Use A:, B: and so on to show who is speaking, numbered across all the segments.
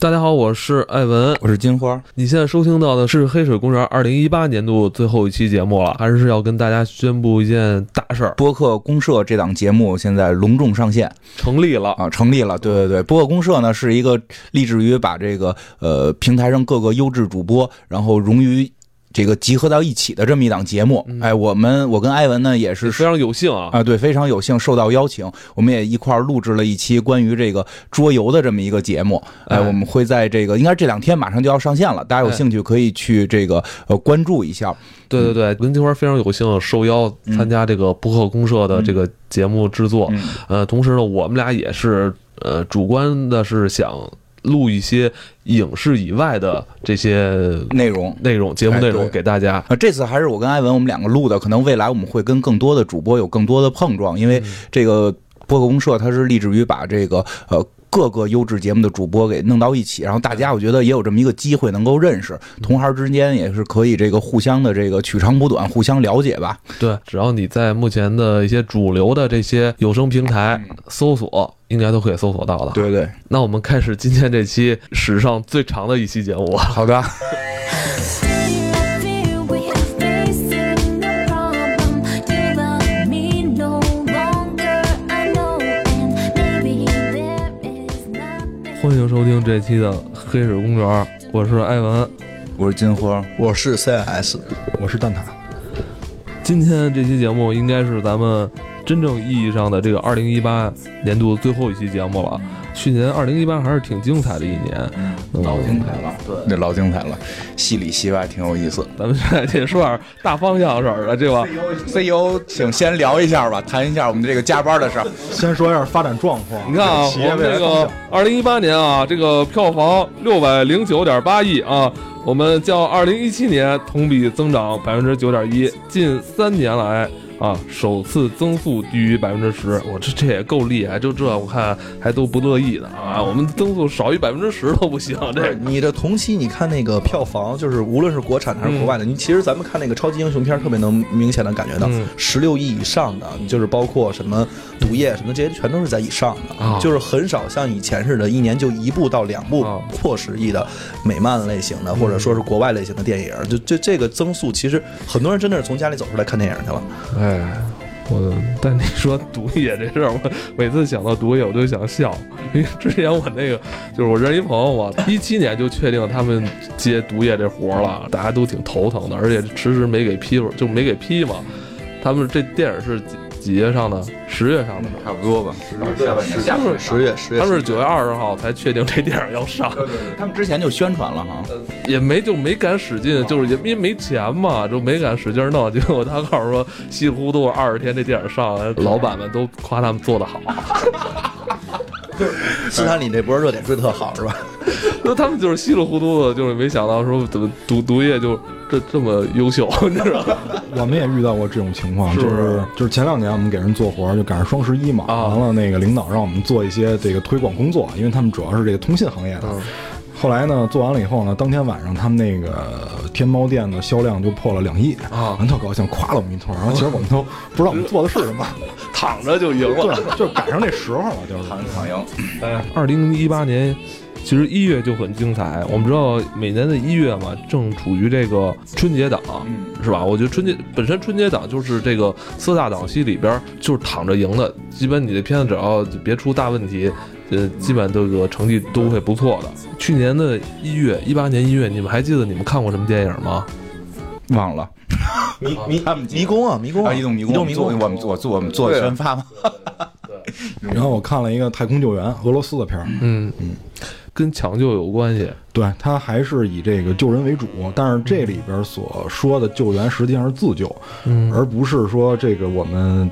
A: 大家好，我是艾文。
B: 我是金花，
A: 你现在收听到的是《黑水公园》二零一八年度最后一期节目了，还是要跟大家宣布一件大事儿，
B: 播客公社这档节目现在隆重上线
A: 成立了。
B: 啊，成立了。对对对，播客公社呢是一个立志于把这个呃平台上各个优质主播，然后融于这个集合到一起的这么一档节目。哎，我们我跟艾文呢也是
A: 嗯非常有幸啊，
B: 啊，对，非常有幸受到邀请，我们也一块儿录制了一期关于这个桌游的这么一个节目。哎，
A: 哎
B: 我们会在这个应该这两天马上就要上线了，大家有
A: 哎
B: 兴趣可以去这个呃关注一下。
A: 对对
B: 嗯
A: 对，跟金花非常有幸受邀参加这个播客公社的这个节目制作。
B: 嗯
A: 呃，同时呢，我们俩也是呃主观的是想录一些影视以外的这些
B: 内容
A: 内容、节目内容
B: 对
A: 给大家。
B: 啊，这次还是我跟艾文我们两个录的，可能未来我们会跟更多的主播有更多的碰撞，因为这个播客公社它是立志于把这个呃。各个优质节目的主播给弄到一起，然后大家我觉得也有这么一个机会能够认识，同行之间也是可以这个互相的这个取长补短，互相了解吧。
A: 对，只要你在目前的一些主流的这些有声平台搜索，应该都可以搜索到的。
B: 对对，
A: 那我们开始今天这期史上最长的一期节目。
B: 好的，
A: 欢迎收听这期的《黑水公园》，我是艾文。
B: 我是金花，
C: 我是 CIS，我是蛋挞。
A: 今天这期节目应该是咱们真正意义上的这个二零一八年度最后一期节目了。去年二零一八还是挺精彩的一年，嗯
B: 老精彩了，对，那老精彩了，戏里戏外挺有意思。
A: 咱们现在先说点大方向事儿的，对吧？
B: CEO，请 E 先聊一下吧，谈一下我们这个加班的 事儿。
C: 先说一下发展状况，
A: 你看啊，
C: 企
A: 我
C: 业
A: 们
C: 未
A: 这
C: 来方
A: 个
C: 向。
A: 二零一八年啊，这个票房六百零九点八亿啊，我们较二零一七年同比增长百分之九点一，近三年来啊首次增速低于百分之十，我这这也够厉害，就这我看还都不乐意呢啊，我们增速少于百分之十都不行，这
C: 你的同期，你看那个票房，就是无论是国产的还是国外的，你其实咱们看那个超级英雄片，特别能明显的感觉到
A: 嗯，
C: 十六亿以上的，就是包括什么毒液什么这些，全都是在以上
A: 啊
C: 的，就是很少像以前似的，一年就一部到两部
A: 啊
C: 破十亿的美漫类型的，或者说是国外类型的电影，就这这个增速，其实很多人真的是从家里走出来看电影去了。
A: 哎。我，但你说毒液这事儿，我每次想到毒液我就想笑， 因为之前我那个就是我认识一朋友，我一七年就确定他们接毒液这活儿了，大家都挺头疼的，而且迟迟没给批，就没给批嘛。他们这电影是几几月上的？十月上的。
B: 差不多吧，下半年下半年
C: 十月十月
A: 他们是九月二十号才确定这电影要上，
B: 他们之前就宣传了哈，
A: 也没就没敢使
C: 哦
A: 劲，就是也因为没钱嘛，就没敢使劲弄。结果他告诉说稀里糊涂二十天这电影上了，老板们都夸他们做的好。
C: 斯坦李这波热点追得特好是吧？
A: 那他们就是稀里糊涂的，就是没想到说怎么毒毒液就这这么优秀， 你知道吗？
D: 我们也遇到过这种情况，
A: 是
D: 就
A: 不是
D: 是就是前两年我们给人做活儿，就赶上双十一嘛，
A: 啊
D: 完了那个领导让我们做一些这个推广工作，因为他们主要是这个通信行业的。
A: 嗯
D: 后来呢，做完了以后呢，当天晚上他们那个天猫店的销量就破了两亿
A: 啊
D: 完特高兴，夸了我们一通。然后其实我们都不知道我们做的是 什么，
A: 躺着就赢
D: 就
A: 了。
D: 是就是赶上这时候了，就是。
B: 躺赢。
A: 二零一八年。其实一月就很精彩，我们知道每年的一月嘛，正处于这个春节档，
B: 嗯
A: 是吧？我觉得春节本身春节档就是这个四大档期里边儿就是躺着赢的，基本你的片子只要别出大问题，呃，基本这个成绩都会不错的。去年的一月，一八年一月，你们还记得你们看过什么电影吗？
B: 忘了
C: 迷迷
B: 他们进
C: 迷宫啊，迷宫
B: 啊，移动迷宫，
C: 宫，移动迷
B: 我们做我做我们做
C: 对啊
B: 宣 发吗？
D: 然后我看了一个太空救援，俄罗斯的片儿，
A: 嗯，跟抢救有关系。
D: 对，它还是以这个救人为主，但是这里边所说的救援实际上是自救，
A: 嗯
D: 而不是说这个我们，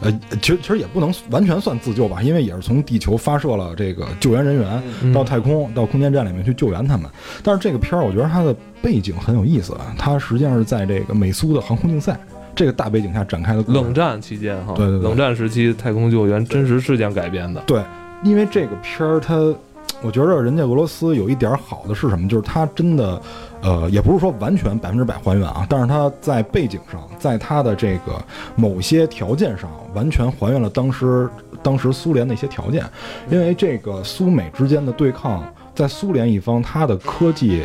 D: 呃，其实其实也不能完全算自救吧，因为也是从地球发射了这个救援人
A: 嗯
D: 员到太空、到空间站里面去救援他们。但是这个片儿，我觉得它的背景很有意思，啊，它实际上是在这个美苏的航空竞赛这个大背景下展开的故事
A: 冷战期间哈，
D: 对对对
A: 冷战时期太空救援真实事件改编的。
D: 对，因为这个片儿它，我觉得人家俄罗斯有一点好的是什么？就是它真的，呃，也不是说完全百分之百还原啊，但是它在背景上，在它的这个某些条件上，完全还原了当时当时苏联的一些条件，因为这个苏美之间的对抗。在苏联一方，它的科技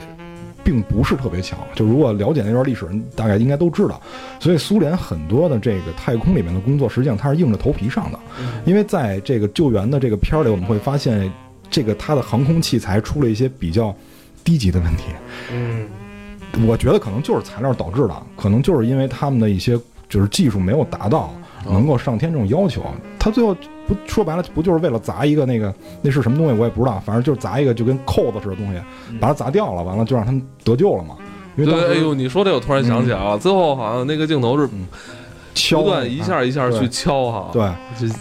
D: 并不是特别强。就如果了解那段历史，大概应该都知道。所以苏联很多的这个太空里面的工作，实际上它是硬着头皮上的。因为在这个救援的这个片儿里，我们会发现，这个它的航空器材出了一些比较低级的问题。
A: 嗯，
D: 我觉得可能就是材料导致的，可能就是因为他们的一些就是技术没有达到能够上天这种要求，他最后不说白了不就是为了砸一个那个那是什么东西我也不知道，反正就是砸一个就跟扣子似的东西，把它砸掉了，完了就让他们得救了嘛。因为当
A: 对，哎
D: 时嗯
A: 呦，你说这我突然想起来了，最后好像那个镜头是
D: 敲
A: 不断一
D: 啊
A: 下一下
D: 对
A: 去敲哈，
D: 对，
A: 这，这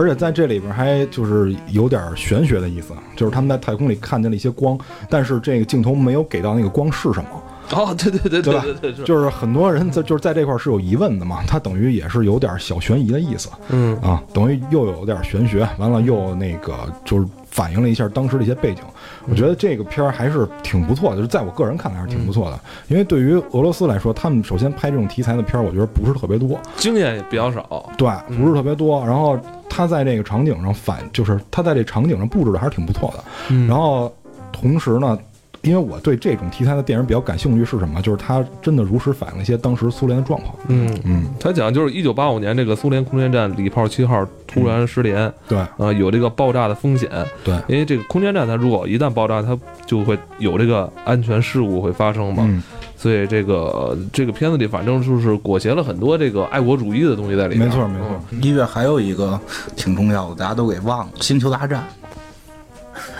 D: 而且在这里边还就是有点玄学的意思，啊就是他们在太空里看见了一些光，但是这个镜头没有给到那个光是什么。
A: 哦，对对对
D: 对吧
A: 对对对，
D: 就是很多人在就是在这块儿是有疑问的嘛，他等于也是有点小悬疑的意思
A: 嗯
D: 啊，等于又有点玄学，完了又那个就是反映了一下当时的一些背景。我觉得这个片儿还是挺不错的，就是在我个人看来还是挺不错的，因为对于俄罗斯来说，他们首先拍这种题材的片儿，我觉得不是特别多，
A: 经验也比较少，
D: 对，不是特别多。然后他在这个场景上反，就是他在这场景上布置的还是挺不错的。
A: 嗯
D: 然后同时呢，因为我对这种题材的电影比较感兴趣，是什么？就是它真的如实反映了一些当时苏联的状况。
A: 嗯。
D: 嗯，
A: 他讲就是一九八五年这个苏联空间站礼炮七号突然失联，
D: 对
A: 啊、有这个爆炸的风险。
D: 对
A: 因为这个空间站它如果一旦爆炸，它就会有这个安全事故会发生嘛。
D: 嗯，
A: 所以这个呃这个片子里，反正就是裹挟了很多这个爱国主义的东西在里面。
D: 没错没错
B: 一月还有一个挺重要的，大家都给忘了，《星球大战
A: 嗯。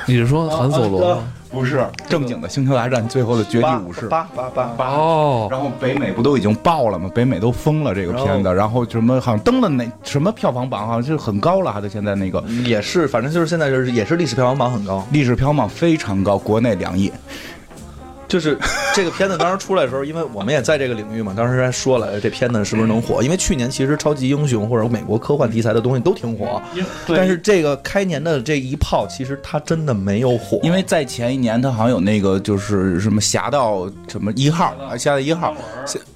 A: 你是说韩索罗吗？》
B: 不是正经的《星球大战》最后的绝地
E: 八
B: 武士。
E: 八八八八，
A: 哦，
B: 然后北美不都已经爆了吗？北美都封了这个片子，然后什么好像登了哪什么票房榜，好像是很高了，还得现在那个
E: 也是，反正就是现在就是也是历史票房榜很高。
B: 历史票房榜非常高，国内两亿。
E: 就是这个片子当时出来的时候，因为我们也在这个领域嘛，当时还说了哎这片子是不是能火，因为去年其实超级英雄或者美国科幻题材的东西都挺 火，但是这个开年的这一炮，其实它真的没有火，
B: 因为在前一年，他好像有那个就是什么侠盗什么一号啊，侠盗一号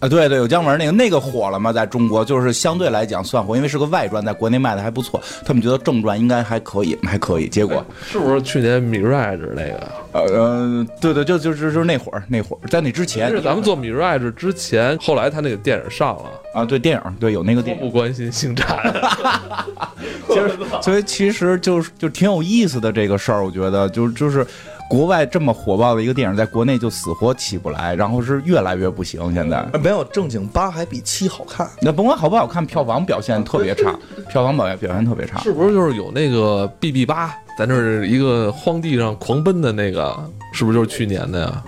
B: 啊，对对，有姜文那个那个火了嘛，在中国就是相对来讲算火，因为是个外传，在国内卖的还不错，他们觉得正传应该还可以，还可以。结果，
A: 是不是去年米 r 之那个？
B: 呃呃，对对，就就就就是那会儿那会儿，在那之前
A: 是咱们做米 r 之前，后来他那个电影上了，
B: 啊，对电影，对有那个
A: 都
B: 电影。
A: 不关心星战。
B: 所以其实就是就挺有意思的这个事儿，我觉得就是就是国外这么火爆的一个电影，在国内就死活起不来，然后是越来越不行。现在
E: 没有正经八还比七好看。
B: 那甭管好不好看，票房表
E: 嗯
B: 现特别差，票房表现表现特别差。
A: 是不是就是有那个 BB 八在那儿一个荒地上狂奔的那个？是不是就是去年的呀？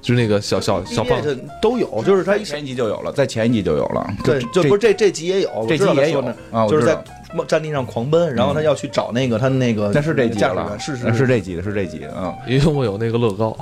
A: 就是那个小小小胖子，
E: 这都有，就是它
B: 在
E: 一上
B: 前一集就有了，在前一集就有了。
E: 对，
B: 这
E: 就不是这这集也有，我
B: 这
E: 知
B: 集
E: 道他
B: 也有
E: 说那
B: 啊，我
E: 就是
B: 知
E: 在
B: 道
E: 战地上狂奔，然后他要去找那个他那个
B: 那是这集
E: 驾驶员，
B: 了，
E: 是
B: 是
E: 是
B: 这集的，是这集的。 嗯，
A: 因为我有那个乐高，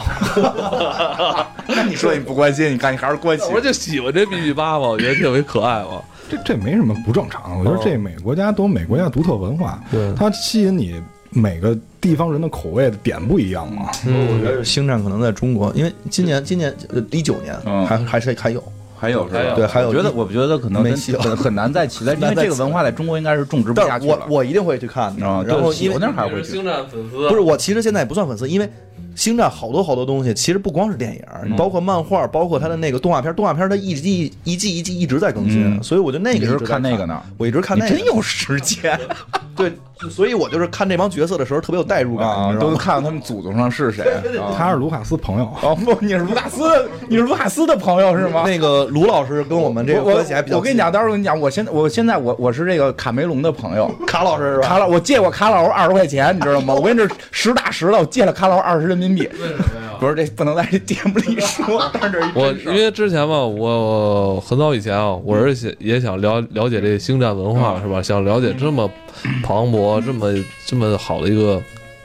B: 那你说你不关心，你看你还是关
A: 我就喜欢这 BB 八嘛，我觉得特别可爱嘛。
D: 这这没什么不正常，我觉得这每个国家都有每个国家独特文化，
A: 哦对
D: 它吸引你每个地方人的口味的点不一样嘛。
A: 嗯
E: 我
B: 嗯
E: 觉得星战可能在中国，因为今年今年一九年
B: 嗯
E: 还还是还有，
B: 还有是吧？
E: 对还有
B: 我觉得我觉得可能
E: 没
B: 真
E: 戏了
B: 很很难再 起来，因为
E: 难再
B: 这个
E: 起
B: 文化在中国应该是种植不下
E: 但
B: 去
E: 是我
B: 了。
E: 我一定会去看的。
B: 啊，
E: 然后因
B: 我
E: 为
B: 那儿还会去。
A: 战粉丝
E: 不是我，其实现在也不算粉丝，因为星战好多好多东西，其实不光是电影
B: 嗯
E: 儿，包括漫画，包括它的那个动画片儿，动画片儿它一季一季一季一直在更新，
B: 嗯
E: 所以我就那
B: 你
E: 个一
B: 是
E: 直在
B: 看那个呢？
E: 我一直看
B: 你
E: 那个，
B: 真有时 间
E: 对，所以我就是看这帮角色的时候特别有代入感，
B: 啊
E: 你！知道
B: 都
E: 吗？
B: 看看他们祖宗上是 谁。啊
D: 他是卢卡斯朋友，
B: 哦不，你是卢卡斯，你是卢卡斯的朋友是吗？
E: 那个卢老师跟我们这个
B: 我
E: 关系还比较
B: 我跟你讲，到时候我跟你讲，我现在我现在我我是这个卡梅隆的朋友，
E: 近，卡老师是吧？
B: 卡老我借过卡老二十块钱，你知道吗？我跟这实打实的，我借了卡老二十人民币。不是这不能在这节目里说，但是这是
A: 我
B: 真事
A: 因
B: 儿
A: 为之前嘛，我我很早以前啊，我是想也想了了解这星战文
B: 嗯
A: 化是吧？想了解这么磅礴、这么这么好的一个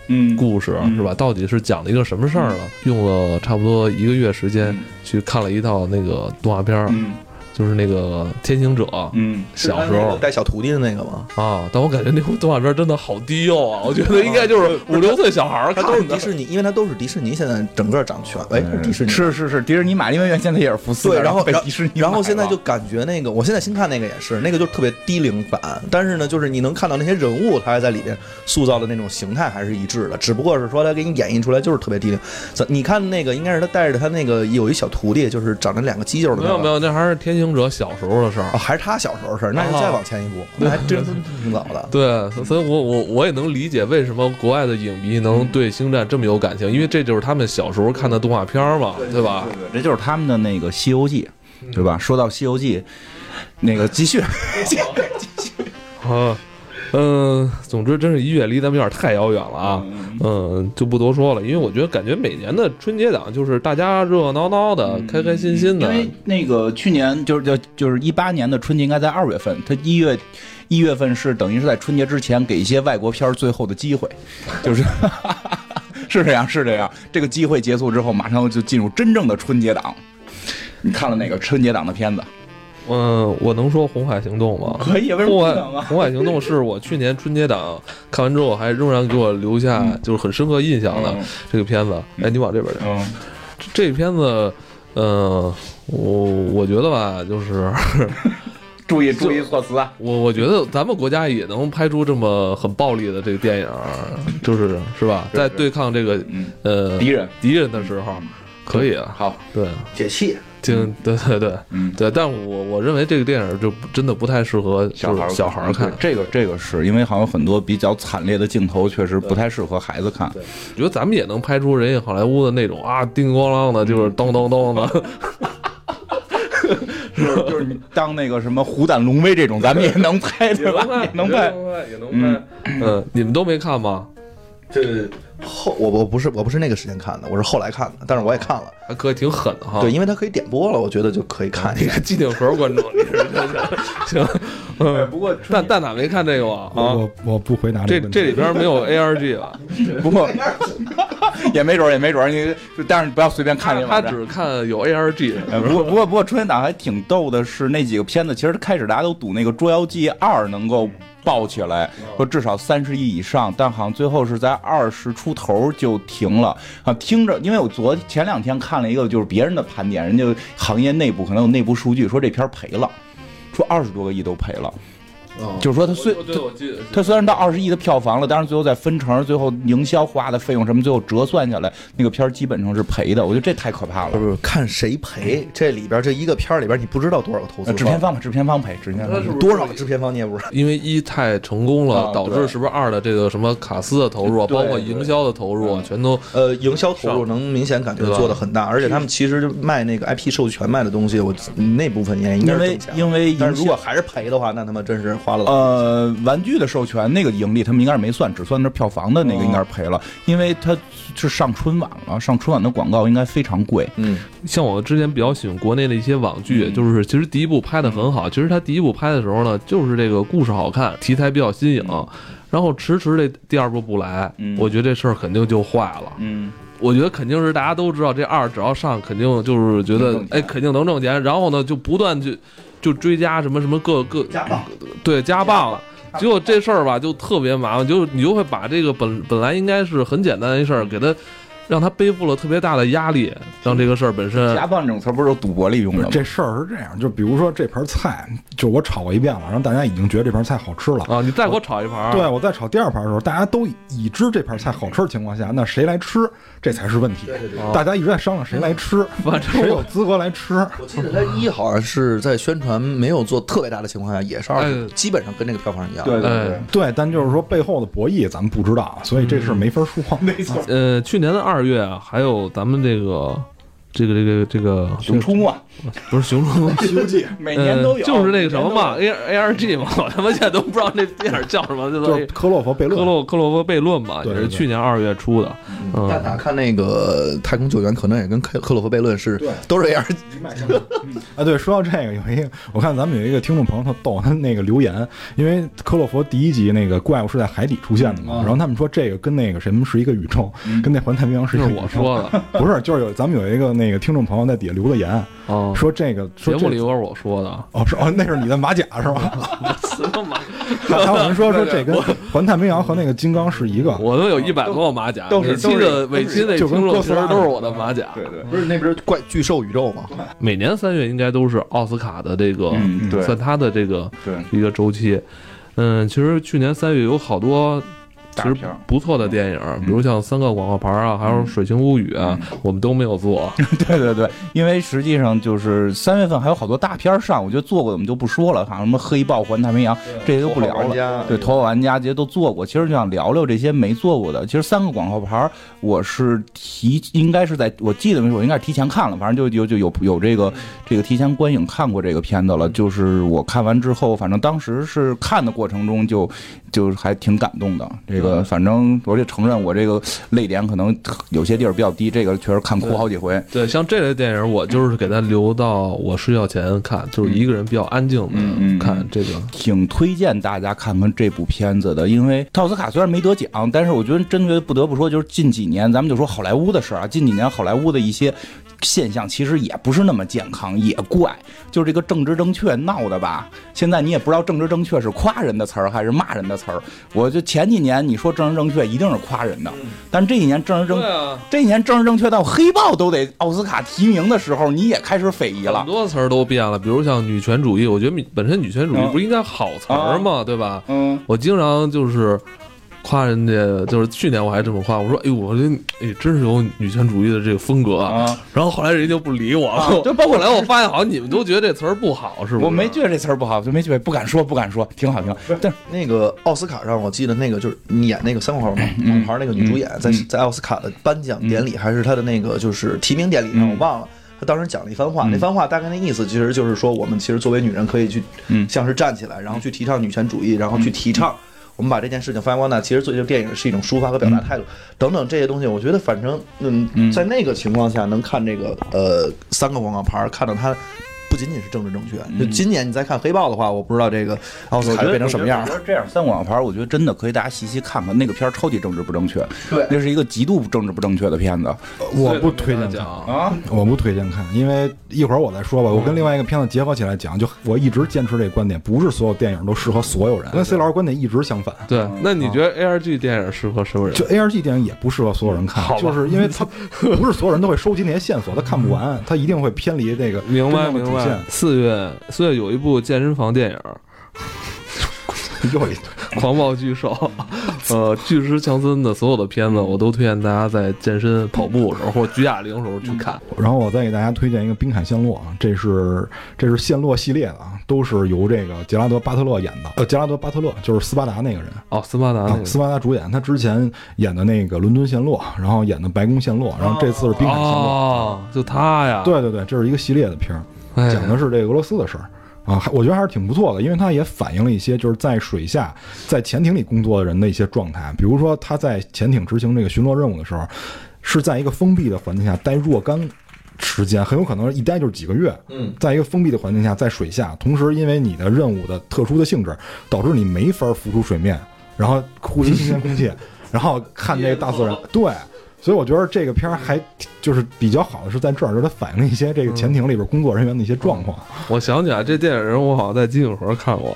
B: 嗯
A: 故事啊是吧？到底是讲了一个什么事儿呢？用了差不多一个月时间
B: 嗯
A: 去看了一套那个动画片儿，
B: 嗯
A: 就是那个天行者，
B: 嗯，
A: 小时
E: 是那
A: 候
E: 个带小徒弟的那个吗？
A: 啊，但我感觉那部动画片真的好低幼啊！我觉得应该就是五六岁小孩儿
E: 它
A: 看
E: 都是
A: 的
E: 迪。士尼，因为它都是迪士尼现在整个掌权，哎，是迪士尼
B: 嗯是是是，迪士尼买，因为原先它也是福斯的，
E: 对，然后
B: 被
E: 然后
B: 迪士尼买了，
E: 然后现在就感觉那个，我现在新看那个也是，那个就特别低龄版，但是呢，就是你能看到那些人物，他还在里边塑造的那种形态还是一致的，只不过是说他给你演绎出来就是特别低龄。咱你看那个，应该是他带着他那个有一小徒弟，就是长着两个犄角的、那
A: 没
E: 个，
A: 有没有，那还是天行者小时候的事儿
E: 啊，。还是他小时候的事儿，那是再往前一步，那还真挺早的。
A: 对，所以我我我也能理解为什么国外的影迷
E: 嗯
A: 能对《星战》这么有感情，因为这就是他们小时候看的动画片儿嘛，对吧？
B: 这就是他们的那个《西游记》，对吧？说到《西游记》，那个继续，
A: 啊，嗯，总之真是音乐离咱们有点太遥远了啊。嗯，就不多说了，因为我觉得感觉每年的春节档就是大家热热闹闹的、
E: 嗯
A: 开开心心
B: 因
A: 的。
B: 为那个去年就是就就是一八年的春节应该在二月份，它一月一月份是等于是在春节之前给一些外国片儿最后的机会，就是 是这样是这样，这个机会结束之后，马上就进入真正的春节档。你看了哪个春节档的片子？
A: 嗯，我能说《红海行动》 吗？
B: 可以，为什么
A: 红
B: 不
A: 海
B: 能啊？
A: 红海行动是我去年春节档看完之后，还仍然给我留下就是很深刻印象的
B: 嗯
A: 这个片子。哎，你往这边来，
B: 嗯，
A: 这片子，嗯，我我觉得吧，就是
B: 注意注意措辞啊！
A: 我我觉得咱们国家也能拍出这么很暴力的这个电影儿，就是是吧？在对抗这个
B: 嗯
A: 呃
B: 敌人
A: 敌人的时候，可以啊，
B: 好，
A: 对，
E: 解气，
A: 挺对对对
B: 嗯
A: 对，但我我认为这个电影就不真的不太适合就是
B: 小孩
A: 小孩儿看，
B: 这个这个是因为好像很多比较惨烈的镜头确实不太适合孩子看。
A: 我觉得咱们也能拍出人家好莱坞的那种啊，叮咣啷的，就是咚咚咚的，
B: 嗯就是就是你当那个什么虎胆龙威这种，咱们也能 拍对吧？也能拍。，
A: 也能拍。嗯，你们都没看吗？
E: 这后我我不是我不是那个时间看的，我是后来看的，但是我也看了，
A: 还可以，挺狠的哈。
E: 对，，因为它可以点播了，我觉得就可以看一
A: 你
E: 下
A: 个。机顶盒观众，你是真的 行。嗯，
B: 哎不过
A: 蛋蛋哪没看这个吗？啊，
D: 我我不回答
A: 这
D: 个问题
A: 这里边没有 ARG 吧？
B: 不过也没准儿也没准儿，你就但是你不要随便 看这
A: 他
B: 玩意儿。
A: 只看有 ARG，
B: 呃不过不过不过，春节档还挺逗的是，那几个片子其实开始大家都赌那个《捉妖记二》能够爆起来，说至少三十亿以上，但好像最后是在二十出头就停了啊。听着，因为我昨前两天看了一个就是别人的盘点，人家行业内部可能有内部数据说这片儿赔了，说二十多个亿都赔了，就是说它虽它
A: 哦我记得
B: 它虽然到二十亿的票房了，但是最后在分成、最后营销花的费用什么，最后折算下来，那个片儿基本上是赔的。我觉得这太可怕了。
E: 不是不是看谁赔，这里边这一个片儿里边你不知道多少个投资
B: 呃制片
E: 方，
B: 方吧，制片方赔，制片方
A: 是不
B: 赔
A: 是
E: 多少个制片方你也不知道。
A: 因为一太成功
B: 啊
A: 了，导
B: 对
A: 致是不是二的这个什么卡斯的投入啊，
B: 对
A: 包括营销的投入啊，全都
E: 呃，营销投入能明显感觉做的很大，而且他们其实就卖那个 IP 授权卖的东西，我那部分也应该
B: 因
E: 是
B: 为
E: 挣钱。
B: 因为
E: 但
B: 营
E: 是如果
B: 销
E: 还是赔的话，那他妈真是花了老。
B: 呃玩具的授权那个盈利，他们应该是没算，只算那票房的那个应该是赔
A: 哦
B: 了，因为它是上春晚了，上春晚的广告应该非常贵。
E: 嗯，
A: 像我之前比较喜欢国内的一些网剧，
B: 嗯
A: 就是其实第一部拍的很好，其实它第一部拍的时候呢，就是这个故事好看，题材比较新颖，然后迟迟这第二部不来，
B: 嗯
A: 我觉得这事儿肯定就坏了。
B: 嗯，
A: 我觉得肯定是大家都知道，这二只要上，肯定就是觉
B: 能
A: 得
B: 挣钱
A: 哎，肯定能挣钱。然后呢，就不断就就追加什么什么各各
B: 家暴
A: 对加棒了。结果这事儿吧，就特别麻烦，就你就会把这个本本来应该是很简单的一事
B: 嗯
A: 儿，给他让他背负了特别大的压力，让这个事儿本身
B: 家暴这种词儿不是有赌博里用
A: 嗯
B: 的吗？
D: 这事儿是这样，就比如说这盘菜，就我炒过一遍了，然后大家已经觉得这盘菜好吃了。
A: 啊，你再给我炒一盘儿，
D: 对，我在炒第二盘的时候，大家都已知这盘菜好吃的情况下，那谁来吃，这才是问题。
A: 对
D: 大家一直在商量谁来吃，
A: 哦 反正
D: 谁
A: 我
D: 有资格 来吃。
E: 我记得他一好像是在宣传没有做特别大的情况下，也是二
A: 哎，
E: 基本上跟这个票房一样。
B: 对对对
A: 哎，
D: 对，但就是说背后的博弈咱们不知道，所以这事儿没法说。
B: 没错，
A: 呃，去年的二月啊，还有咱们这个这个这个这个
B: 《熊出没》
A: 不是熊出没。
B: 《西游记》每年都有，
A: 呃就是那个什么嘛
B: 每年
A: ，A A R G 嘛，我他妈现在都不知道那电影叫什么，就
D: 就
A: 都
D: 是科洛弗悖
A: 克
D: 论，
A: 洛克洛夫悖论嘛，
D: 对
A: 也
D: 对
A: 是去年二月出的。嗯
E: 但哪看那个《太空救援》，可能也跟克克洛夫悖论是
D: 对
E: 都是这样。
A: 嗯
D: 啊，对，说到这个，有一个，我看咱们有一个听众朋友特逗，他那个留言，因为科洛佛第一集那个怪物是在海底出现的
A: 嗯
D: 嘛，然后他们说这个跟那个什么是一个宇宙，跟那环太平洋是一
A: 这
D: 个
A: 嗯是
D: 宇宙
A: 我说的，
D: 不是，就是有咱们有一个那那个听众朋友在底下留的言，
A: 啊，
D: 说这个
A: 节
D: 说
A: 目
D: 这
A: 里有我说的，
D: 哦是哦，那是你的马甲是 吧？
A: 什么马？
D: 还有人说说这跟环太平洋和那个金刚是一个，
A: 我都有一百多个马甲，
C: 都是
A: 每期
C: 都是
A: 的每期那
D: 就
A: 听
D: 跟
A: 众
D: 哥
A: 其
D: 斯
A: 实
D: 拉
A: 都是我的马甲。
C: 对对，不是那不是怪巨兽宇宙吗？
A: 每年三月应该都是奥斯卡的这个，
B: 嗯
C: 对
A: 算它的这个
C: 对
A: 一个周期。嗯，其实去年三月有好多其实
B: 片儿嗯
A: 不错的电影，比如像《三个广告牌》啊，还有《水形物语》啊，我们都没有 做。
B: 对对对，因为实际上就是三月份还有好多大片儿上，我觉得做过的我们就不说了，好像什么《黑豹》《环太平洋》这些都不聊了。
C: 了
B: 对，《头号玩家》这些都做过，其实就想聊聊这些没做过的。其实三个广告牌儿，我是提，应该是在我记得没错，我应该是提前看了，反正就就就有有这个这个提前观影看过这个片子了。就是我看完之后，反正当时是看的过程中就就还挺感动的。这个反正我得承认，我这个泪点可能有些地儿比较低，这个确实看哭好几回。
A: 对，像这类电影，我就是给它留到我睡觉前看，就是一个人比较安静
B: 嗯嗯嗯
A: 的看这个。
B: 挺推荐大家看看这部片子的，因为奥斯卡虽然没得奖，但是我觉得真觉得不得不说，就是近几年咱们就说好莱坞的事儿啊，近几年好莱坞的一些现象其实也不是那么健康，也怪，就是这个政治正确闹的吧。现在你也不知道政治正确是夸人的词儿还是骂人的词儿。我就前几年你说政治正确一定是夸人的，但这几年政治正
A: 啊，
B: 这几年政治正确到黑豹都得奥斯卡提名的时候，你也开始非议了
A: 很。多词儿都变了，比如像女权主义，我觉得本身女权主义
B: 嗯啊
A: 不是应该好词儿吗？对吧？
B: 嗯，
A: 我经常就是夸人家，就是去年我还这么夸，我说：“哎呦，我这哎真是有女权主义的这个风格
B: 啊。”
A: 然后后来人就不理我
B: 啊
A: 了。
B: 就包括
A: 后来我发现，好像你们都觉得这词儿不好，是不是？
B: 我没觉得这词儿不好，就没觉得不敢说，不敢说，挺好挺好。但是
C: 那个奥斯卡上，我记得那个就是你演那个三个号嘛，黄牌那个女主演，在在奥斯卡的颁奖典礼还是她的那个就是提名典礼上，我忘了。她当时讲了一番话，那番话大概那意思其实就是说，我们其实作为女人可以去，像是站起来，然后去提倡女权主义，然后去提倡我们把这件事情发扬光大。其实做这个电影是一种抒发和表达态度，等等这些东西，我觉得反正嗯，在那个情况下能看这个呃三个广告牌，看到它不仅仅是政治正确。就今年你再看黑豹的话，我不知道这个奥斯卡变成什么样
B: 我
C: 了
B: 觉。得这样三广告牌，我觉得真的可以大家细细看看，那个片儿超级政治不正确，
C: 对
B: 那是一个极度政治不正确的片子
D: 我不推荐看，
A: 讲。
B: 啊。
D: 我不推荐看，因为一会儿我再说吧。我跟另外一个片子结合起来讲，就我一直坚持这个观点，不是所有电影都适合所有人，跟 C 老师观点一直相反。
B: 啊
A: 对，那你觉得 A R G 电影适合什么人
D: 就？A R G 电影也不适合所有人看，就是因为他不是所有人都会收集那些线索，他看不完，他一定会偏离这个
A: 明白
D: 真正的
A: 明
D: 主
A: 白
D: 线。。
A: 四月四月有一部健身房 电影儿
D: 又一
A: 《狂暴巨兽》， 呃，巨石强森的所有的片子，
B: 嗯
A: 我都推荐大家在健身、跑步的时候或者举哑铃的时候去看。
B: 嗯
D: 然后我再给大家推荐一个《冰海陷落》啊，这是这是陷落系列的啊，都是由这个杰拉德·巴特勒演的。呃，杰拉德·巴特勒就是斯巴达那个人
A: 哦，斯巴达那
D: 啊，
A: 个
D: 斯巴达主演，他之前演的那个《伦敦陷落》，然后演的《白宫陷落》，然后这次是《冰海陷落》
A: 哦，就他呀，
D: 对对对，这是一个系列的片儿。
A: 哎呀，
D: 讲的是这个俄罗斯的事儿啊，还我觉得还是挺不错的，因为它也反映了一些就是在水下、在潜艇里工作的人的一些状态，比如说他在潜艇执行这个巡逻任务的时候，是在一个封闭的环境下待若干。时间很有可能一待就是几个月，嗯，在一个封闭的环境下，在水下，同时因为你的任务的特殊的性质，导致你没法浮出水面，然后呼吸新鲜空气，然后看这个大自然，对，所以我觉得这个片儿还挺就是比较好的是在这儿，就是它反映了一些这个潜艇里边工作人员的一些状况。
A: 我想起来，这电影我好像在金井河看过。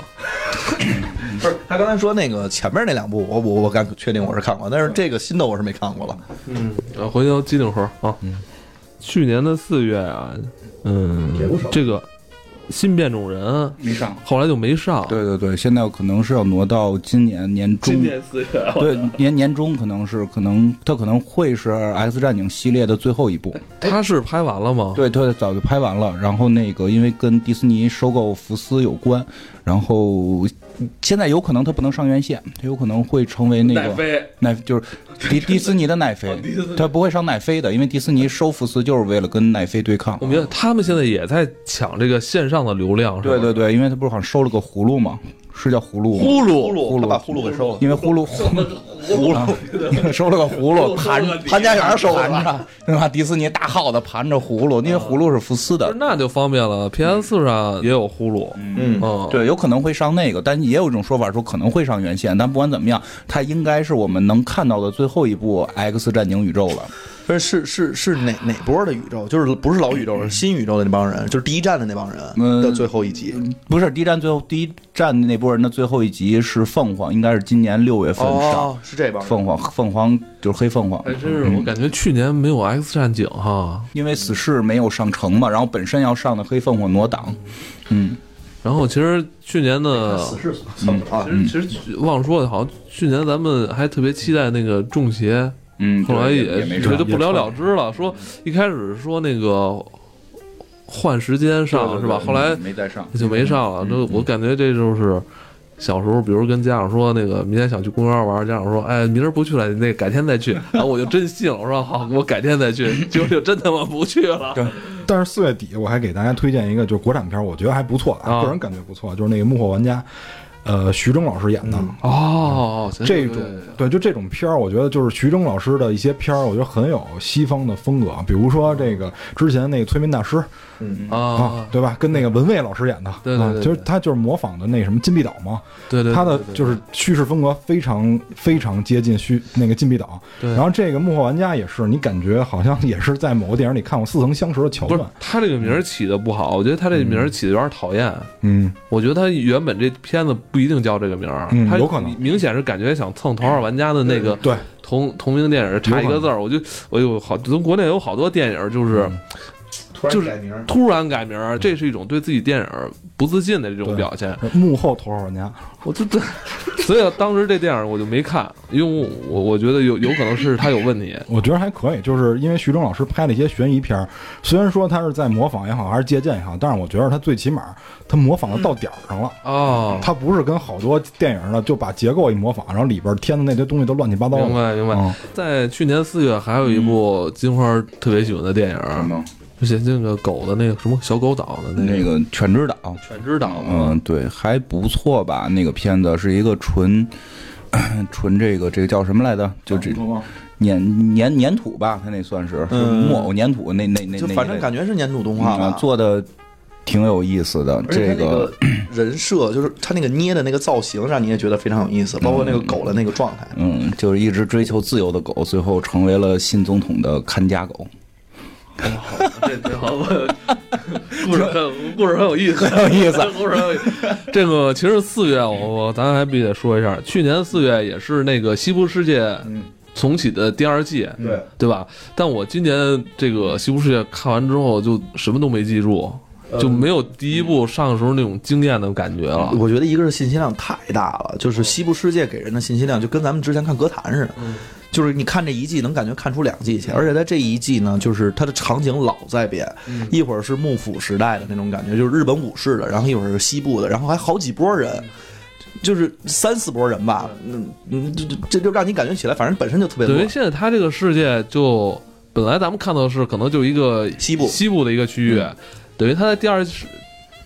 C: 不是，他刚才说那个前面那两部，我我我敢确定我是看过，但是这个新的我是没看过了。
A: 嗯，回头金井河啊。去年的四月啊，嗯，这个新变种人
B: 没上。
A: 后来就没上。，
B: 对对对，现在可能是要挪到今年年中。
A: 四月，
B: 对，年年中可能是可能，它可能会是《X 战警》系列的最后一部。
A: 他是拍完了吗？，
B: 对，他早就拍完了。然后那个，因为跟迪士尼收购福斯有关，然后现在有可能它不能上院线，它有可能会成为那个
A: 飞。
B: 奈就是 迪迪士尼的奈飞，它不会上奈飞的，因为迪士尼收福斯就是为了跟奈飞对抗。
A: 我觉得他们现在也在抢这个线上的流量，是吧
B: 对对对，因为它不是好像收了个葫芦吗？是叫葫芦吗？
C: 呼噜
B: 他
C: 呼噜，他
B: 把
C: 把
B: 呼
C: 呼噜给收了。
B: 因为葫芦
C: 葫芦，
B: 收了个葫芦，盘
C: 潘家园收
B: 盘
C: 了。
B: 着，对吧？迪士尼大耗子盘着葫芦，因为葫芦是福斯的，
A: 那就方便了。PS 四上也有呼噜，
C: 嗯，
A: 嗯，，
B: 对，有可能会上那个，但也有一种说法说可能会上原线，但不管怎么样，它应该是我们能看到的最后一部 X 战警宇宙了。
E: 不是是是是哪哪波的宇宙？就是不是老宇宙，是新宇宙的那帮人，就是第一站的那帮人
B: 嗯
E: 的最后一集。
B: 不是第一站最后第一站那波人的最后一集是凤凰，应该是今年六月份上。
E: 哦，是这帮人。
B: 凤凰，凤凰就是黑凤凰，
A: 还真是，我感觉去年没有 X 战警哈，
B: 因为死侍没有上成嘛，然后本身要上的黑凤凰挪档，嗯，
A: 然后其实去年的
E: 是嗯啊
A: 其实其实忘了说，好像去年咱们还特别期待那个中邪，
B: 嗯，
A: 后来
B: 对也
A: 也
B: 没
A: 觉
B: 上
A: 得，不了
D: 也
A: 了之了。说一开始说那个换时间
B: 对
A: 上
B: 对
A: 是吧？
B: 对
A: 后来
B: 没嗯再上，
A: 就没上了。这我感觉这就是小时候，比如跟家长说那个明天想去公园玩，家长说哎明儿不去了，那个改天再去。 然后我就真信了，我说好，我改天再去， 结果就真他妈不去了。
D: 但是四月底我还给大家推荐一个，就是国产片儿，我觉得还不错的
A: 啊
D: 个人感觉不错，就是那个《幕后玩家》，呃，徐峥老师演的。
A: 哦，行
D: 这
A: 对
D: 种
A: 对对
D: 对，就这种片儿，我觉得就是徐峥老师的一些片儿，我觉得很有西方的风格，啊比如说这个之前那个催眠大师啊
B: 嗯
A: 啊，，
D: 对吧？跟那个文蔚老师演的，
A: 对对
D: 啊
A: 对对
D: 就是他就是模仿的那什么金臂岛嘛，
A: 对对，
D: 他的
A: 对对
D: 就是叙事风格非常非常接近虚那个禁闭岛，
A: 对
D: 然后这个幕后玩家也是，你感觉好像也是在某个电影里看过似曾相识的桥
A: 不是
D: 段，
A: 他这个名儿起的不好，我觉得他这个名儿起的有点讨厌。
D: 嗯，
A: 我觉得他原本这片子不一定叫这个名儿，
D: 嗯
A: 他
D: 有可能
A: 明显是感觉想蹭《头号玩家》的那个
D: 对，
A: 同同名电影差一个字儿，我就我有好，从国内有好多电影就是
D: 嗯
E: 突
A: 就是
E: 改名儿，
A: 突然改名儿，这是一种对自己电影不自信的这种
D: 对
A: 表现。
D: 幕后头号玩家，
A: 我这这， 所以当时这电影我就没看，因为我我觉得有有可能是他有问 题。
D: 我觉得还可以，就是因为徐峥老师拍了一些悬疑片儿，虽然说他是在模仿也好，还是借鉴也好，但是我觉得他最起码他模仿的到点儿上了。
A: 哦，
D: 他不是跟好多电影的就把结构一模仿，然后里边添的那些东西都乱七八糟
A: 哦明
D: 了。
A: 白明白。
D: 嗯，
A: 在去年四月还有一部金花特别喜欢的电
B: 什
D: 嗯
A: 影，
B: 么
A: 就是那个狗的那个什么小狗岛的那
B: 嗯那
A: 个
B: 个全知岛，
A: 犬之岛嘛。
B: 嗯，对，还不错吧？那个片子是一个纯 纯这个这个叫什么来着？就这
A: 嗯
B: 粘粘粘土吧，它那算是是
E: 啊嗯
B: 木偶粘土那那那
E: 就
B: 那一
E: 反正
B: 类
E: 感觉是粘土动
B: 嗯
E: 画
B: 啊
E: 吧。
B: 做的挺有意思的。
E: 而
B: 这
E: 且它那
B: 个
E: 个人设，就是他那个捏的那个造型，让你也觉得非常有意思，包括那个狗的那个状态。
B: 嗯，就是一直追求自由的狗，最后成为了新总统的看家 狗。
A: 这挺 好，故事很故事很有意思，很有意思，啊 故事很有意思。这个其实四月，我我咱还必须得说一下，去年四月也是那个《西部世界》重启的第二季，
E: 对
A: 对吧？但我今年这个《西部世界》看完之后，就什么都没记住，就没有第一部上的时候那种惊艳的感觉了。
E: 我觉得一个是信息量太大了，就是西部世界给人的信息量就跟咱们之前看歌坛似的，就是你看这一季能感觉看出两季去，而且在这一季呢，就是它的场景老在变，一会儿是幕府时代的那种感觉，就是日本武士的，然后一会儿是西部的，然后还好几波人。就是三四波人吧，嗯嗯，这这这就让你感觉起来，反正本身就特别
A: 等于
E: 乱。
A: 现在它这个世界就本来咱们看到的是可能就一个
E: 西部嗯
A: 西部的一个区域，等于它在第二世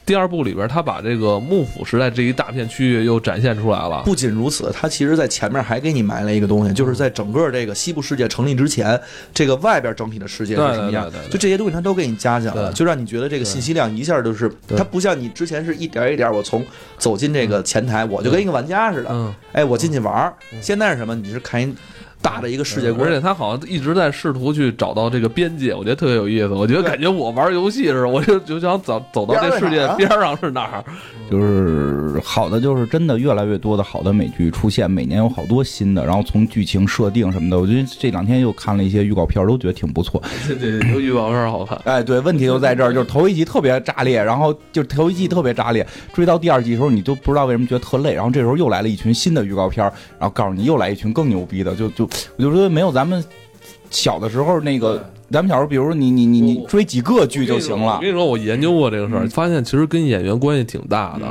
A: 第二部里边，它把这个幕府时代这一大片区域又展现出来了。
E: 不仅如此，它其实在前面还给你埋了一个东西，就是在整个这个西部世界成立之前，这个外边整体的世界是什么样
A: 对对对对，对
E: 就这些东西它都给你加进来了，
A: 对
E: 就让你觉得这个信息量一下就是，
A: 对
E: 它不像你之前是一点一点，我从走进这个前台，我就跟一个玩家似的，
A: 嗯，
E: 哎，我进去玩儿。现在是什么？你是看一大的一个世界
A: 嗯而
E: 观
A: 且。他好像一直在试图去找到这个边界，我觉得特别有意思。我觉得
E: 对
A: 感觉我玩游戏似的，我就就想走走到这世界边
E: 边
A: 儿上是哪儿？
B: 就是好的，就是真的越来越多的好的美剧出现，每年有好多新的，然后从剧情设定什么的，我觉得这两天又看了一些预告片儿，都觉得挺不错。
A: 这这这预告片儿好看。
B: 哎，对，问题就在这儿，就是头一集特别炸裂，然后就是头一季特别炸裂，追到第二季的时候，你就不知道为什么觉得特累，然后这时候又来了一群新的预告片儿，然后告诉你又来一群更牛逼的，就就我就说没有咱们小的时候那个，咱们小时候，比如你你你你
A: 我
B: 追几个剧就行了嗯
A: 我，跟你说，我研究过这个事儿，发现其实跟演员关系挺大的。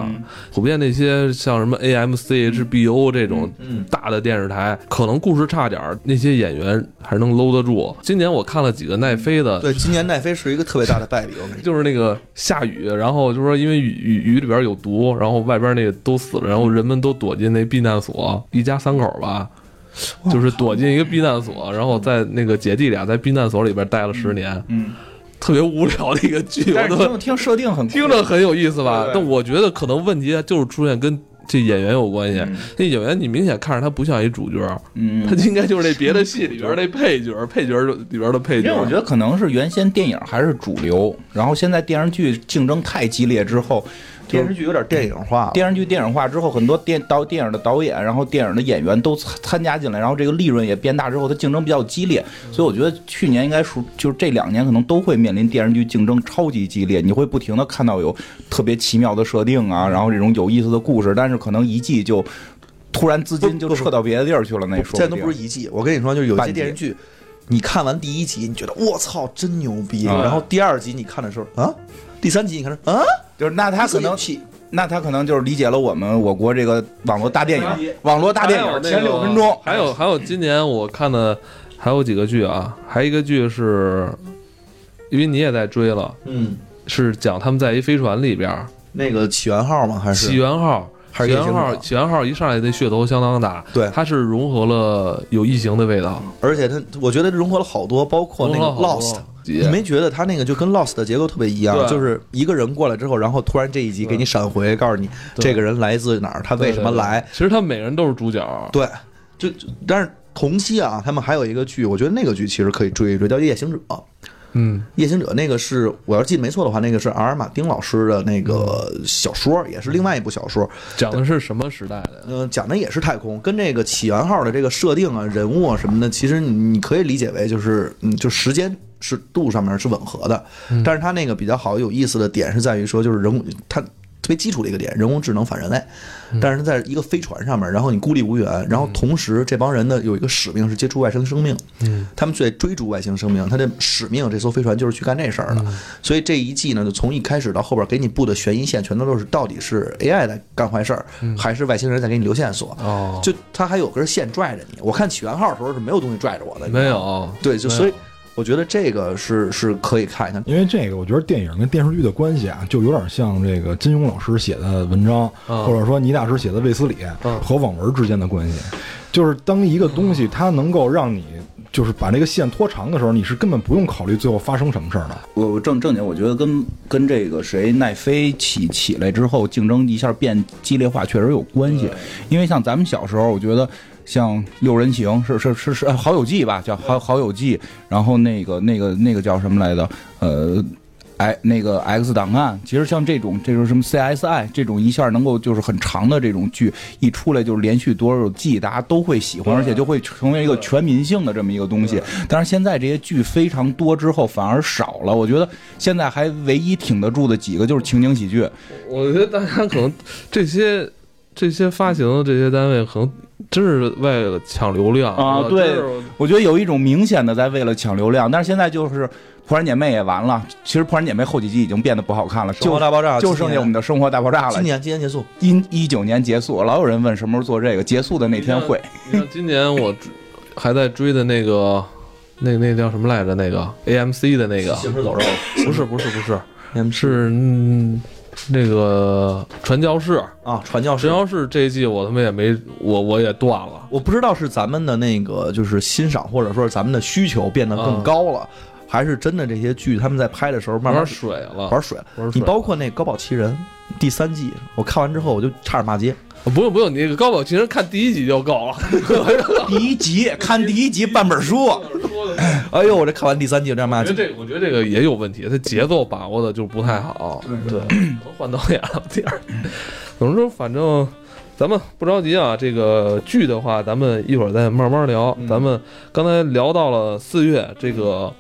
A: 普遍那些像什么 AMC、HBO 这种
B: 嗯
E: 嗯
A: 大的电视台，可能故事差点儿，那些演员还能搂得住。今年我看了几个奈飞的。
E: 对，今年奈飞是一个特别大的败笔，我跟你说。
A: 就是那个下雨，然后就说因为雨雨雨里边有毒，然后外边那个都死了，然后人们都躲进那避难所，一家三口吧，就是躲进一个避难所，然
B: 嗯
A: 后在那个姐弟俩在避难所里边待了十年，嗯，特别无聊的一个剧，我
B: 但是
A: 都
B: 听听设定很
A: 听着很有意思吧？但我觉得可能问题就是出现跟这演员有关系。
B: 嗯
A: 那演员你明显看着他不像一主角，
B: 嗯
A: 他应该就是那别的戏里边那配角， 配角里边的配
B: 因
A: 角。
B: 为我觉得可能是原先电影还是主流，然后现在电视剧竞争太激烈之后，
E: 电视剧有点电影化了。
B: 电视剧电影化之后，很多电导电影的导演，然后电影的演员都参参加进来，然后这个利润也变大之后，它竞争比较激烈，所以我觉得去年应该属就是这两年可能都会面临电视剧竞争超级激烈，你会不停的看到有特别奇妙的设定啊，然后这种有意思的故事，但是可能一季就突然资金就撤到别的地儿去了，那也说
E: 现在
B: 不
E: 都
B: 定
E: 不是一季，我跟你说，就是有
B: 半
E: 些
B: 季
E: 电视剧，你看完第一集，你觉得我操真牛逼，
A: 嗯
B: 啊
E: 然后第二集你看的时候啊，第三集你看说啊，
B: 就是那他可能那他可能就是理解了我们我国这个网络大电影，网络大电
A: 还有
B: 影
A: 那个
B: 前六分钟，
A: 还有还有，今年我看的还有几个剧啊，还有一个剧是，因为你也在追了，
E: 嗯，
A: 是讲他们在一飞船里边儿，
E: 那个起源号吗？还
A: 起
E: 是
A: 源号。
E: 还
A: 起
E: 是
A: 源
E: 夜行
A: 号，
E: 者
A: 起源号一上来那噱头相当大，
E: 对
A: 它是融合了有异形的味道，
E: 而且它我觉得融合了好多，包括那个
A: 融合了好
E: Lost
A: 多。
E: 你没觉得它那个就跟 Lost 的结构特别一样，
A: 对
E: 就是一个人过来之后，然后突然这一集给你闪回，告诉你
A: 对
E: 这个人来自哪儿，他为什么来，
A: 对？对对其实他们每个人都是主角，
E: 对，就就但是同期啊，他们还有一个剧，我觉得那个剧其实可以追一追，叫《夜行者》。
A: 嗯，
E: 夜行者那个是，我要记得没错的话，那个是阿尔马丁老师的那个小说，也是另外一部小说，
A: 讲的是什么时代的？
E: 嗯、讲的也是太空，跟这个起源号的这个设定啊、人物啊什么的，其实你你可以理解为就是，嗯，就时间是度上面是吻合的，但是它那个比较好有意思的点是在于说，就是人工它特别基础的一个点，人工智能反人类，
A: 嗯
E: 但是在一个飞船上面，然后你孤立无援，然后同时这帮人呢有一个使命是接触外星生命，
A: 嗯，
E: 他们在追逐外星生命，他的使命这艘飞船就是去干这事儿的，
A: 嗯
E: 所以这一季呢，就从一开始到后边给你布的悬疑线，全都都是到底是 AI 在干坏事儿，还是外星人在给你留线索，
A: 嗯哦，
E: 就他还有根线拽着你。我看起源号的时候是没有东西拽着我的，
A: 没有，
E: 对，就
A: 没有
E: 所以我觉得这个是是可以看一看。
D: 因为这个，我觉得电影跟电视剧的关系啊，就有点像这个金庸老师写的文章，
A: 嗯
D: 或者说倪大师写的卫斯理、
A: 嗯
D: 和网文之间的关系。就是当一个东西它能够让你就是把这个线拖长的时候，你是根本不用考虑最后发生什么事儿的。
B: 我我正正经，我觉得跟跟这个谁奈飞起起来之后，竞争一下变激烈化，确实有关系。因为像咱们小时候，我觉得像《六人行》是是是是《呃好友记》吧，叫《好好友记》，然后那个那个那个叫什么来着？呃。哎，那个 X 档案，其实像这种，这种什么 CSI 这种一下能够就是很长的这种剧，一出来就是连续多少季，大家都会喜欢，而且就会成为一个全民性的这么一个东西。但是现在这些剧非常多之后反而少了，我觉得现在还唯一挺得住的几个就是情景喜剧，
A: 我觉得大家可能这些这些发行的这些单位，可能真是为了抢流量
B: 啊
A: 我
B: 对
A: 真是
B: 我觉得有一种明显的在为了抢流量，但是现在就是《破产姐妹》也完了，其实《破产姐妹》后几季已经变得不好看了，
E: 生活
B: 就
E: 大爆炸
B: 就剩下我们的生活大爆炸了
E: 今。年今年结束，
B: 一一九年结束，老有人问什么时候做这个，结束的那天会。
A: 你像今年我追还在追的那个，那那叫什么来着？那个 AMC 的那个，
E: 尸走肉
A: 不是不是不是，
E: 是
A: 是嗯那个传教士，
E: 啊，传教士
A: 传。教士这一季我他妈也没，我我也断了。
E: 我不知道是咱们的那个就是欣赏，或者说是咱们的需求变得更高了，还是真的这些剧他们在拍的时候
A: 玩
E: 慢慢
A: 水了，
E: 嗯玩水了。
A: 玩水
E: 你
A: 了
E: 包括那《高保奇人》第三季，我看完之后我就差点骂街。
A: 不用不用，你高保其实看第一集就够了。
B: 第一集看第一集半本书，
E: 哎呦，我这看完第三季我这样骂
A: 我觉
E: 街
A: 得。这个，我觉得这个也有问题，它节奏把握的就不太好。对对，可能换导演了点儿。怎么说？反正咱们不着急啊。这个剧的话，咱们一会儿再慢慢聊。咱们刚才聊到了四月这个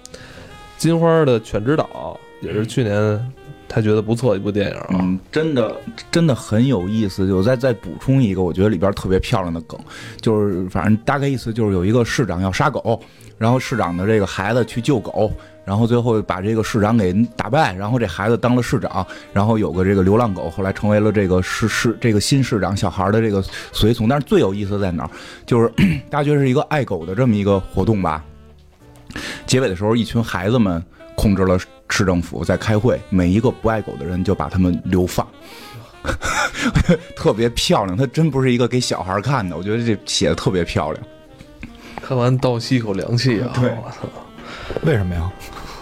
A: 金花的《犬之岛》，也是去年他觉得不错一部电影啊。
B: 嗯，真的真的很有意思。我再再补充一个，我觉得里边特别漂亮的梗，就是反正大概意思就是有一个市长要杀狗，然后市长的这个孩子去救狗，然后最后把这个市长给打败，然后这孩子当了市长，然后有个这个流浪狗，后来成为了这个市市这个新市长小孩的这个随从。但是最有意思在哪儿？就是 大家觉得是一个爱狗的这么一个活动吧。结尾的时候，一群孩子们控制了市政府在开会，每一个不爱狗的人就把他们流放， 特别漂亮。它真不是一个给小孩看的，我觉得这写的特别漂亮。
A: 看完倒吸一口凉气啊！
D: 对
A: 我操，
D: 为什么呀？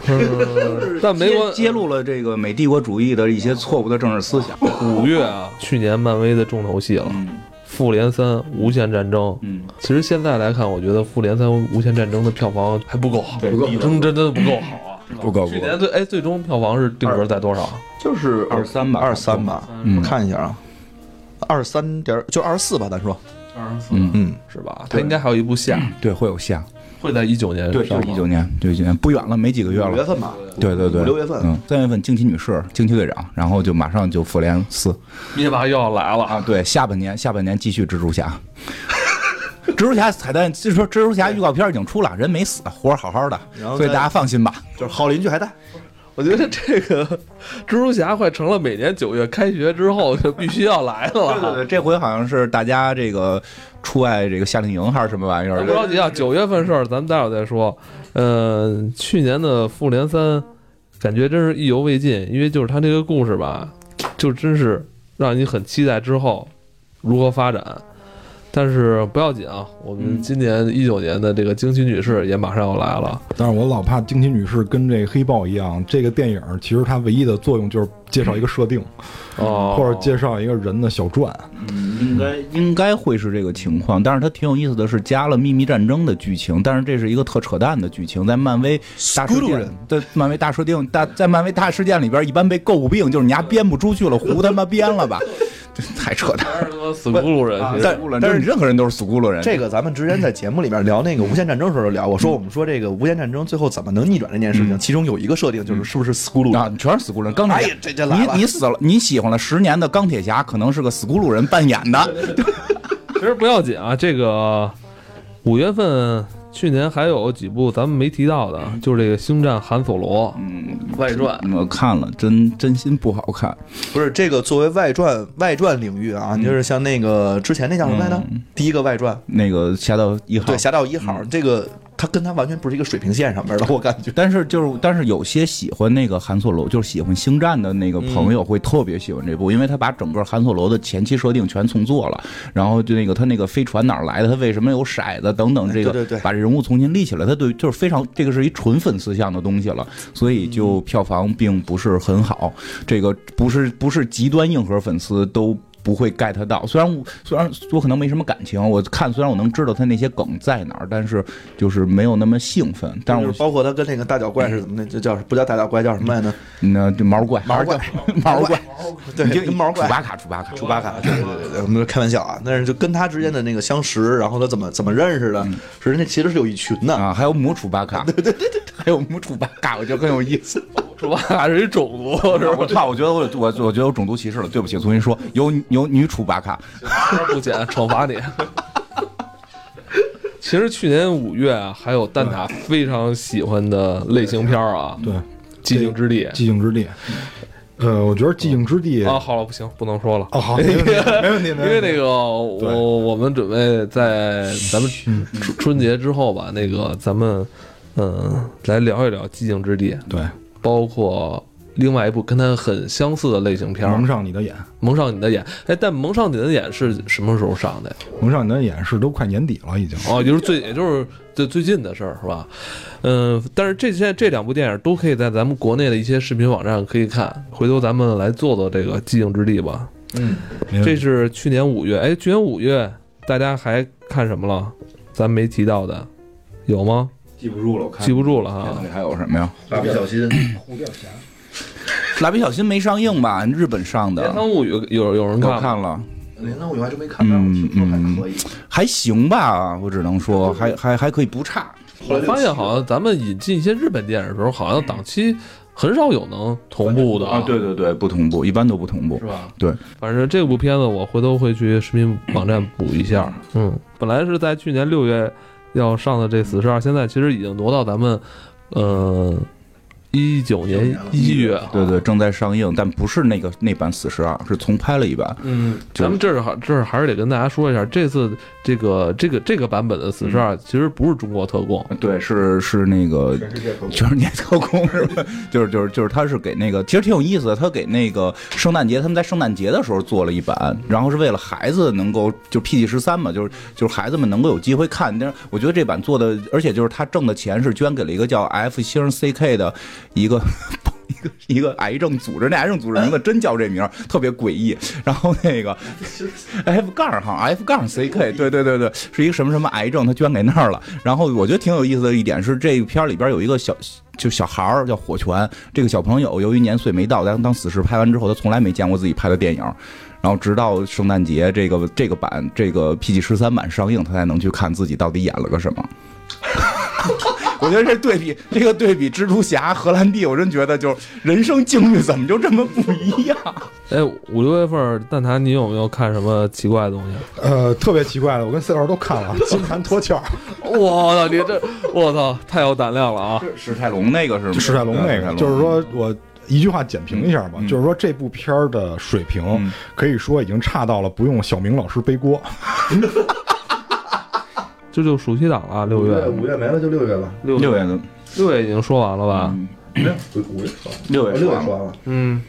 A: 嗯 但美 国
B: 揭揭露了这个美帝国主义的一些错误的政治思想。
A: 五月啊，去年漫威的重头戏了，
B: 嗯
A: 复联三》《无限战争》。
B: 嗯，
A: 其实现在来看，我觉得《复联三：无限战争》的票房还不够好，不够，真真的不够好啊。
B: 不够
A: 去年最哎，最终票房是定格在多少？
B: 就是二三吧，
C: 二三。吧，我看一下啊，二三点就二十四吧，咱说，
B: 嗯，
C: 嗯，
A: 是吧？它应该还有一部下，
B: 对，会有下，
A: 会在一九年
B: 对，就
A: 上
B: 一九年，就一九年，不远了，没几个月
C: 五月
B: 了。
C: 份吧，
B: 对对对，
C: 五六月份
B: 嗯，三月份惊奇女士、惊奇队长，然后就马上就复联四
A: 灭霸又要来了
B: 啊，！对，下半年下半年继续蜘蛛侠。蜘蛛侠彩蛋，就是说蜘蛛侠预告片已经出了，人没死，活着好好的，
C: 然后
B: 所以大家放心吧。
C: 就是好邻居还在，
A: 我觉得这个 蜘蛛侠快成了每年九月开学之后就必须要来的
B: 对对
A: 了。
B: 对，这回好像是大家这个出外这个夏令营还是什么玩意儿
A: 咱不着急啊，九月份事儿咱们待会儿再说。呃，去年的复联三，感觉真是意犹未尽，因为就是他这个故事吧，就真是让你很期待之后如何发展。但是不要紧啊，我们今年一九年的这个惊奇女士也马上要来了。
D: 但是我老怕惊奇女士跟这黑豹一样，这个电影其实它唯一的作用就是介绍一个设定，
A: 哦，
D: 或者介绍一个人的小传。
B: 应该应该会是这个情况，但是它挺有意思的是加了秘密战争的剧情，但是这是一个特扯淡的剧情，在漫威大事件对漫威大设定大在漫威大事件里边，一般被诟病就是你丫编不出去了，胡他妈编了吧， 这太扯淡。
A: 还是说死咕噜
D: 啊
A: 人，其实
C: 但
B: 但是你任何人都是死咕噜人，
C: 这个咱们之前在节目里面聊那个无限战争的时候就聊，我说我们说这个无限战争最后怎么能逆转这件事情，其中有一个设定就是是不是 s c h o o l
B: 啊，全是死咕噜人。钢铁侠
C: 哎呀这这来了
B: 你你死了，你喜欢了十年的钢铁侠，可能是个死咕噜人扮演的。
A: 其实不要紧啊，这个五月份去年还有几部咱们没提到的，就是这个《星战：韩索罗
B: 嗯，》
A: 嗯外传。
B: 我看了，真真心不好看。
C: 不是这个作为外传外传领域
B: 嗯
C: 啊，你就是像那个之前那叫什么来着？第一个外传，
B: 那个侠盗一号，
C: 对《侠盗一号》
B: 嗯
C: 这个，它跟它完全不是一个水平线上面的，我感觉。
B: 但是就是，但是有些喜欢那个韩索罗，就是喜欢星战的那个朋
C: 嗯
B: 友会特别喜欢这部，因为他把整个韩索罗的前期设定全重做了，然后就那个他那个飞船哪儿来的，他为什么有骰子等等，这个
C: 哎对对对
B: 把这人物重新立起来，他对就是非常这个是一纯粉丝向的东西了，所
C: 嗯
B: 以就票房并不是很好，这个不是不是极端硬核粉丝都。不会 get 到，虽然我虽然我可能没什么感情，我看虽然我能知道他那些梗在哪儿，但是就是没有那么兴奋。但是
C: 就
B: 我
C: 是包括它跟那个大脚怪是怎么的，这叫不叫大脚怪，叫什么来着？
B: 那这毛怪，
C: 毛怪
B: 还是叫 毛怪，
C: 对，
B: 你就
C: 跟毛怪
B: 楚。巴卡，楚巴卡，
C: 楚巴卡，对对对对，我们开玩笑啊，但是就跟他之间的那个相识，然后他怎么怎么认识的，是那其实是有一群的，
B: 嗯啊，还有母楚巴卡，对对对对，还有母楚巴卡，我觉得更有意思。
A: 楚 巴卡是一种族，是
B: 我
A: 吧？
B: 操，我觉得我我我觉得有种族歧视了，对不起，重新说，有有女楚巴卡，
A: 不减，惩罚你。 其实去年五月啊还有蛋挞非常喜欢的类型片儿啊，
D: 对，
A: 寂静之地》
D: 寂静之地。呃，我觉得寂静之地
A: 啊。好了，不行，不能说了。
D: 哦，好，没问题，没问题，
A: 因为那个我我们准备在咱们
D: 嗯
A: 春春节之后吧，那个咱们嗯来聊一聊《寂静之地》，
D: 对，
A: 包括另外一部跟它很相似的类型片儿
D: 蒙
A: 《
D: 上你的眼，
A: 蒙上你的眼》。哎，但《蒙上你的眼》是什么时候上的呀？
D: 蒙上你的眼是都快年底了，已经。
A: 哦，就是最，也就是最最近的事儿，是吧？嗯，但是这些这两部电影都可以在咱们国内的一些视频网站可以看。回头咱们来做做这个《寂静之地》吧。
D: 没问
A: 这
D: 题
A: 是去年五月，哎，去年五月大家还看什么了？咱没提到的，有吗？
B: 记不住了，我看
A: 记不住了哈
B: 那。里还有什么呀？
C: 蜡笔啊小新，
B: 蜡笔小新没上映吧？日本上
A: 《镰
B: 的，
A: 仓物语》有有人
B: 我
A: 看吗？
B: 看了，
C: 连哎那我还真没看
B: 到
C: 到，
B: 我听说还可
C: 以。
B: 还行吧，我只能说还还还可以，不差。
A: 我发现好像咱们引进一些日本电影的时候，好像档期很少有能同步的
B: 啊，对对对，不同步，一般都不同步
A: 是。吧？
B: 对，
A: 反正这部片子我回头会去视频网站补一下。嗯，本来是在去年六月要上的这《死侍二》，现在其实已经挪到咱们，呃，一九年一月。啊
B: 对对，正在上映，但不是那个那版《死侍二》，是重拍了一版。
A: 嗯，咱们这儿还这儿还是得跟大家说一下，这次这个这个这个版本的《死侍二》其实不是中国特供，
B: 对，是是那个全世界特工是吧？ 就是就是就是，他是给那个，其实挺有意思的。他给那个圣诞节，他们在圣诞节的时候做了一版，然后是为了孩子能够就 PG 十三嘛，就是就是孩子们能够有机会看。但是我觉得这版做的，而且就是他挣的钱是捐给了一个叫 F 星 CK 的一个 一个一个癌症组织，那癌症组织名字真叫这名儿，特别诡异。然后那个 F 杠哈 F 杠 CK，对对对对，是一个什么什么癌症，他捐给那儿了。然后我觉得挺有意思的一点是，这个片儿里边有一个小。就小孩儿叫火拳，这个小朋友由于年岁没到，当当死侍拍完之后，他从来没见过自己拍的电影，然后直到圣诞节这个这个版这个 PG 十三版上映，他才能去看自己到底演了个什么。 我觉得这对比，这个对比蜘蛛侠、荷兰弟，我真觉得就是人生境遇怎么就这么不一样？
A: 哎，五六月份儿蛋挞，你有没有看什么奇怪的东西？啊
D: 呃，特别奇怪的，我跟 C 老师都看了《金蝉脱壳》，
A: 我操，你这，我操，太有胆量了啊！
B: 史泰龙那个是吗？
D: 史泰龙
B: 对
D: 那个，就是，说我一句话简评一下吧，
B: 嗯
D: 就是说这部片儿的水平、
B: 嗯
D: 可以说已经差到了不用小明老师背锅。
A: 这就暑期档了，六月，
E: 五月没了就六月了，
A: 六
B: 六月的
A: 六月已经说完了吧？
B: 嗯
E: 没有五五月说完了
B: 六
E: 哦
B: 月
E: 六
B: 说
E: 月
B: 完
E: 说
B: 了
E: 完了，
A: 嗯，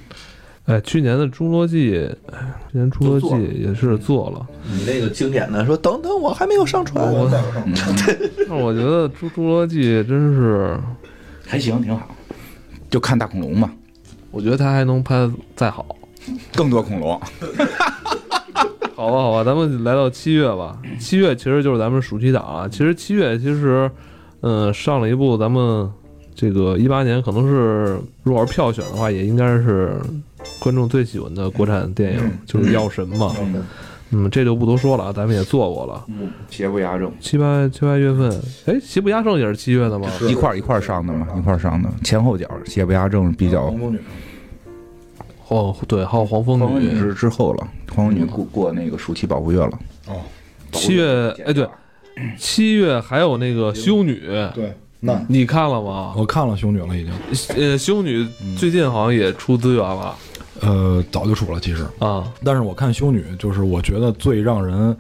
A: 哎，去年的《侏罗纪》，哎，去年《侏罗纪
C: 都做了》
A: 也是做了，
C: 你那个经典的说等等我还没有上传，
E: 我再往上
A: 但是我觉得《侏侏罗纪》真是，
B: 还行，挺好。就看大恐龙嘛，
A: 我觉得它还能拍再好。
B: 更多恐龙。
A: 好吧，好吧，咱们来到七月吧。七月其实就是咱们暑期档啊。其实七月其实，嗯，上了一部咱们这个一八年可能是如果是票选的话，也应该是观众最喜欢的国产电
C: 嗯
A: 影，就是《药神》嘛。
E: 嗯
A: 嗯，这就不多说了，啊，咱们也做过了。
B: 嗯，邪不压正，
A: 七八七八月份，哎，《邪不压正》也是七月的吗？
E: 是
B: 一块儿一块儿上的嘛，一块儿上的，前后脚邪不压正比较
E: 红。宫女
A: 哦，对，还有《黄蜂
B: 黄
A: 女
B: 女》。是之后了，黄蜂女过过那个暑期保护月了。
E: 哦，
A: 七月，哎，对，七月还有那个《修女》，
E: 对，那
A: 你看了吗？
D: 我看了《修女》了，已经，
A: 呃，《修女》最近好像也出资源了
D: 呃，早就出了其实。
A: 啊。
D: 但是我看《修女》，就是我觉得最让人，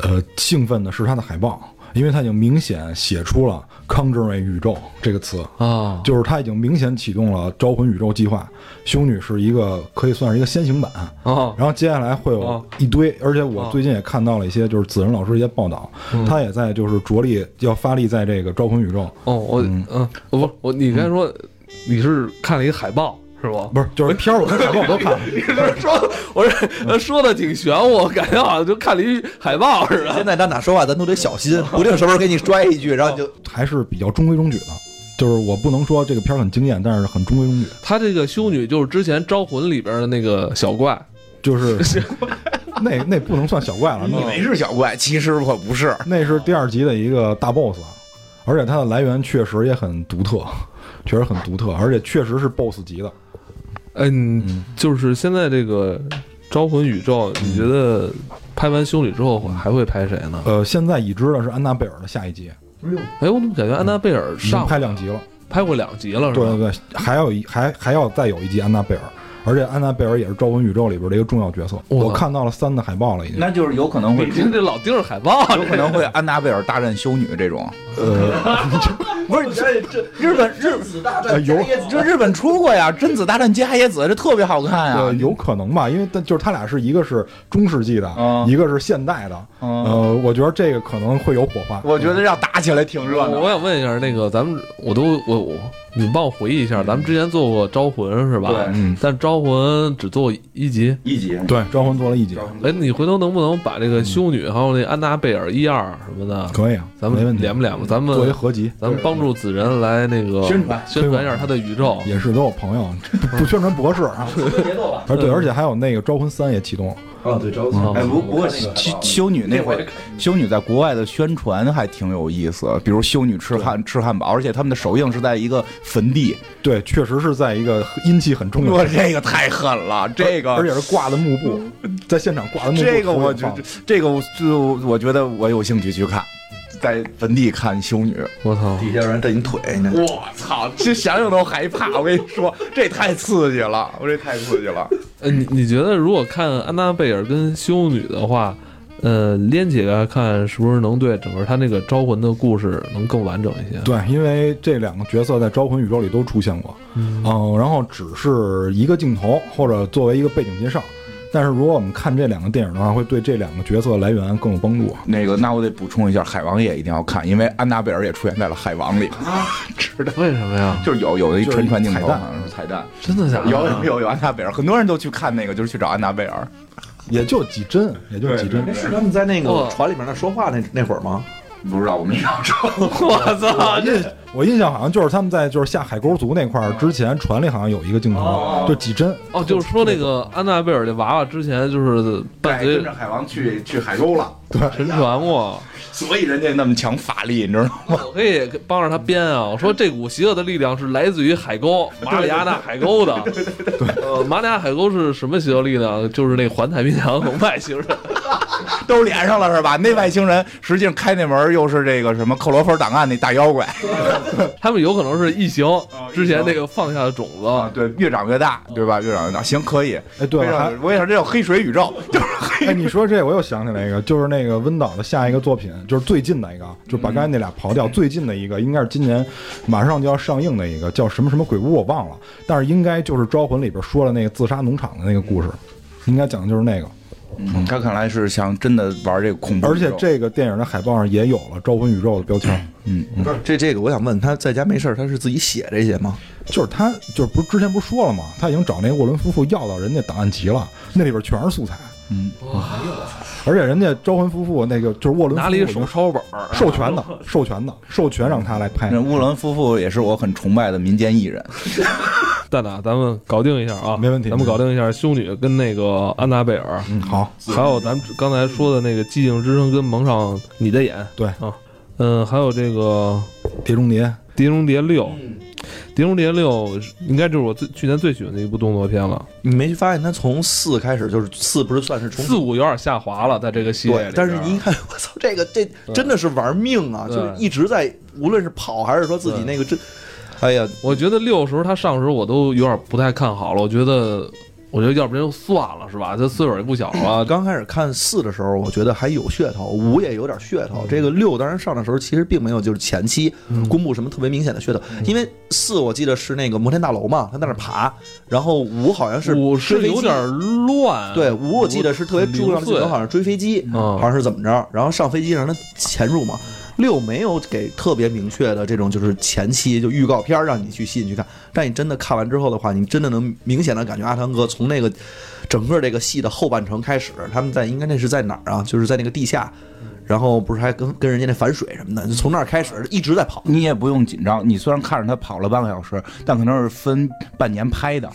D: 呃，兴奋的是它的海报，因为它已经明显写出了“康之位宇宙”这个词，
A: 啊，
D: 就是它已经明显启动了招魂宇宙计划。修女是一个可以算是一个先行版，
A: 啊，
D: 然后接下来会
A: 哦
D: 有一堆，而且我
A: 哦
D: 最近也看到了一些就是子仁老师一些报道，他也在就是着力要发力在这个招魂宇宙，
A: 哦，我嗯，哦不，我你刚才说你是看了一个海报是吧？
D: 不是就是片儿我跟海报我都看了，
A: 你是 说我是说的挺玄乎，我感觉好像就看了一海报似的。
C: 现在咱哪说话咱都得小心，不定什么时候给你拽一句，然后你就
D: 还是比较中规中矩的。就是我不能说这个片儿很惊艳，但是很中规中矩，
A: 他这个修女就是之前《招魂》里边的那个小怪，
D: 就是那那不能算小怪了，
B: 以
D: 那
B: 为是小怪，其实我不是。
D: 那是第二集的一个大 boss，而且它的来源确实也很独特， 确实很独特，而且确实是 boss 级的。
A: 嗯，就是现在这个《招魂》宇宙，你觉得拍完修女之后还会拍谁呢？
D: 呃，现在已知的是安娜贝尔的下一集，
A: 哎，我怎么感觉安娜贝尔
D: 已经
A: 上
D: 嗯拍两集了。
A: 拍过两集了是
D: 对对
A: 吧？
D: 对，还有一还还要再有一集安娜贝尔，而且安娜贝尔也是《招魂宇宙》里边的一个重要角色。我看到了三的海报了，已经。
B: 那就是有可能会
A: 你这老盯着海报，
B: 有可能会安娜贝尔大战修女这种，呃
C: 不是这这日本日
D: 呃有
B: 哎这日本出过呀，《贞子大战伽椰子》，这特别好看
D: 呃，
B: 呀。
D: 有可能吧，因为但就是他俩是一个是中世纪的，
B: 嗯
D: 一个是现代的。
B: 嗯
D: 呃，我觉得这个可能会有火花。
B: 我觉得要打起来挺热
A: 我
B: 闹
A: 我。想问一下，那个咱们我都我我，你帮我回忆一下，咱们之前做过《招魂》是吧？
B: 对
D: 嗯
A: 但《招魂》只做过一集。
B: 一集，
D: 对，招魂做了一集，
A: 哎，你回头能不能把这个修女还有那安娜贝尔一二什么的，
D: 嗯可以啊，
A: 咱
D: 没
A: 们
D: 问题。
A: 连不连吧？咱
D: 作为
A: 们
D: 合集
A: 咱们帮助子仁来那个
B: 宣传
A: 宣传一下他的宇宙。
D: 也是都有 朋友，不不宣传不合适啊。
E: 节奏吧。
D: 而对，而且还有那个《招魂三》也启动了。
E: 啊，对，招
A: 嗯
B: 哎，不不过修
E: 修
B: 修女那会儿，修女在国外的宣传还挺有意思，比如修女吃汉吃汉堡，而且他们的首映是在一个坟地，
D: 对，确实是在一个阴气很重的地
B: 哇，
D: 方，
B: 这个 太狠了，这个
D: 而且是挂的幕布，在现场挂的幕布。
B: 这个我觉
D: 得
B: 得，
E: 啊
B: 这个我就我觉得我有兴趣去看，在坟地看修女，
A: 我操！
C: 底下有人蹬你腿呢。
B: 我操，这想想都害怕。我跟你说，这太刺激了，我这太刺激了。
A: 呃，你你觉得如果看安娜贝尔跟修女的话，呃，连起来看是不是能对整个他那个招魂的故事能更完整一些？
D: 对，因为这两个角色在《招魂宇宙》里都呃出现过，嗯、然后只是一个镜头或者作为一个背景介绍，但是如果我们看这两个电影的话，会对这两个角色来源更有帮助。啊
B: 那个，那我得补充一下，《海王》也一定要看，因为安娜贝尔也出现在了《海王》里，
A: 为什么呀？
B: 啊就是有有一
D: 就是
B: 沉船镜头，
D: 彩蛋
B: 好像是彩蛋。
A: 真的假的？
B: 有有有有安娜贝尔，很多人都去看那个，就是去找安娜贝尔。
D: 也就几帧，也就几帧
E: 那。是他们在那个
A: 哦
E: 船里面那说话那那会儿吗？
B: 不知道我没上 车，
A: 我操！这
D: 我印象好像就是他们在就是下海沟族那块儿之前，船里好像有一个镜头，就几帧。
A: 哦，就是说那个安娜贝尔这娃娃之前就是伴随
B: 对，哎跟着海王去去海沟了，
A: 沉船过，
B: 所以人家那么强法力，你知道吗？
A: 我可以帮着他编啊。我说这股邪恶的力量是来自于海沟，马里亚纳海沟的。呃，马里亚海沟是什么邪恶力量？就是那环太平洋 和外星人。
B: 都连上了是吧？那外星人实际上开那门又是这个什么克罗芬档案那大妖怪
A: 他们有可能是异形之前那个放下的种
B: 哦啊，
A: 子。
B: 对，越长越大，对吧？越长越大，行，可以。
D: 哎，对
B: 非
D: 了，
B: 常
D: 还
B: 有我也想这叫黑水宇宙， 就是
D: 哎，你说这我又想起来一个，就是那个温导的下一个作品，就是最近的一个，就把刚才那俩刨掉，最近的一个应该是今年马上就要上映的一个，叫什么什么鬼屋我忘了，但是应该就是《招魂》里边说了那个自杀农场的那个故事，应该讲的就是那个。
B: 嗯他看来是想真的玩这个恐怖
D: 而
B: 宇宙，
D: 且这个电影的海报上也有了“招魂宇宙”的标签，
E: 不是，这这个我想问他在家没事儿，他是自己写这些吗？
D: 就是他就是不是之前不是说了吗？他已经找那个沃伦夫妇要到人家档案集了，那里边全是素材。
B: 嗯
D: 嗯，而且人家招魂夫妇那个就是沃伦
A: 拿
D: 夫
A: 了
D: 妇
A: 一
D: 已
A: 手
D: 经
A: 抄本儿，
D: 授权的，授权的，授权让他来拍。
B: 哎那乌伦夫妇也是我很崇拜的民间艺人，
A: 蛋蛋，咱们搞定一下啊，
D: 没问题
A: 咱们搞定一下修女跟那个安娜贝尔，
D: 嗯，好，
A: 还有咱们刚才说的那个《寂静之声》跟《蒙上你的眼》。
D: 对
A: 啊，嗯，还有这个
D: 碟中谍。
A: 《碟中谍六》，《碟中谍六》应该就是我最去年最喜欢的一部动作片了。
E: 你没发现他从四开始就是四不是算是重
A: 四五有点下滑了，在这个系列
E: 对
A: 里，边
E: 但是你一看， 我操，这个这真的是玩命啊！
A: 对
E: 就是一直在，无论是跑还是说自己那个这，哎呀，
A: 我觉得六时候他上时候我都有点不太看好了，我觉得。我觉得要不然就算了，是吧？这岁数也不小了，
E: 呃刚开始看四的时候，我觉得还有噱头，五也有点噱
A: 嗯
E: 头。这个六当然上的时候其实并没有就是前期公布什么特别明显的噱头，
A: 嗯
E: 因为四我记得是那个摩天大楼嘛，他在那儿爬，然后五好像是
A: 五
E: 追
A: 是
E: 飞机
A: 有点乱。
E: 对五我记得是特别重要的
A: 零
E: 镜
A: 碎
E: 头，好像是追飞机，
A: 嗯
E: 好像是怎么着，然后上飞机让他潜入嘛。六没有给特别明确的这种就是前期就预告片儿让你去吸引去看，但你真的看完之后的话，你真的能明显的感觉阿汤哥从那个整个这个戏的后半程开始，他们在应该那是在哪儿啊？就是在那个地下，然后不是还跟跟人家那反水什么的，就从那儿开始一直在跑。
B: 你也不用紧张。你虽然看着他跑了半个小时，但可能是分半年拍的，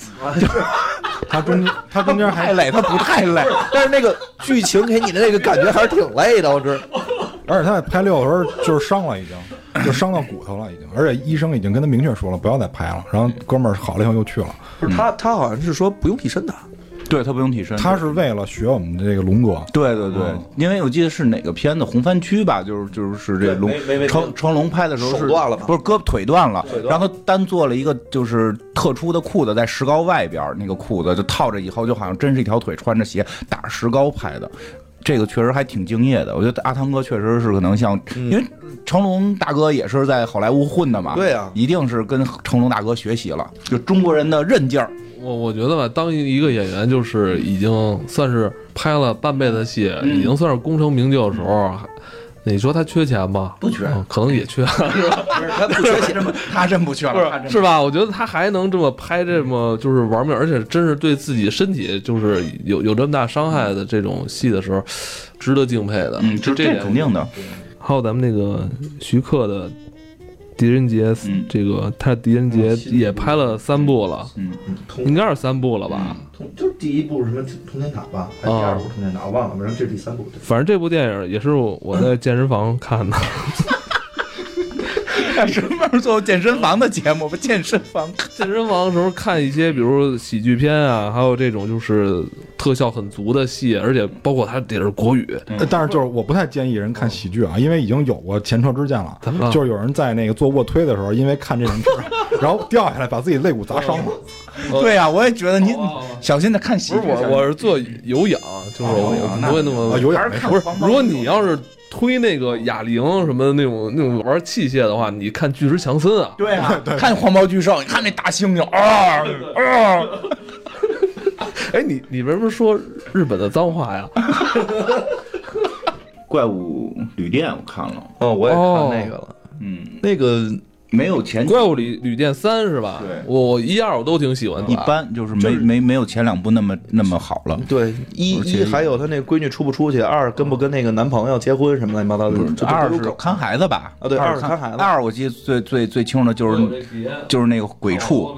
D: 他中间，他中间
B: 太
D: 还，
B: 累，他不太累。
E: 但是那个剧情给你的那个感觉还是挺累的，我知道。
D: 而且他在拍六的时候就是伤了，已经，就伤到骨头了，已经。而且医生已经跟他明确说了，不要再拍了。然后哥们儿好了以后又去了，
E: 不是他，他好像是说不用替身的，
B: 对他不用替身，
D: 他是为了学我们的这个龙哥，
B: 对对对，
E: 哦
B: 因为我记得是哪个片子《红番区》吧，就是就是这龙成成龙拍的时候是
E: 手断了吧
B: 不是胳膊腿断了，然后他单做了一个就是特殊的裤子，在石膏外边儿那个裤子就套着以后，就好像真是一条腿穿着鞋打石膏拍的。这个确实还挺敬业的，我觉得阿汤哥确实是可能像，
E: 嗯
B: 因为成龙大哥也是在好莱坞混的嘛，
E: 对啊
B: 一定是跟成龙大哥学习了，就中国人的韧劲儿，
A: 我我觉得吧，当一个演员就是已经算是拍了半辈子戏，已经算是功成名就的时候，还你说他缺钱吗？
B: 不缺
A: 嗯可能也缺，
E: 他不缺钱。
B: 他真不缺了，他真不缺
A: 是吧？我觉得他还能这么拍，这么就是玩命，而且真是对自己身体就是有有这么大伤害的这种戏的时候，值得敬佩的。
B: 嗯，
A: 这
B: 这
A: 点
B: 肯定的，
A: 还有咱们那个徐克的《狄仁杰》
B: 嗯
A: 这个他《狄仁杰》也拍了三部了，
B: 嗯，
A: 应该是三部了吧？
F: 通就是第一部是什么通天塔吧，
E: 啊
F: 还是第二部通天塔，我忘了，反正这是第三部。对
A: 反正这部电影也是我在健身房看 的。
B: 什么时候做健身房的节目？不，健身房
A: 健身房的时候看一些，比如喜剧片啊，还有这种就是特效很足的戏，而且包括它得是国语，
D: 呃但是就是我不太建议人看喜剧啊，因为已经有过前车之鉴了。
A: 怎么了
D: 就是有人在那个做卧推的时候，因为看这种片儿， 然后掉下来把自己肋骨砸伤了。
B: 对呀、我也觉得你
A: 哦哦
B: 小心的看喜
A: 不
B: 剧。
A: 是我，我是做有氧，就是我
B: 有
A: 我
B: 氧
A: 不会那么
D: 啊，有点没事。
A: 不是。如果你要是推那个哑铃什么的那种那种玩器械的话，你看巨石强森啊，
B: 对啊，看黄毛巨兽，你看那大猩猩啊啊！
A: 哎，你你为什么说日本的脏话呀？
B: 怪物旅店我看了，
C: 嗯，我也看那个了，
B: 嗯，
C: 那个
B: 没有前
A: 怪物旅旅店三是吧？
B: 对
A: 我我一二我都挺喜欢的。
B: 一般，就是没没没有前两部那么那么好了。
C: 对一
B: 而且
C: 一还有她那闺女出不出去，二跟不跟那个男朋友结婚什么乱七八糟的，
B: 二
C: 是
B: 是看孩子吧？
C: 啊对
B: 二
C: 二是
B: 看
C: 看孩子
B: 二我记得最最最清楚的就是就是那个鬼畜，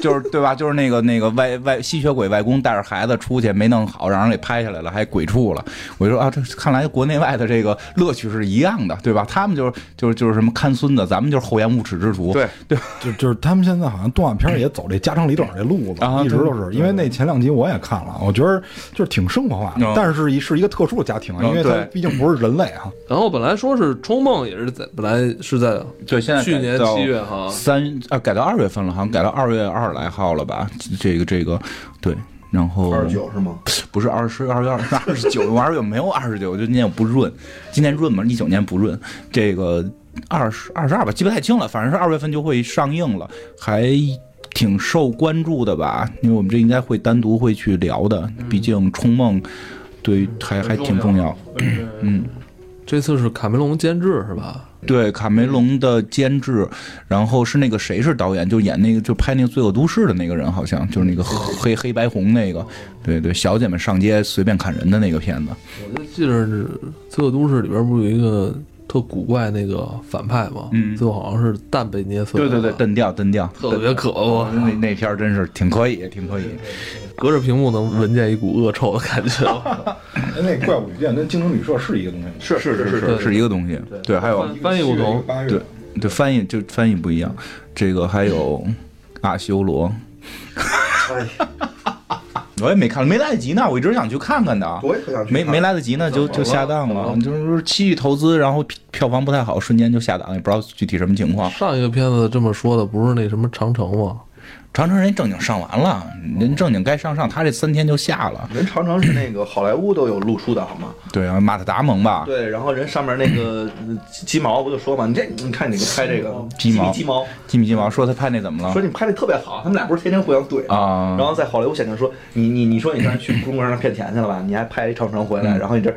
B: 就是对吧？就是那个那个外外吸血鬼外公带着孩子出去没弄好，让人给拍下来了，还鬼畜了。我就说啊，这看来国内外的这个乐趣是一样的，对吧？他们就是就是就是什么看孙子，咱们就是厚颜无耻之徒。
C: 对
D: 就就是他们现在好像动画片儿也走这家长里短这路子，
B: 啊
D: 一直都是。因为那前两集我也看了，我觉得就是挺生活化的，
B: 嗯
D: 但是一是一个特殊的家庭啊，
B: 嗯
D: 因为它
B: 对
D: 毕竟不是人类啊。
A: 然后本来说是《冲梦》也是在本来是在
B: 对，现在
A: 去年
B: 改到
A: 七月哈
B: 三啊改到二月份了，好像改到二月二十来号了吧？这个这个对，然后
E: 二十九是吗？
B: 不是二十二月二二十九，我二月没有二十九，就今年我不润，今年润嘛，一九年不润，这个二十二十二吧，记不太清了，反正是二月份就会上映了，还挺受关注的吧，因为我们这应该会单独会去聊的，毕竟《冲梦》对还还挺重要。嗯，
A: 这次是卡梅隆监制是吧？
B: 对，卡梅隆的监制，然后是那个谁是导演，就演那个就拍那个《罪恶都市》的那个人，好像就是那个黑黑白红那个，对对，小姐们上街随便砍人的那个片子。
A: 我就记着是《罪恶都市》里边不是有一个特古怪那个反派吗？
B: 嗯
A: 最后好像是蛋被捏碎
B: 对
A: 了。
B: 对对，蹬掉蹬掉，
A: 特别可恶，
B: 那那片儿真是挺可以，挺可以。
A: 隔着屏幕能闻见一股恶臭的感觉。
D: 哎，那怪物旅店跟精灵旅社是一个东西吗？
B: 是是是
A: 对
B: 是是一个东西，对，还有
A: 翻译不同，
D: 八月
B: 对对翻译就翻译不一样，这个还有阿修罗，
E: 哎，
B: 我也没看，没来得及呢，我一直想去看看的，啊
E: 我也不想去看
B: 没没来得及呢，就就下档了，就是说七亿投资，然后票票房不太好，瞬间就下档，也不知道具体什么情况。
A: 上一个片子这么说的不是那什么长城吗？
B: 长城人正经上完了，人正经该上上，他这三天就下了。
E: 人常常是那个好莱坞都有露出的好吗？
B: 对啊，马特达蒙吧，
E: 对，然后人上面那个呃鸡鸡毛不就说嘛，你这你看你这个拍这个
B: 鸡毛啊
E: 鸡毛，
B: 吉米金毛说他拍那怎么了
E: 说？你拍的特别好，他们俩不是天天互相怼吗
B: 啊
E: 然后在好莱坞显镜说你你你说你刚才去中国让人骗钱去了吧？你还拍一长城回来，然后你这，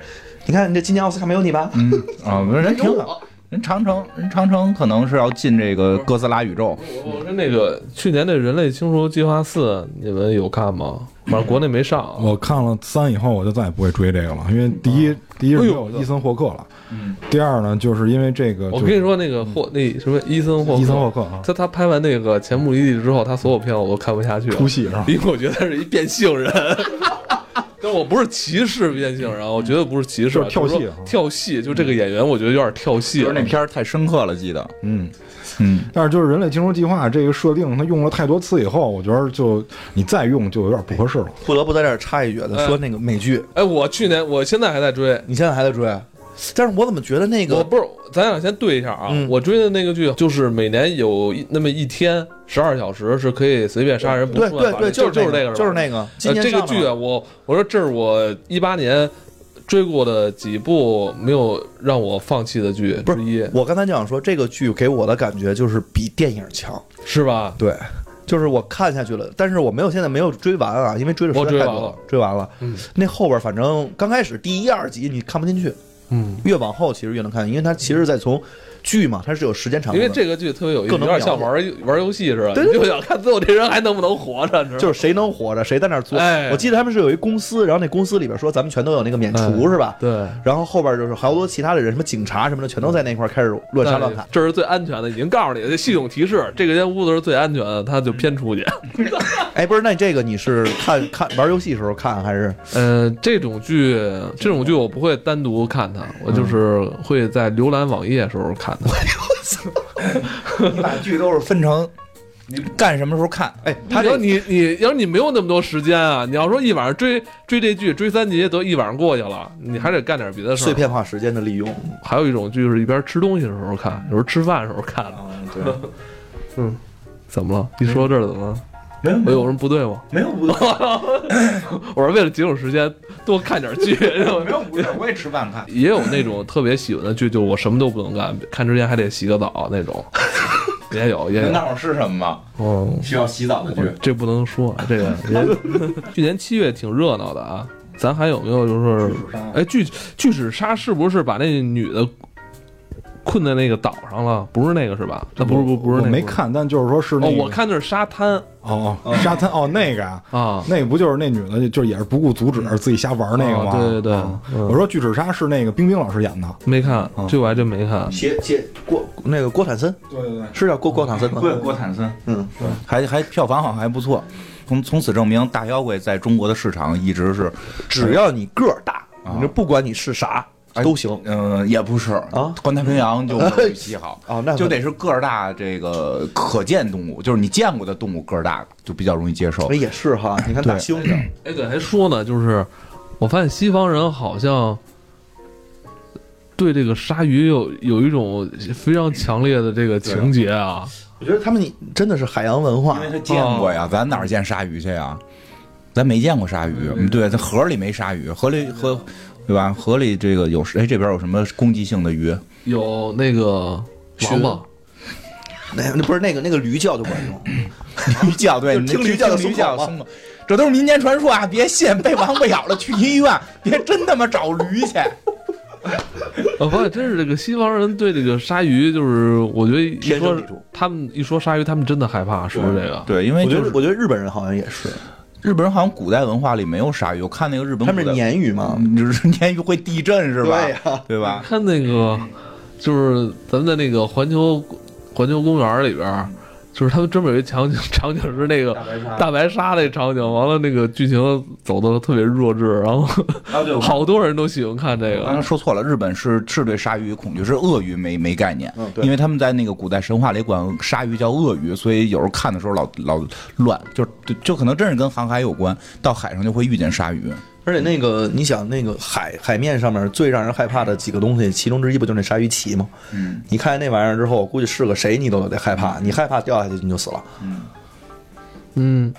E: 你看你这今年奥斯卡没有你吧？
B: 嗯 啊，不是人挺好，人长城人长城可能是要进这个哥斯拉宇宙，
A: 我我跟那个去年那《人类清除计划四》，你们有看吗？反正国内没上。
D: 我看了三以后，我就再也不会追这个了，因为第一，第一是没有伊森霍克了，
B: 嗯，
D: 第二呢，就是因为这个，
A: 我跟你，说，那个霍那什么伊森霍克
D: 伊森霍克啊，
A: 在他拍完那个《前目的地》之后，他所有片我都看不下去 了，
D: 出戏是吧
A: 因为我觉得他是一变性 人。但我不是歧视变性人啊，我绝对不是歧视啊，
D: 就是跳戏啊
A: 就说跳戏就这个演员，我觉得有点跳戏
B: 就
A: 了。
B: 是那片儿太深刻了，记得，
D: 嗯，
B: 嗯，
D: 但是就是人类金融计划这个设定，它用了太多次以后，我觉得就你再用就有点不合适了。
C: 不得不在这儿插一句
B: 嗯
C: 的说那个美剧，
A: 哎，我去年，我现在还在追。
C: 你现在还在追？啊但是我怎么觉得那
A: 我
C: 个
A: 不是，咱俩先对一下啊。
C: 嗯
A: 我追的那个剧，就是每年有一那么一天，十二小时是可以随便杀人，不
C: 对
A: 触犯
C: 对
A: 法律
C: 对，
A: 就是是
C: 那
A: 那个，
C: 就是那
A: 个。
C: 个。今
A: 呃，
C: 年
A: 这个
C: 上
A: 剧
C: 了
A: 啊，我我说这是我一八年追过的几部没有让我放弃的剧
C: 不
A: 之一
C: 是，，我刚才就想说，这个剧给我的感觉就是比电影强。
A: 是吧？
C: 对，就是我看下去了，但是我没有现在没有追完啊，因为追的实在太多
A: 我
C: 了，追完了。
A: 嗯
C: 那后边反正刚开始第一二集你看不进去，
A: 嗯，
C: 越往后其实越能看，因为它其实在从剧嘛，它是有时间长
A: 因
C: 度的。
A: 为这个剧特别有意思，
C: 更
A: 有
C: 能
A: 点像
C: 描
A: 玩玩游戏似的，
C: 对
A: 你
C: 对
A: 就想看最后这人还能不能活着，你知道吗
C: 就是谁能活着，谁在那儿做。
A: 哎
C: 我记得他们是有一公司，然后那公司里边说咱们全都有那个免除、
A: 哎
C: 是吧？
A: 对。
C: 然后后边就是好多其他的人，什么警察什么的，全都在那块儿开始乱杀乱砍。
A: 这是最安全的，已经告诉你了，这系统提示这个间屋子是最安全的，他
C: 嗯
A: 就偏出去。
C: 哎，不是，那这个你是看看玩游戏时候看还是？
A: 呃，这种剧，这种剧我不会单独看
C: 嗯
A: 它，我就是会在浏览网页时候看它。
B: 你把剧都是分成干什么时候看，
C: 哎，
A: 他说你你要是你没有那么多时间啊，你要说一晚上追追这剧追三集都一晚上过去了，你还得干点
E: 哎
A: 别的事儿。
C: 碎片化时间的利用，
A: 还有一种剧是一边吃东西的时候看，有时候吃饭的时候看。
C: 嗯对，
A: 嗯，怎么了？一说这儿怎么了？
B: 没有
C: 嗯
A: 我有什么不对吗？
B: 没有不对，
A: 我是为了节省时间多看点 剧。
B: 没有不对，我也吃饭看，
A: 也有那种特别喜欢的剧，就我什么都不能干，看之前还得洗个澡那种。也有也有，
B: 那会儿是什么吗？
A: 哦，
B: 需要洗澡的剧。
A: 这不能说这 个。去年七月挺热闹的啊，咱还有没有就是，哎，巨巨齿鲨是不是把那女的困在那个岛上了？不是那个是吧？那不是不不是
D: 我
A: 那个，
D: 没。看，但就是说是那
A: 哦，
D: 个
A: 我看那是沙滩
D: 哦哦沙 滩哦那个啊，
A: 啊，
D: 那个不就是那女的，就是也是不顾阻止自己瞎玩那个吗？
A: 哦对对对
D: 啊
A: 嗯哦
D: 我说巨齿鲨是那个冰冰老师演的，
A: 没看，
B: 啊
A: 这我还真没看。
G: 写
B: 嗯
G: 写
E: 郭那个郭坦森
D: 对对对，
E: 是叫郭郭坦森吗？
B: 对，郭坦森，
G: 嗯，
B: 还还票房好像还不错。从从此证明大妖怪在中国的市场一直是，
E: 只要你个儿大，
B: 啊
E: 你这不管你是啥
B: 哎
E: 都行。
B: 嗯、也不是
E: 啊
B: 环太平洋 就没有预期好
E: 哦那
B: 就得是个儿大，这个可见动物，就是你见过的动物个儿大，就比较容易接受
E: 哎，。也是哈，你看大猩猩，
A: 哎，对，还说呢，就是我发现西方人好像对这个鲨鱼有有一种非常强烈的这个情节啊。
E: 我觉得他们你真的是海洋文化
B: 因为，他见过
E: 哦
B: 呀，咱哪儿见鲨鱼去呀？咱没见过鲨鱼，嗯对，它河里没鲨鱼，河里河，对吧？河里这个有哎，这边有什么攻击性的鱼？
A: 有那个王八，
E: 那那不是那个那个驴叫就管用，
B: 驴叫，对，
E: 就
B: 你
E: 听
B: 那
E: 驴叫就啊
B: 听驴
E: 松口
B: 叫
E: 吗
B: 松口。这都是民间传说啊， 别信，被王八咬了去医院， 别真他妈找驴 去。
A: 我发啊现真是这个西方人对这个鲨鱼，就是我觉得一
E: 天生
A: 说
E: 抵触
A: 他们一说鲨鱼，他们真的害怕，是不是这个？
B: 对，因为
E: 我觉
B: 就
E: 得
B: 是
E: 我觉得日本人好像也是，
B: 日本人好像古代文化里没有鲨鱼，我看那个日本
E: 他们是
B: 古代
E: 鲶鱼嘛，
B: 就是鲶鱼会地震是吧？
E: 对呀
B: 嗯对吧？
A: 看那个，就是咱们在那个环球环球公园里边儿，就是他们专门有一场景， 场景是那个大白鲨那场景，完了那个剧情走的特别弱智，然后
B: 啊，对，
A: 好多人都喜欢看这
B: 我刚才
A: 个。
B: 说错了，日本是是对鲨鱼恐惧，是鳄鱼没没概念，因为他们在那个古代神话里管鲨鱼叫鳄鱼，所以有时候看的时候老老乱，就就就可能真是跟航海有关，到海上就会遇见鲨鱼。
E: 而且那个你想那个海海面上面最让人害怕的几个东西，其中之一不就是那鲨鱼鳍吗？
B: 嗯，
E: 你看见那玩意儿之后，估计是个谁你都得害怕，你害怕掉下去你就死了。
A: 嗯，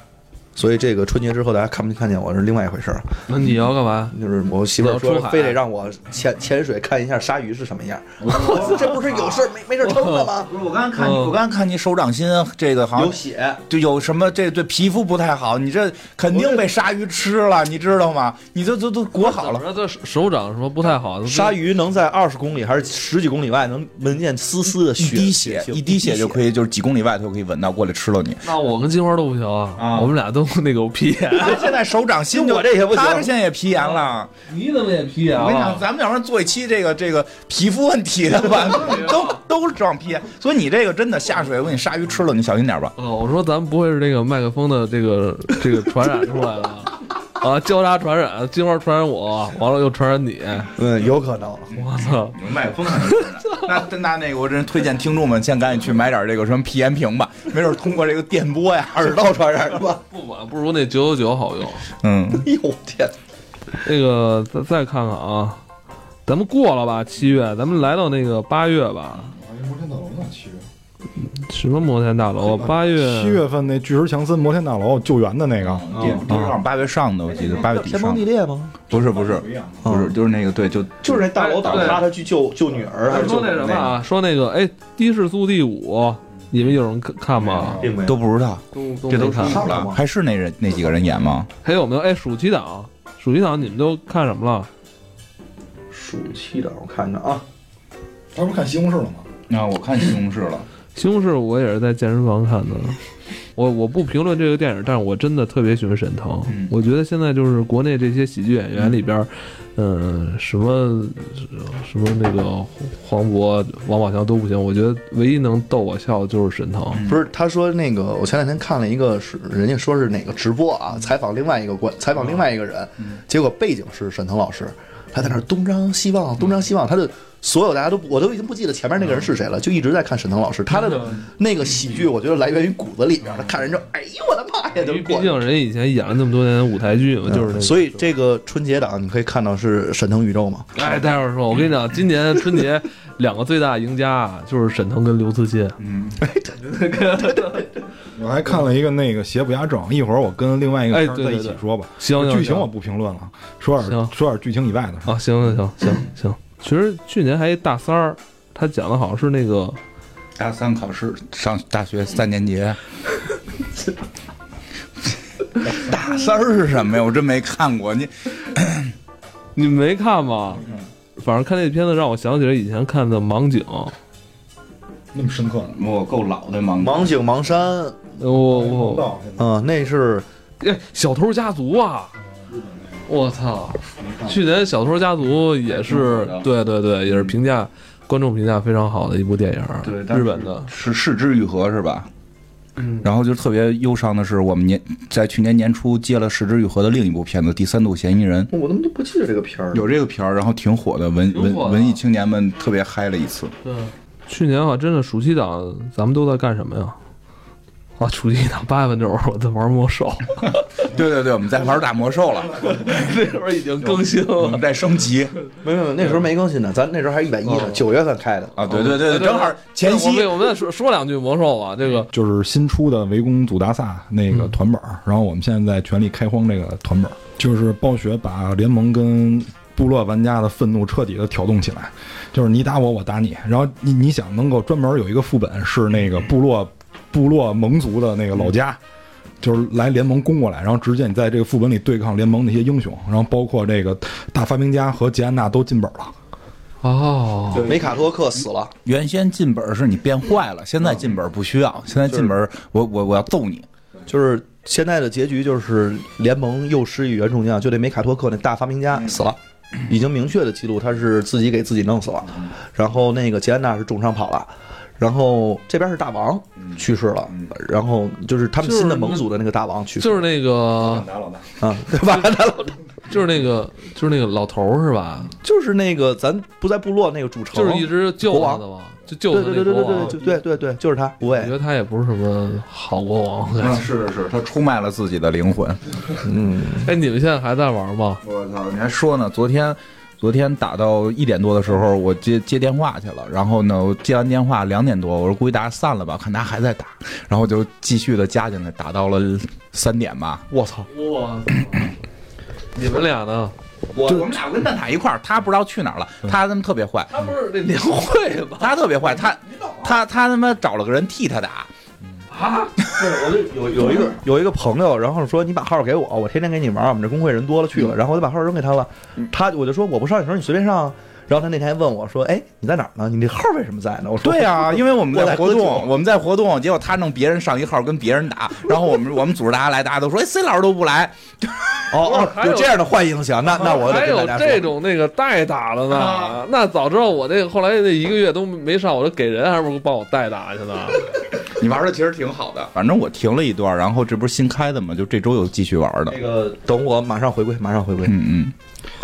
E: 所以这个春节之后大家看没看见我是另外一回事儿，
A: 那你要干嘛？
E: 就是我媳妇儿
A: 你要
E: 说
A: 出海
E: 非得让我潜潜水看一下鲨鱼是什么样，我说这不是有事儿没没事儿撑的吗？
B: 不是，我刚看
A: 你
B: 我刚看你手掌心这个好像
G: 有血，
B: 就嗯有什么这对皮肤不太好，你这肯定被鲨鱼吃了，你知道吗？你这都都裹好了。
A: 了，这手掌什么不太好？
E: 鲨鱼能在二十公里还是十几公里外能闻见丝丝的
B: 一
E: 血，
B: 滴血，
E: 腥
B: 一滴血就可
E: 以。
B: 以，就是几公里外，它就可以闻到过来吃了你。
A: 那我跟金花都不行啊
B: 啊
A: 我们俩都那个皮炎。
B: 他现在手掌 心就，
E: 就我这也不行
B: 他这现在也嗯皮炎了。
A: 你怎么也皮炎
G: 啊
B: 我跟你 讲，
A: 了？
B: 咱们要不然做一期这个这个皮肤问题的 吧，都都是长皮炎。所以你这个真的下水，我给你鲨鱼吃了，你小心点吧。
A: 哦，我说咱们不会是这个麦克风的这个这个传染出来的吧啊？交叉传染，金花传染我，完了又传染你，
E: 嗯，有可能。
A: 我操！
B: 麦克风还是那那那个，我真推荐听众们先赶紧去买点这个什么皮炎平吧，没准通过这个电波 呀，耳道传染是吧？
A: 不管不如那九九九好用。
B: 嗯，
E: 哎呦我天，
A: 那个再再看看啊，咱们过了吧，七月，咱们来到那个八月吧，
D: 摩天大楼呢？七月
A: 什么摩天大楼？啊八月嗯
D: 啊七月份那巨石强森摩天大楼救援的那个，啊
B: 也不是八月上的，我记得八月底
E: 天崩
B: 上
E: 地，裂吗？
B: 不是不是
A: 嗯
B: 嗯不是，就是那个对，就
G: 就是那大楼倒
A: 哎对
G: 塌，他去救救女儿还是
A: 说
G: 救
A: 那什么
G: 个？
A: 啊？说那个哎，《的士速递五》，你们有人看看吗？
G: 并没有
B: 都不知道，
A: 都
B: 这都
A: 没看
B: 出。了，还是那人那几个人演吗？
A: 还有没有？哎，暑期档，暑期档你们都看什么了？
G: 暑期的，我看着啊，
D: 当时看西红柿了吗？
B: 啊，我看西红柿了，
A: 西红柿我也是在健身房看的。我我不评论这个电影，但是我真的特别喜欢沈腾。
B: 嗯
A: 我觉得现在就是国内这些喜剧演员里边儿，嗯、什么什么那个黄渤、王宝强都不行。我觉得唯一能逗我笑的就是沈腾。
E: 不是，他说那个，我前两天看了一个是人家说是哪个直播啊，采访另外一个观，采访另外一个人，
A: 嗯
E: 结果背景是沈腾老师，他在那儿东张西望，东张西望，他的所有大家都不我都已经不记得前面那个人是谁了，就一直在看沈腾老师，他的
A: 嗯
E: 那个喜剧我觉得来源于骨子里边，他看人就哎呦我的妈呀，
A: 因
E: 就
A: 为
E: 是
A: 毕
E: 过嗯
A: 竟人以前演了那么多年舞台剧嘛，就是那个。
E: 所以这个春节档你可以看到是沈腾宇宙嘛，
A: 哎，待会儿说，我跟你讲，今年春节两个最大赢家啊就是沈腾跟刘慈欣。
D: 我还看了一个那个邪不压正，一会儿我跟另外一个
A: 哎
D: 片儿
A: 对
D: 在
A: 对
D: 一起
A: 对
D: 说吧。
A: 行行
D: 剧情
A: 行
D: 我不评论了，说点
A: 行
D: 说点剧情以外的事儿。
A: 啊，行行行行行，其实去年还一大三儿，他讲的好像是那个
B: 大三考试上大学三年级。 大三儿是什么呀？我真没看过。你
A: 你没看吗？反正看那片子让我想起来以前看的《盲井》，
D: 那么深刻呢？
B: 我够老的吗？
C: 盲井盲山，
A: 我我
D: 到
C: 嗯，那是
A: 哎，小偷家族啊！我操，去年《小偷家族》也是
B: 挺好的，
A: 对对对，也是评价观众评价非常好的一部电影，
B: 对但
A: 日
B: 是
A: 本的，
B: 是是之愈合是吧？然后就特别忧伤的是，我们年在去年年初接了《失之愈合》的另一部片子《第三度嫌疑人》，
E: 我他妈就不记得这个片儿了。
B: 有这个片儿，然后挺火的，文
A: 挺
B: 文
A: 火的
B: 文艺青年们特别嗨了一次。
A: 对，去年啊，真的暑期档咱们都在干什么呀？啊，暑期档八月份这会儿我在玩魔兽，
B: 对对对，我们在玩大魔兽 了，
A: 那会儿已经更新
B: 我
A: 了
B: 们。在升级
E: 没没没，那时候
A: 嗯
E: 没更新呢，咱那时候还一百一呢，九月份开的。
B: 啊！对对对，
A: 对
B: 正好前
A: 我
B: 夕
A: 们我们再说说两句魔兽吧，这个
D: 就是新出的围攻组大萨那个团本儿，然后我们现在在全力开荒这个团本儿，就是暴雪把联盟跟部落玩家的愤怒彻底的挑动起来，就是你打我，我打你，然后你你想能够专门有一个副本是那个部落部落盟族的那个老家。就是来联盟攻过来，然后直接你在这个副本里对抗联盟那些英雄，然后包括这个大发明家和捷安娜都进本了。
A: 哦，
E: 梅卡托克死了，
B: 原先进本是你变坏了，现在进本不需要，现在进本我我我要揍你。
E: 就是现在的结局就是联盟又失一员重将，就这梅卡托克那大发明家死了，已经明确的记录他是自己给自己弄死了，然后那个捷安娜是重伤跑了。然后这边是大王去世了，然后就是他们新的盟主的那个大王去世，
A: 就是那个，
D: 打老大，
E: 啊，对吧？他老
A: 就是那个，就是那个老头儿是吧？
E: 就是那个咱不在部落那个主城，
A: 就是一直救他的嘛，就救
E: 对
A: 他
E: 对
A: 那
E: 对对
A: 国
E: 对
A: 王啊
E: 对。对对对，就是他，无
A: 我觉
E: 畏。
A: 得他也不是什么好国王。
B: 嗯，是是是，他出卖了自己的灵魂。
E: 嗯
A: 哎，你们现在还在玩吗？
B: 我操！你还说呢？昨天，昨天打到一点多的时候，我接接电话去了。然后呢，我接完电话两点多，我说估计大家散了吧，看大家还在打，然后就继续的加进来，打到了三点吧。
E: 我操！
A: 哇，你们俩呢？
B: 我我们俩跟蛋挞一块儿，他不知道去哪儿了，他他妈特别坏，
A: 他不是那年会吗？
B: 他特别坏，他他他他妈找了个人替他打。
E: 有有一个
B: 嗯
E: 有一个朋友，然后说你把号给我，我天天给你玩，我们这工会人多
B: 嗯
E: 了去了，然后我就把号扔给他了，他我就说我不上，你说你随便上啊。然后他那天还问我说，哎，你在哪儿呢？你这号为什么在呢？我说
B: 对啊，因为我们
E: 我
B: 在
E: 在
B: 活
E: 喝酒
B: 动，我们在活动，结果他弄别人上一号跟别人打， 然后我们我们组织大家来，大家都说哎 C 老师都不来，
E: 哦
A: 还
E: 哦，
A: 有
E: 有这样的坏影响，那那我得
A: 还
E: 跟
A: 有
E: 大家
A: 这
E: 说，啊
A: 种那个代打的呢？那早知道我这后来那一个月都没上，我就给人还不如帮我代打去呢。
E: 哎
B: 你玩的其实挺好的。反正我停了一段，然后这不是新开的吗？就这周又继续玩的
E: 那。个等我马上回归，马上回归。
B: 嗯嗯，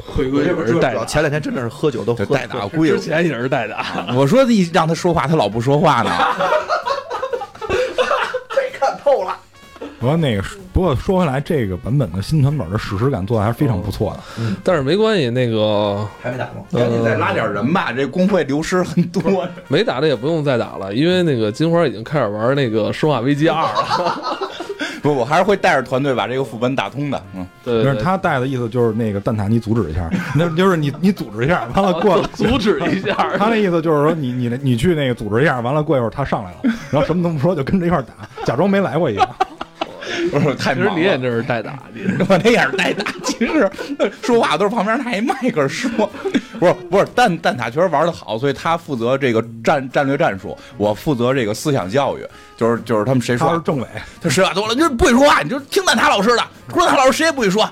E: 回归这本是代打，前两天真的是喝酒都
B: 就
E: 喝
B: 代 打，我估计
A: 之前也是代打，
B: 我说一让他说话，他老不说话 呢。
D: 不过那个，不过说回来，这个版本的新团本的史诗感做的还是非常不错的。
A: 但是没关系，那个
E: 还没打过。
B: 赶紧再拉点人吧，这工会流失很多。
A: 没打的也不用再打了，因为那个金花已经开始玩那个《生化危机二》了。
B: 不，我还是会带着团队把这个副本打通的。嗯，
A: 对
D: 但
A: 对
D: 是
A: 对，。
D: 他带的意思就是那个蛋挞，你阻止一下， 那就是你你组织一下，完了过了
A: 哦阻止一下。
D: 他那意思就是说你，你你去那个组织一下，完了过一会儿他上来了，然后什么都不说，就跟着一块儿打，假装没来过 一样。
B: 不是太
A: 其实
B: 忙
A: 你也
B: 了。
A: 这是代打，你
B: 我那也是代打，其实说话都是旁边拿一麦克说，不是不是蛋蛋挞确实玩的好，所以他负责这个战战略战术，我负责这个思想教育，就是就是他们谁说
D: 他
B: 话
D: 是政委，
B: 他实话多了，你就不许说话，你就听蛋挞老师的，说蛋挞老师谁也不许说。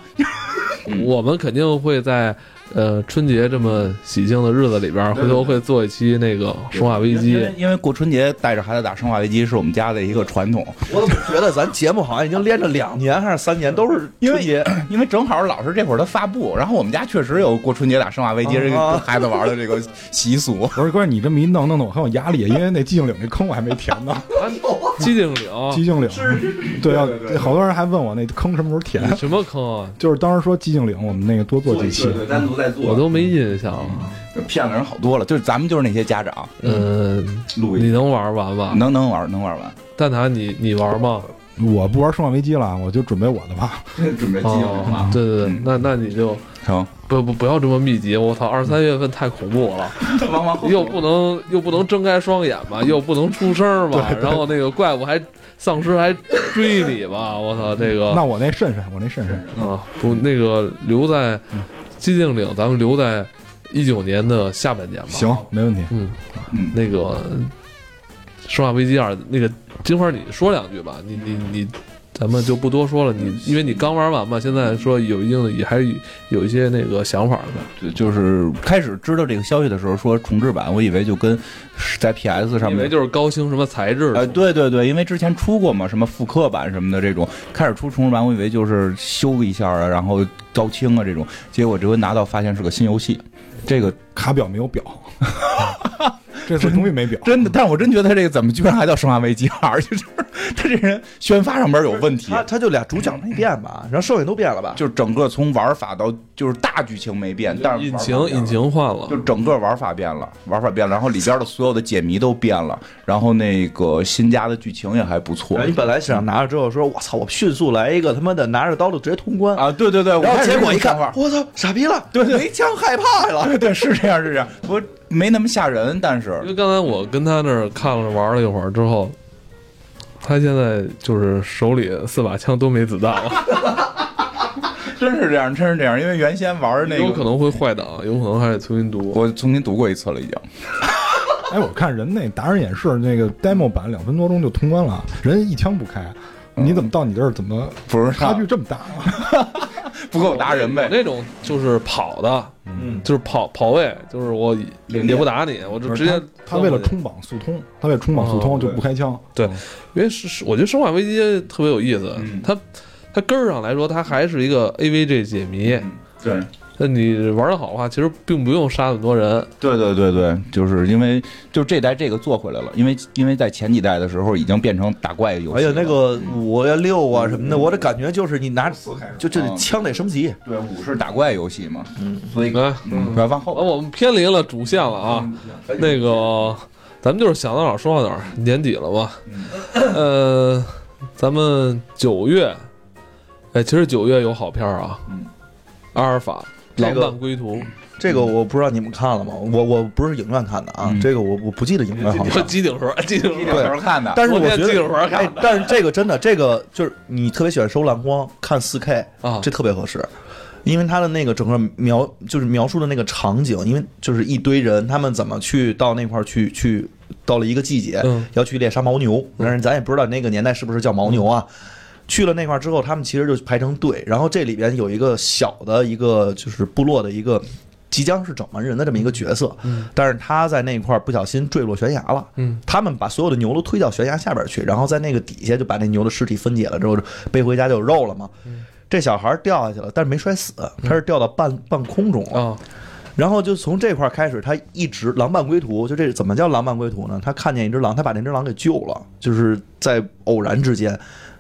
A: 我们肯定会在呃春节这么喜庆的日子里边儿，回头会做一期那个《生化危机
B: 因》为。因为过春节带着孩子打生化危机是我们家的一个传统，
E: 我怎么觉得咱节目好像已经连着两年还是三年都是
B: 因
E: 春
B: 为
E: 节？
B: 因为正好老师这会儿他发布，然后我们家确实有过春节打生化危机这个跟孩子玩的这个习俗。
D: 我说关键你这么一弄，弄得我很有压力，因为那寂静岭那坑我还没填呢。
A: 啊，寂静
D: 寂
A: 岭
D: 静岭，对啊，好多人还问我那坑什么时候填，
A: 什么坑啊？
D: 就是当时说寂静岭，我们那个多做几期。
B: 单独在
A: 我都没印象了。
B: 骗了人好多了，就是咱们就是那些家长
A: 嗯，
B: 录
A: 你能玩完吧？
B: 啊能能玩能玩完，
A: 蛋挞，你你玩吗？
D: 我不玩生化危机了，我就准备我的吧。
B: 准备
A: 哦，对对对，那那你就
B: 成，
A: 不不不要这么密集，我操，二三月份太恐怖了，
B: 往往
A: 又不能又不能睁开双眼吧，又不能出声吧，然后那个怪物还丧尸还追你吧，我操，这个
D: 那我那慎慎，我那慎慎。
A: 啊不那个留在寂静岭，咱们留在一九年的下半年吧。
D: 行，没问题。
A: 嗯，
B: 嗯
A: 那个《生化危机二》那个金花，你说两句吧，你你你，咱们就不多说了。你因为你刚玩完嘛，现在说有一定的也还是有一些那个想法的。
B: 对就是开始知道这个消息的时候说重置版，我以为就跟在 PS 上
A: 以为
B: 面。
A: 就是高清什么材质
B: 呃，对对对，因为之前出过嘛，什么复刻版什么的这种，开始出重置版，我以为就是修一下啊，然后高清啊这种，结果这回拿到发现是个新游戏，这个
D: 卡表没 有表，这次终于没表。
B: 真的，但是我真觉得他这个怎么居然还叫《生化危机二》，就是他这人宣发上边有问题，
E: 他他就俩主角没变吧，然后剩下都变了吧？
B: 就是整个从玩法到就是大剧情没变，但是
A: 引
B: 玩法
A: 擎
B: 变了
A: 引擎换了
B: 就，整个玩法变了，玩法变了，然后里边的所有的解谜都变了，然后那个新加的剧情也还不错
E: 然后你本来想拿着之后说，我操，我迅速来一个他妈的拿着刀就直接通关，
B: 啊，对对对，
E: 然
B: 我
E: 后
B: 开始
E: 结果一
B: 这
E: 看
B: 么想，法
E: 我操，傻逼了，
B: 对对
E: 没枪害怕了。
B: 对对是这样是这样，不没那么吓人，但是
A: 因为刚才我跟他那儿看了玩了一会儿之后。他现在就是手里四把枪都没子弹了，
B: 真是这样，真是这样，因为原先玩那
A: 有可
B: 个。
A: 能会坏档，有可能还得重新读。
B: 我重新读过一次了，已经。
D: 哎，我看人那达人演示那个 demo 版两分多钟就通关了，啊人一枪不开，你
A: 嗯
D: 怎么到你这儿怎么
B: 不是
D: 差距这么大啊？
B: 不够达人呗？
A: 那种就是跑的，
E: 嗯，
A: 就是跑跑位，就是我也不打你，我就
D: 不
A: 直
D: 是
A: 接
D: 他他为了冲榜速通，他为了冲榜速
A: 哦
D: 通就不开枪。
A: 对，因为是是，我觉得《生化危机》特别有意思，
B: 嗯
A: 它它根儿上来说，它还是一个 AVG 解谜。
D: 嗯
B: 对，
A: 那你玩的好的话，其实并不用杀那么多人。
D: 嗯
B: 对对对对，就是因为就这代这个做回来了，因为因为在前几代的时候已经变成打怪游戏了。
E: 还有哎那个五呀六啊什么的，我的感觉就是你拿就这
B: 嗯
E: 枪得升级，
B: 对五是打怪游戏嘛，所以
A: 来，
B: 嗯，不要放
A: 好
B: 后
A: 了，我们偏离了主线了啊。那个，咱们就是想到哪儿说到哪儿，年底了嘛。
E: 嗯
A: 呃，咱们九月，哎，其实九月有好片儿啊，
B: 嗯
A: 阿尔法》《
E: 这
A: 狼
E: 个
A: 狈归途》
E: 这个我不知道你们看了吗？我我不是影院看的啊，
B: 嗯
E: 这个我我不记得影院好
A: 说
E: 像。
A: 机顶盒，机顶
B: 小
A: 盒，
B: 时候看的，
E: 但是
A: 我
E: 我
A: 在
E: 觉
A: 机顶
E: 得，
A: 盒
E: 哎
A: 看，的
E: 但是这个真的，这个就是你特别喜欢收蓝光看四 K
A: 啊
E: 这特别合适，因为它的那个整个描就是描述的那个场景，因为就是一堆人他们怎么去到那块儿去去到了一个季节，
A: 嗯
E: 要去猎杀牦牛，但是咱也不知道那个年代是不是叫牦牛啊。去了那块儿之后，他们其实就排成队，然后这里边有一个小的一个就是部落的一个即将是掌门人的这么一个角色，
A: 嗯
E: 但是他在那块儿不小心坠落悬崖了。
A: 嗯
E: 他们把所有的牛都推到悬崖下边去，然后在那个底下就把那牛的尸体分解了之后背回家就有肉了嘛。
A: 嗯
E: 这小孩儿掉下去了，但是没摔死，他是掉到半半空中了。
A: 啊，
E: 然后就从这块儿开始，他一直狼狈归途。就这怎么叫狼狈归途呢？他看见一只狼，他把那只狼给救了，就是在偶然之间。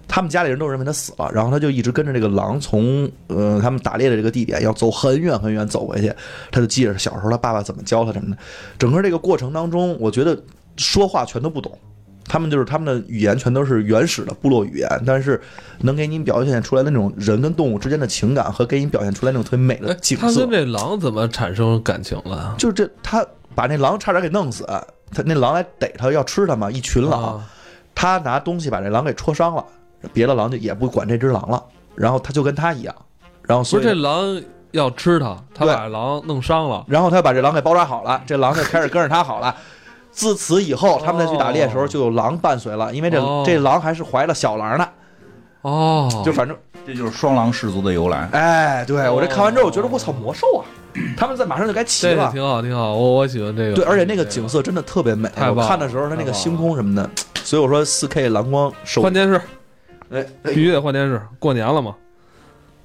E: 他们家里人都认为他死了，然后他就一直跟着这个狼从呃他们打猎的这个地点要走很远很远走回去，他就记着小时候他爸爸怎么教他什么的。整个这个过程当中，我觉得说话全都不懂，他们就是他们的语言全都是原始的部落语言，但是能给你表现出来那种人跟动物之间的情感和给你表现出来那种特别美的
A: 哎
E: 景，色。
A: 他跟这狼怎么产生感情了啊？
E: 就是这他把那狼差点给弄死，他那狼来逮他要吃他嘛，一群狼，
A: 啊
E: 他拿东西把这狼给戳伤了，别的狼就也不管这只狼了，然后他就跟他一样，然后
A: 不
E: 所
A: 是
E: 以
A: 这狼要吃它，他
E: 对
A: 把狼弄伤了。
E: 然后他把这狼给包扎好了，这狼就开始跟着他好了。自此以后，他们再去打猎的时候
A: 哦
E: 就有狼伴随了，因为这、
A: 哦
E: 这狼还是怀了小狼呢，
A: 哦，
E: 就反正
B: 这就是双狼氏族的由来。
E: 哎，对我这看完之后，我觉得
A: 哦
E: 我操魔兽 啊，他们在马上就该齐
A: 这个
E: 了，
A: 挺好，挺好，我我喜欢这个。
E: 对，而且那个景色真的特别美，
A: 太棒
E: 我看的时候它那
A: 太棒了
E: 个星空什么的，所以我说四 K 蓝光
A: 这个
E: 手
A: 换电视，
E: 哎，
A: 必须得换电视，过年了嘛。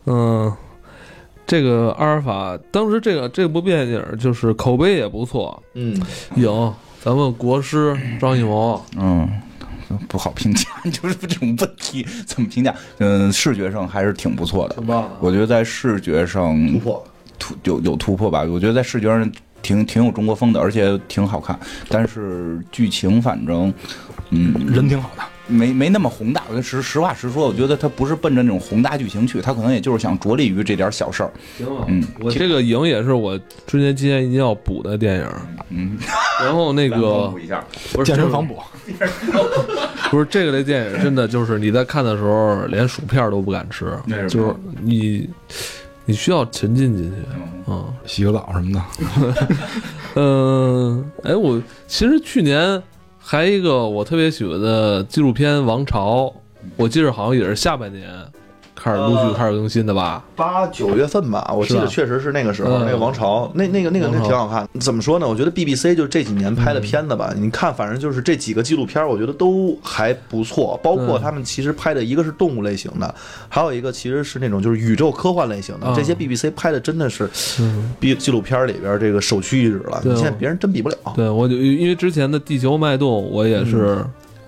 A: 嗯，这个阿尔法当时这个这部电影就是口碑也不错，
E: 嗯，
A: 影咱们国师张艺谋，
B: 嗯，不好评价， 就是这种问题怎么评价？嗯，视觉上还是挺不错的，
A: 很棒。
B: 我觉得在视觉上
E: 突破，
B: 突有有突破吧。我觉得在视觉上挺挺有中国风的，而且挺好看。但是剧情反正，嗯，
D: 人挺好的，
B: 没没那么宏大。跟实实话实说，我觉得他不是奔着那种宏大剧情去，他可能也就是想着力于这点小事儿。
A: 挺好
B: 嗯
A: 我这个影也是我春节期间一定要补的电影，
B: 嗯，
A: 然后那 个
B: 一下，
A: 不是
D: 健身房补，
A: 不是这个类电影，真的就是你在看的时候连薯片都不敢吃，
B: 那
A: 就是是你你需要沉浸进去，嗯
D: 洗个澡什么的。
A: 嗯，哎，我其实去年还有一个我特别喜欢的纪录片《王朝》，我记着好像也是下半年开始陆
E: 嗯
A: 续开始更新的吧，
E: 八九月份吧，我记
A: 是
E: 得
A: 吧
E: 确实是那个时候，
A: 嗯
E: 那个王朝，那那个那个
A: 王
E: 那
A: 朝嗯
E: 挺好看。怎么说呢？我觉得 BBC 就这几年拍的片子吧，你看，反正就是这几个纪录片，我觉得都还不错。包括
A: 嗯
E: 他们其实拍的一个是动物类型的，还有一个其实是那种就是宇宙科幻类型的
A: 嗯。
E: 这些 BBC 拍的真的是
A: 嗯。
E: 比纪录片里边这个首屈一指了，
A: 对
E: 你现在别人真比不了。
A: 对，我就因为之前的《地球脉动》，我也是，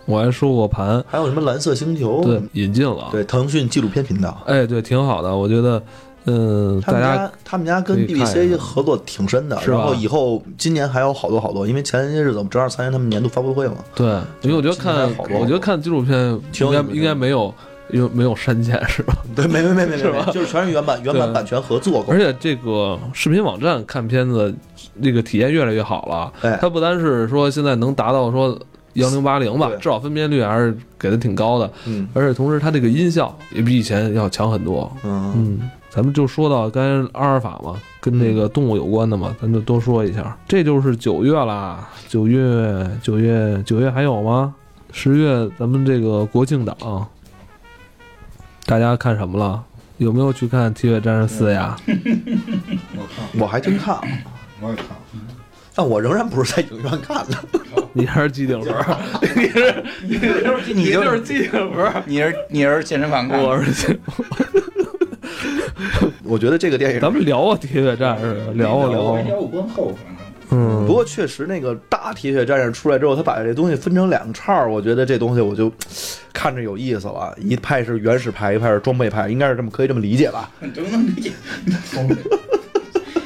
A: 我还收过盘，
E: 还有什么蓝色星球？
A: 对，引进了，，
E: 哦对，腾讯纪录片频道。
A: 哎，对，挺好的，我觉得，嗯，
E: 他
A: 大
E: 们
A: 家
E: 家他们家跟
A: 可以看一
E: BBC
A: 下
E: 合作挺深的，
A: 是吧
E: 然后以后今年还有好多好多，因为前些日子我们正好参加他们年度发布会嘛，
A: 对，因为我觉得看
E: 今天还好，多
A: 我觉得看纪录片
E: 挺
A: 应
E: 有
A: 该
E: 意思的
A: 应该没有。有没有删减是 吧？
E: 对，没没没没没没，就是全是原版原版
A: 对
E: 版权合作过
A: 而，且这个视频网站看片子，那个体验越来越好了。
E: 哎
A: 它不单是说现在能达到说幺零八零吧，
E: 对
A: 至少分辨率还是给的挺高的，
E: 嗯
A: 而且同时它这个音效也比以前要强很多。
E: 嗯，
A: 嗯，咱们就说到刚才阿尔法嘛，跟那个动物有关的嘛，咱就多说一下。这就是九月啦，九月九月九月还有吗？十月咱们这个国庆档，大家看什么了？有没有去看《铁血战士四》 呀？
D: 我看，
E: 我还真看了，
D: 我也看。
E: 但我仍然不是在影院看的，
A: 你还是机顶盒，你是你就是你就是机顶盒，
B: 你是你是健身房看的，
A: 我是。
E: 我觉得这个电影。
A: 咱们聊啊，《铁血战士》，聊啊聊啊。
D: 我观后，反正
A: 嗯，
E: 不过确实，那个大铁血战士出来之后，他把这东西分成两叉儿，我觉得这东西我就看着有意思了。一派是原始派，一派是装备派，应该是这么可以这么理解吧？
B: 你能不能理解？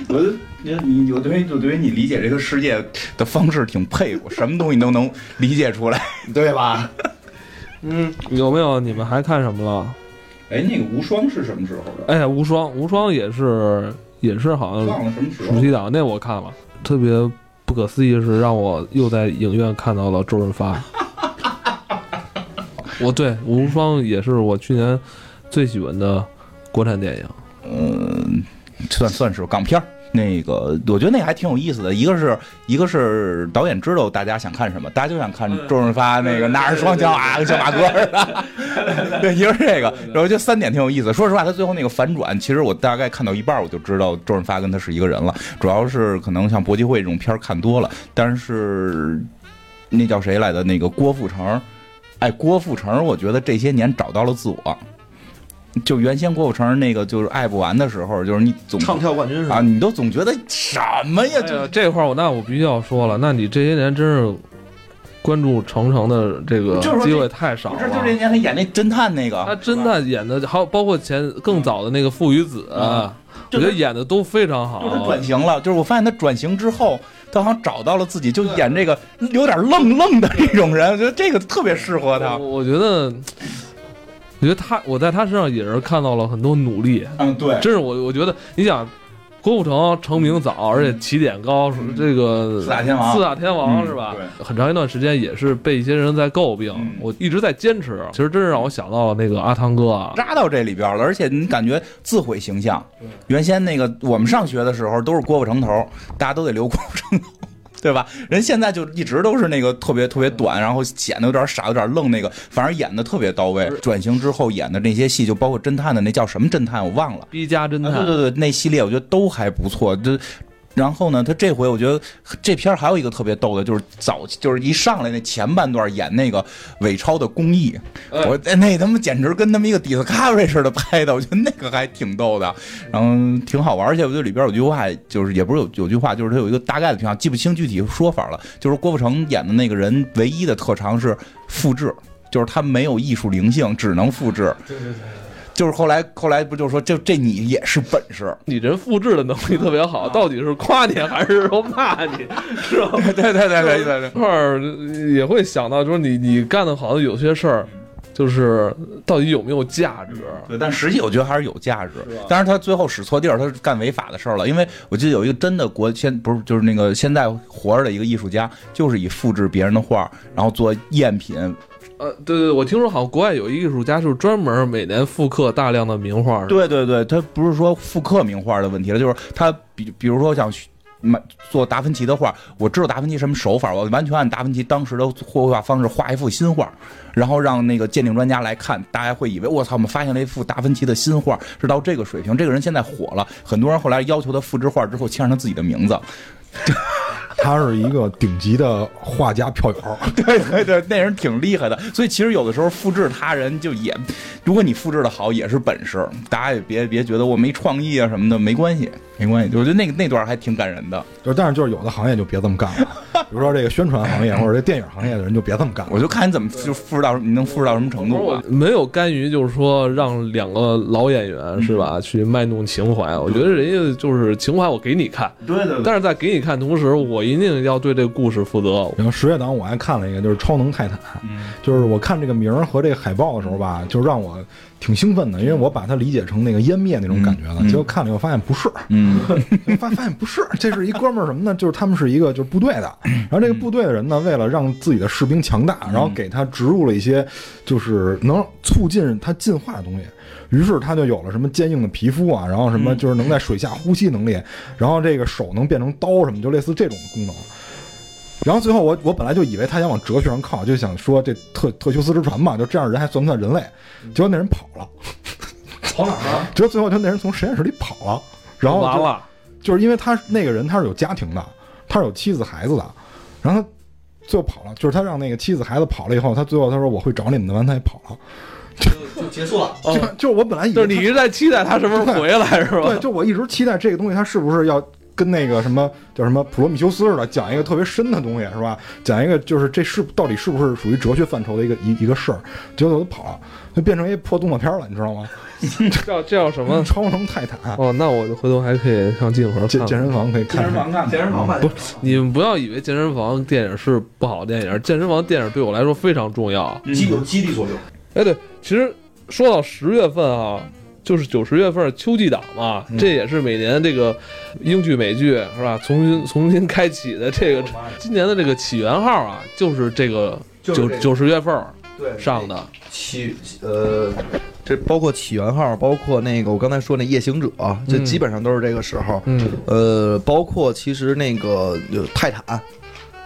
B: 我就你你我对我对你理解这个世界的方式挺佩服，什么东西都能理解出来，对吧？
A: 嗯，有没有你们还看什么了？
H: 哎，那个无双是什么时候的？
A: 哎，无双，无双也是也是好像
H: 忘了什么时候
A: 暑。期档那我看了，特别不可思议的是让我又在影院看到了周润 发。我对《无双》也是我去年最喜欢的国产电影。
B: 嗯，算算是港片儿。那个，我觉得那还挺有意思的。一个是，一个是导演知道大家想看什么，大家就想看周润发那个拿着双枪啊，跟小马哥似的。对，一个是这个，然后就三点挺有意思。说实话，他最后那个反转，其实我大概看到一半儿我就知道周润发跟他是一个人了。主要是可能像搏击会这种片儿看多了，但是那叫谁来的那个郭富城，哎，郭富城，我觉得这些年找到了自我。就原先郭富城那个就是爱不完的时候，就是你总
E: 唱跳冠军是吧
B: 啊，？你都总觉得什么呀？
A: 哎
B: 就
A: 呀，这块儿我那我必须要说了，那你这些年真是关注程程的这个
B: 就是说
A: 机会太少
B: 不
A: 了。
B: 是，就这年他演那侦探那
A: 他
B: 个，
A: 真的演的，还有包括前更早的那个《父与子》啊
B: 嗯
A: 我
B: 就
A: 觉
B: 是
A: 得演的都非常好。
B: 就是他转型了。就是我发现他转型之后，他好像找到了自己，就演这个有点愣愣的这种人，我觉得这个特别适合他
A: 我。我觉得，我觉得他，我在他身上也是看到了很多努力。
B: 嗯，对，
A: 真是我，我觉得你想，郭富城成名早，而且起点高，这个
B: 嗯四大天王
A: 四大天王
B: 嗯
A: 是吧？
B: 对
A: 很长一段时间也是被一些人在诟病
B: 嗯，
A: 我一直在坚持。其实真是让我想到了那个阿汤哥啊，
B: 扎到这里边了，而且你感觉自毁形象。原先那个我们上学的时候都是郭富城头，大家都得留郭富城头，对吧？人现在就一直都是那个特别特别短，然后显得有点傻，有点愣那个，反而演的特别到位。转型之后演的那些戏，就包括侦探的那叫什么侦探，我忘了。
A: 逼家侦
B: 啊对
A: 探，
B: 对对，那系列我觉得都还不错。就然后呢，他这回我觉得这片儿还有一个特别逗的，就是早就是一上来那前半段演那个伪钞的公益，
A: 呃
B: 我哎那他妈简直跟他们一个 Discovery 似的拍的，我觉得那个还挺逗的，然后挺好玩。而且我觉得里边有句话，就是也不是有有句话，就是他有一个大概的评价，记不清具体说法了。就是郭富城演的那个人唯一的特长是复制，就是他没有艺术灵性，只能复制。就是后来后来不就说这这你也是本事，
A: 你人复制的能力特别
B: 啊
A: 好，到底是夸你还是说骂你，是吧？
B: 对对对对对对，
A: 这儿也会想到，就是你你干的好像有些事儿，就是到底有没有价值？
B: 对，但实际我觉得还是有价值。当然，他最后使错地儿，他是干违法的事儿了。因为我记得有一个真的国现不是就是那个现在活着的一个艺术家，就是以复制别人的画儿，然后做赝品。
D: 嗯
A: 呃，对对，我听说好像国外有一艺术家，就是专门每年复刻大量的名画，
B: 对对对，他不是说复刻名画的问题了，就是他比比如说想学买做达芬奇的画，我知道达芬奇什么手法，我完全按达芬奇当时的绘画方式画一幅新画，然后让那个鉴定专家来看，大家会以为我操，我们发现了一幅达芬奇的新画，是到这个水平。这个人现在火了，很多人后来要求他复制画之后签上他自己的名字。
D: 他是一个顶级的画家票友，
B: 对对对，那人挺厉害的。所以其实有的时候复制他人就也，如果你复制的好也是本事，大家也别别觉得我没创意啊什么的，没关系，没关系。我觉得那个那段还挺感人的。
D: 就是但是就是有的行业就别这么干了，比如说这个宣传行业或者这电影行业的人就别这么干了。
B: 我就看你怎么就复制到你能复制到什么程度啊
D: 啊
B: 吧。
A: 没有甘于就是说让两个老演
D: 嗯
A: 员是吧去卖弄情怀，我觉得人家就是情怀，我给你看，
H: 对对
A: 但是在给你看同时，我一定要对这个故事负责。
D: 然后十月档我还看了一个，就是《超能泰坦》，
B: 嗯
D: 就是我看这个名儿和这个海报的时候吧，就让我挺兴奋的，因为我把它理解成那个湮灭那种感觉了。
B: 嗯嗯
D: 结果看了以后发现不是，
B: 嗯，
D: 发发现不是，这是一哥们儿什么呢？就是他们是一个就是部队 的，然后这个部队的人呢，为了让自己的士兵强大，然
B: 嗯
D: 后给他植入了一些就是能促进他进化的东西。于是他就有了什么坚硬的皮肤啊，然后什
B: 嗯
D: 么就是能在水下呼吸能力，然后这个手能变成刀什么，就类似这种功能。然后最后我我本来就以为他想往哲学上靠，就想说这特特修斯之船嘛，就这样人还算不算人类？结果那人跑了，
A: 嗯跑哪儿了？
D: 结果最后就那人从实验室里跑了，然后就
A: 完了，
D: 就是因为他那个人他是有家庭的，他是有妻子孩子的，然后他最后跑了，就是他让那个妻子孩子跑了以后，他最后他说我会找你们的，完他也跑了，
E: 就结束了。
A: 哦
D: 就就是我本来以
A: 就
D: 为
A: 是你一直在期待他什么时候回来是
D: 他对，
A: 吧？
D: 就我一直期待这个东西他是不是要。跟那个什么叫什么普罗米修斯似的，讲一个特别深的东西是吧？讲一个就是这是到底是不是属于哲学范畴的一个一一个事儿，结果他跑了，就变成一破动作片了，你知道吗？
A: 叫这叫什么？
D: 超能泰坦，
A: 哦，那我回头还可以上金河
D: 健
A: 看
D: 健
A: 看。
D: 身房可以看
H: 健
D: 看
H: 身。房干
E: 健身房吧，
A: 不你们不要以为健身房电影是不好电影，健身房电影对我来说非常重要。
E: 激有激励作用。
A: 哎，对，其实说到十月份啊，就是九十月份秋季档嘛，
E: 嗯
A: 这也是每年这个英剧、美剧是吧，重新重新开启的这
E: 哦
A: 个今年的这个起源号啊，就是这个
E: 就是
A: 九
E: 这个
A: 九十月份
E: 对
A: 上的。
E: 起呃，这包括起源号，包括那个我刚才说那夜行者，这
A: 嗯
E: 基本上都是这个时候。
A: 嗯，
E: 呃，包括其实那个呃泰坦，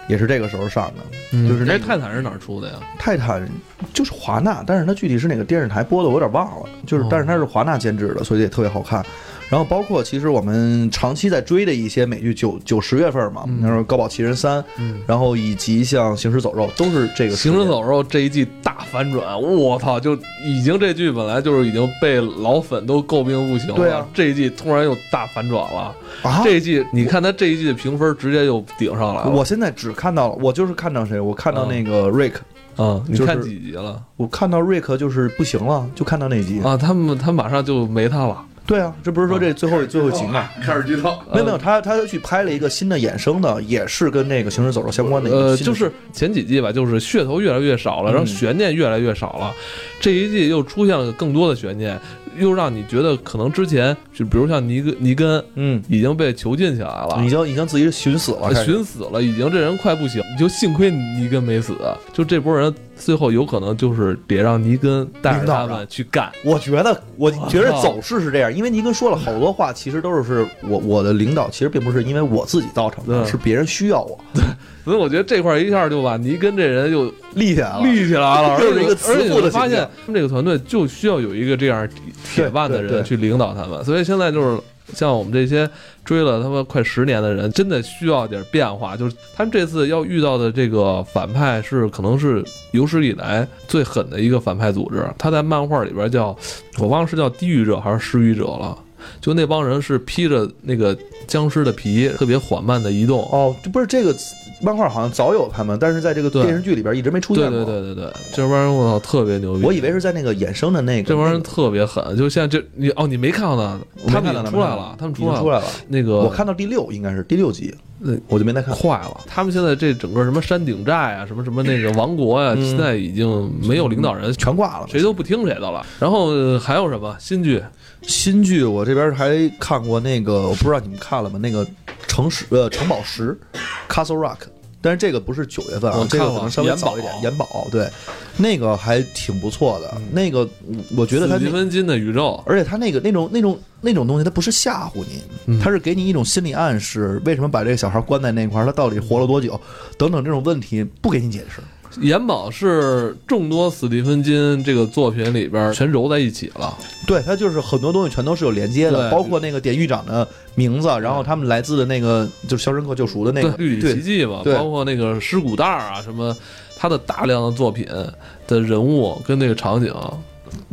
E: 也是这个时候上的。就是那
A: 这
E: 个
A: 泰坦是哪儿出的呀？
E: 泰坦就是华纳，但是它具体是哪个电视台播的，我有点忘了。就是
A: 哦，
E: 但是它是华纳监制的，所以也特别好看。然后包括其实我们长期在追的一些美剧，九九十月份嘛，
A: 嗯
E: 那时候《高保奇人三》，
A: 嗯。
E: 然后以及像《行尸走肉》，都是这个时
A: 行
E: 间
A: 尸走肉这一季大反转，我操！就已经这剧本来就是已经被老粉都诟病不行了，
E: 对啊
A: 这一季突然又大反转了。
E: 啊。
A: 这一季你看他这一季的评分直接就顶上来了。
E: 我现在只看到了，我就是看到谁，我看
A: 嗯
E: 到那个 Rick，、
A: 啊，你
E: 就是
A: 看几集了？
E: 我看到 Rick 就是不行了，就看到那一集。
A: 啊，他们他马上就没他了。
E: 对啊，这不是说
A: 嗯
E: 这最后、最后一集吗？
H: 开始剧透。
E: 没有没有，他他去拍了一个新的衍生的，也是跟这个《行尸走肉》相关的一
A: 呃，
E: 个新
A: 就
E: 的剧。
A: 是前几季吧，就是噱头越来越少
E: 嗯
A: 了，然后悬念越来越少了。这一季又出现了更多的悬念，又让你觉得可能之前就比如像尼根尼根
E: 嗯，
A: 已经被囚禁起来了，
E: 已经已经自己寻死了，开始
A: 啊呃寻死了，已经这人快不行，就幸亏尼根没死，啊就这波人最后有可能就是得让尼根带着
E: 领导
A: 他
E: 着
A: 们去干。
E: 我觉得，我觉
A: 啊
E: 得走势是这样，因为尼根说了好多话，其实都是是我我的领导，其实并不是因为我自己造成的，
A: 对
E: 是别人需要我
A: 所以我觉得这块儿一下就把尼根这人又
E: 立起来了。
A: 立起来了，
E: 啊又是一个慈
A: 而且
E: 父的
A: 我发
E: 形
A: 现
E: 象
A: 他们这个团队就需要有一个这样铁腕的
E: 对
A: 人
E: 对
A: 去领导他们，所以现在就是。像我们这些追了他们快十年的人，真的需要点变化。就是他们这次要遇到的这个反派是，可能是有史以来最狠的一个反派组织。他在漫画里边叫，我忘了是叫地狱者还是失语者了。就那帮人是披着那个僵尸的皮，特别缓慢的移动。
E: 哦哦，这不是这个漫画好像早有他们，但是在这个
A: 对
E: 电视剧里边一直没出现
A: 对
E: 过。
A: 对对对对，这帮人我操特别牛逼，
E: 我以为是在那个衍生的那个
A: 这帮人特别狠，就现在这你哦你没看到呢，
E: 我没
A: 他
E: 看
A: 们
E: 到
A: 已经
E: 他们
A: 出来
E: 看到
A: 了，他呃们
E: 已
A: 出
E: 经
A: 来
E: 出
A: 了，
E: 来了，
A: 那个
E: 我看到第六应该是第六集，
A: 呃
E: 我就没再看。
A: 快了，他们现在这整个什么山顶寨啊，什么什么那个王国啊，现在已经没有领导人，
E: 嗯全挂了，
A: 谁都不听谁的了。然后呃还有什么新剧？
E: 新剧我这边还看过那个，我不知道你们看了吗？那个城市呃城堡石 （Castle Rock），但是这个不是九月份
A: 我
E: 啊，这
A: 看了
E: 个可能稍微早一点。
A: 元
E: 元宝对，那个还挺不错的。那个嗯我觉得它
A: 斯蒂
E: 那，
A: 芬金的宇宙，
E: 而且它那个那种那种那种东西，它不是吓唬
A: 嗯
E: 你，它是给你一种心理暗示。为什么把这个小孩关在那块儿？他到底活了多久？等等这种问题不给你解释。
A: 眼宝是众多斯蒂芬金这个作品里边全揉在一起了。
E: 对，它就是很多东西全都是有连接的，
A: 对
E: 包括那个典狱长的名字，然后他们来自的那个就是《肖申克救赎》的那个
A: 对，绿里奇迹嘛，
E: 对
A: 包括那个尸骨袋儿啊什么，他的大量的作品的人物跟那个场景，啊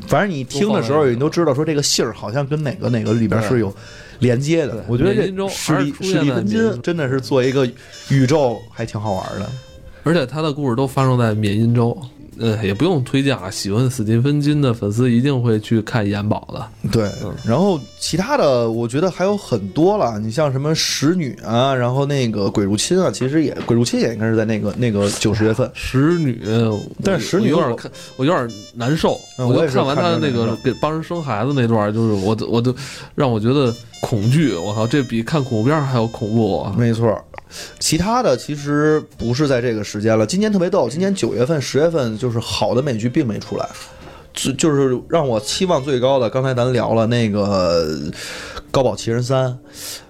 E: 反正你听的时候，你都知道说这个姓儿好像跟哪个哪个里边是有连接的。我觉得
A: 缅因州
E: 这史
A: 还是
E: 蒂
A: 出现
E: 史蒂
A: 在
E: 芬
A: 缅因州
E: 金真的是做一个宇宙还挺好玩的。
A: 而且他的故事都发生在缅因州。嗯，也不用推荐啊，喜欢斯蒂芬金的粉丝一定会去看眼宝的。
E: 对，然后其他的我觉得还有很多了，你像什么使女啊，然后那个鬼入侵啊，其实也鬼入侵也应该是在那个那个九十月份。
A: 使女，
E: 但是使
A: 我
E: 女
A: 有点
E: 我
A: 看，我有点难受。
E: 嗯
A: 就
E: 我也是
A: 看完
E: 看
A: 他
E: 着
A: 那
E: 难
A: 个
E: 受
A: 给帮人生孩子那段儿，就是我都我都让我觉得恐惧。我靠，这比看恐怖片儿还要恐怖啊！
E: 没错，其他的其实不是在这个时间了。今年特别逗，今年九月份、十月份就是好的美剧并没出来，就就是让我期望最高的。刚才咱聊了那个《高保奇人三》，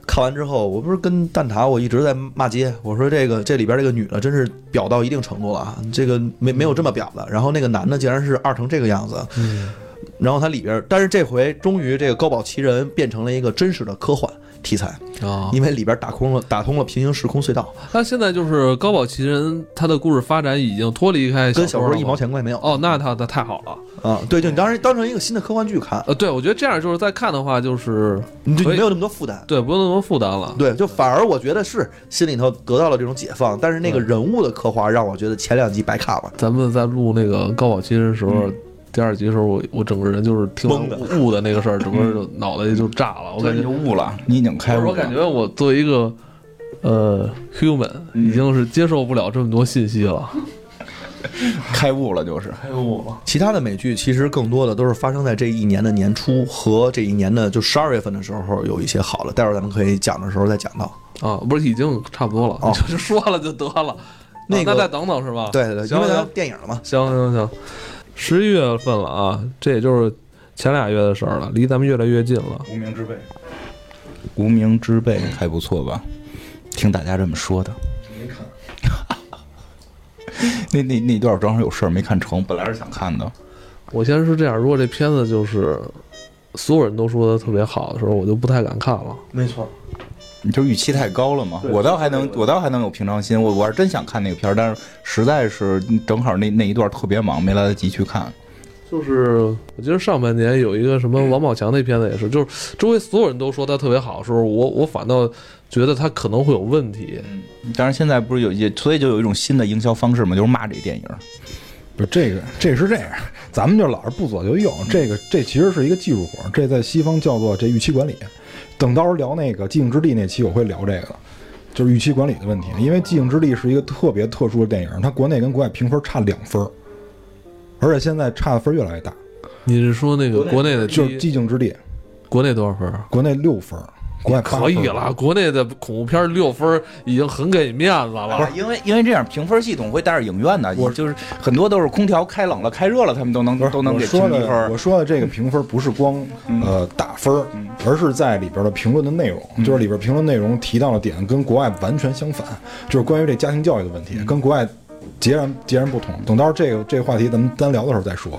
E: 看完之后，我不是跟蛋挞我一直在骂街，我说这个这里边这个女的真是婊到一定程度了，啊，这个没没有这么婊的。然后那个男的竟然是二成这个样子，然后它里边，但是这回终于这个《高保奇人》变成了一个真实的科幻题材。
A: 啊，
E: 因为里边打空了，打通了平行时空隧道，
A: 他现在就是高保奇人，他的故事发展已经脱离开
E: 跟小
A: 说
E: 说一毛钱关系没有
A: 哦，那他的太好了。
E: 啊！对，就你当时当成一个新的科幻剧看，
A: 呃，对，我觉得这样就是在看的话，就是
E: 你就
A: 可以
E: 没有那么多负担。
A: 对不用那么负担了。
E: 对，就反而我觉得是心里头得到了这种解放，但是那个人物的刻画让我觉得前两集白看了。
A: 咱们在录那个高保奇人的时候，第二集的时候，我我整个人就是听
E: 嗯懵的
A: 到雾的那个事 儿，整个就脑袋就炸了。我感
H: 你
A: 觉
H: 就悟了。
B: 你已经开
A: 不
B: 悟
A: 是，
B: 了。
A: 我感觉我作为一个呃 human，已
E: 嗯
A: 经是接受不了这么多信息了。
B: 开悟了，就是
E: 其他的美剧其实更多的都是发生在这一年的年初和这一年的就十二月份的时候有一些好的，待会儿咱们可以讲的时候再讲到。
A: 啊，不是已经差不多了，
E: 哦
A: 就是说了就得 了。
E: 那个
A: 啊那再等等是吧？
E: 对对对，
A: 行
E: 因为咱
A: 行
E: 们电影了嘛，
A: 行行行，十一月份了啊，这也就是前俩月的事儿了，离咱们越来越近了。
H: 无名之辈，
B: 无名之辈还不错吧？听大家这么说的。 那那那段正好有事儿没看成，本来是想看的。
A: 我先是这样，如果这片子就是所有人都说的特别好的时候，我就不太敢看了。
E: 没错。
B: 你就预期太高了嘛？我倒还能，我倒还能有平常心。我我是真想看那个片儿，但是实在是正好那那一段特别忙，没来得及去看。
A: 就是我记得上半年有一个什么王宝强那片子也是，就是周围所有人都说他特别好的时候，我我反倒觉得他可能会有问题。
B: 当然现在不是有也，所以就有一种新的营销方式嘛，就是骂这电影。
D: 不是这个，这是这样，咱们就老是不左就右。这个这其实是一个技术活儿，这在西方叫做这预期管理。等到时候聊那个寂静之地那期，我会聊这个的，就是预期管理的问题。因为寂静之地是一个特别特殊的电影，它国内跟国外评分差两分儿，而且现在差的分儿越来越大。
A: 你是说那个国内的第
D: 就是
A: 一
D: 寂静之地，
A: 国内多少分啊？
D: 国内六分儿，国外八
A: 可
D: 分
A: 以
D: 儿
A: 了，国内的恐怖片六分已经很给面子了。
B: 啊因为因为这样评分系统会带着影院的，我就是很多都是空调开冷了、开热了，他们都能
D: 不是
B: 都能
D: 我
B: 给
D: 说
B: 评一
D: 的，
B: 分嗯
D: 我。说的这个评分不是光呃打分儿，而是在里边的评论的内容，
B: 嗯
D: 就是里边
B: 嗯
D: 评论内容提到的点跟国外完全相反，就是关于这家庭教育的问题，跟国外截然截然不同。等到这个这个话题咱们单聊的时候再说。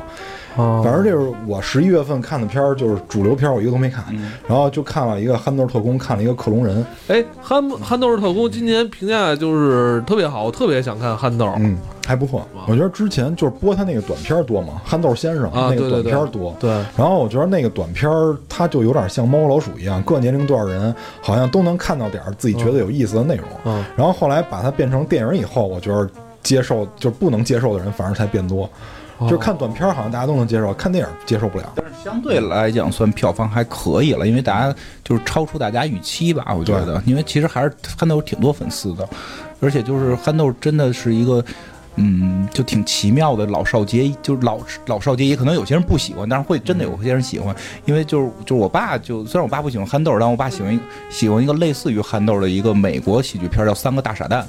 A: 哦
D: 反正就是我十一月份看的片儿，就是主流片儿，我一个都没看，
B: 嗯
D: 然后就看了一个《憨豆特工》，看了一个《克隆人》，
A: 哎，憨憨豆儿特工今年评价就是特别好，我特别想看憨豆儿。
D: 嗯，还不错。我觉得之前就是播他那个短片儿多嘛，《憨豆先生》
A: 啊
D: 那
A: 对
D: 个
A: 对
D: 短
A: 对
D: 片儿多，
A: 对，
D: 然后我觉得那个短片儿，它就有点像猫和老鼠一样，各年龄段儿人好像都能看到点儿自己觉得有意思的内容。
A: 嗯
D: 然后后来把它变成电影以后，我觉得接受就是不能接受的人反而才变多。就是看短片儿好像大家都能接受，看电影接受不了。
B: 但是相对来讲，算票房还可以了，因为大家就是超出大家预期吧，我觉得，因为其实还是憨豆挺多粉丝的，而且就是憨豆真的是一个。嗯，就挺奇妙的老少皆宜，就是老老少皆宜。可能有些人不喜欢，但是会真的有些人喜欢，因为就是就是我爸就虽然我爸不喜欢憨豆，但我爸喜欢一喜欢一个类似于憨豆的一个美国喜剧片，叫《三个大傻蛋》，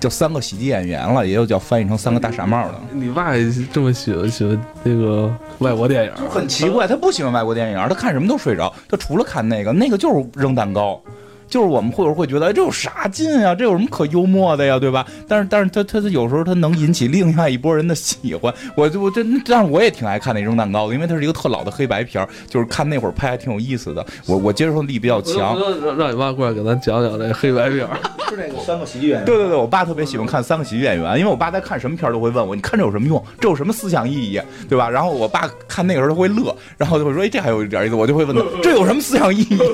B: 叫三个喜剧演员了，也有叫翻译成三个大傻帽的。
A: 你爸也这么喜欢喜欢那个外国电影
B: 就很奇怪，他不喜欢外国电影，他看什么都睡着，他除了看那个，那个就是扔蛋糕。就是我们会有会觉得，哎，这有啥劲啊？这有什么可幽默的呀，对吧？但是，但是他他他有时候他能引起另外一波人的喜欢。我就我这，但是我也挺爱看那扔蛋糕的，因为它是一个特老的黑白片儿，就是看那会儿拍还挺有意思的。我我接受力比较强
A: 我。就让让你爸过来给咱讲讲这黑白片 儿。
E: 是那个三个喜剧演员。
B: 对对对，我爸特别喜欢看三个喜剧演员，因为我爸在看什么片儿都会问我，你看这有什么用？这有什么思想意义，对吧？然后我爸看那个时候他会乐，然后就会说，哎，这还有点意思，我就会问他，这有什么思想意义？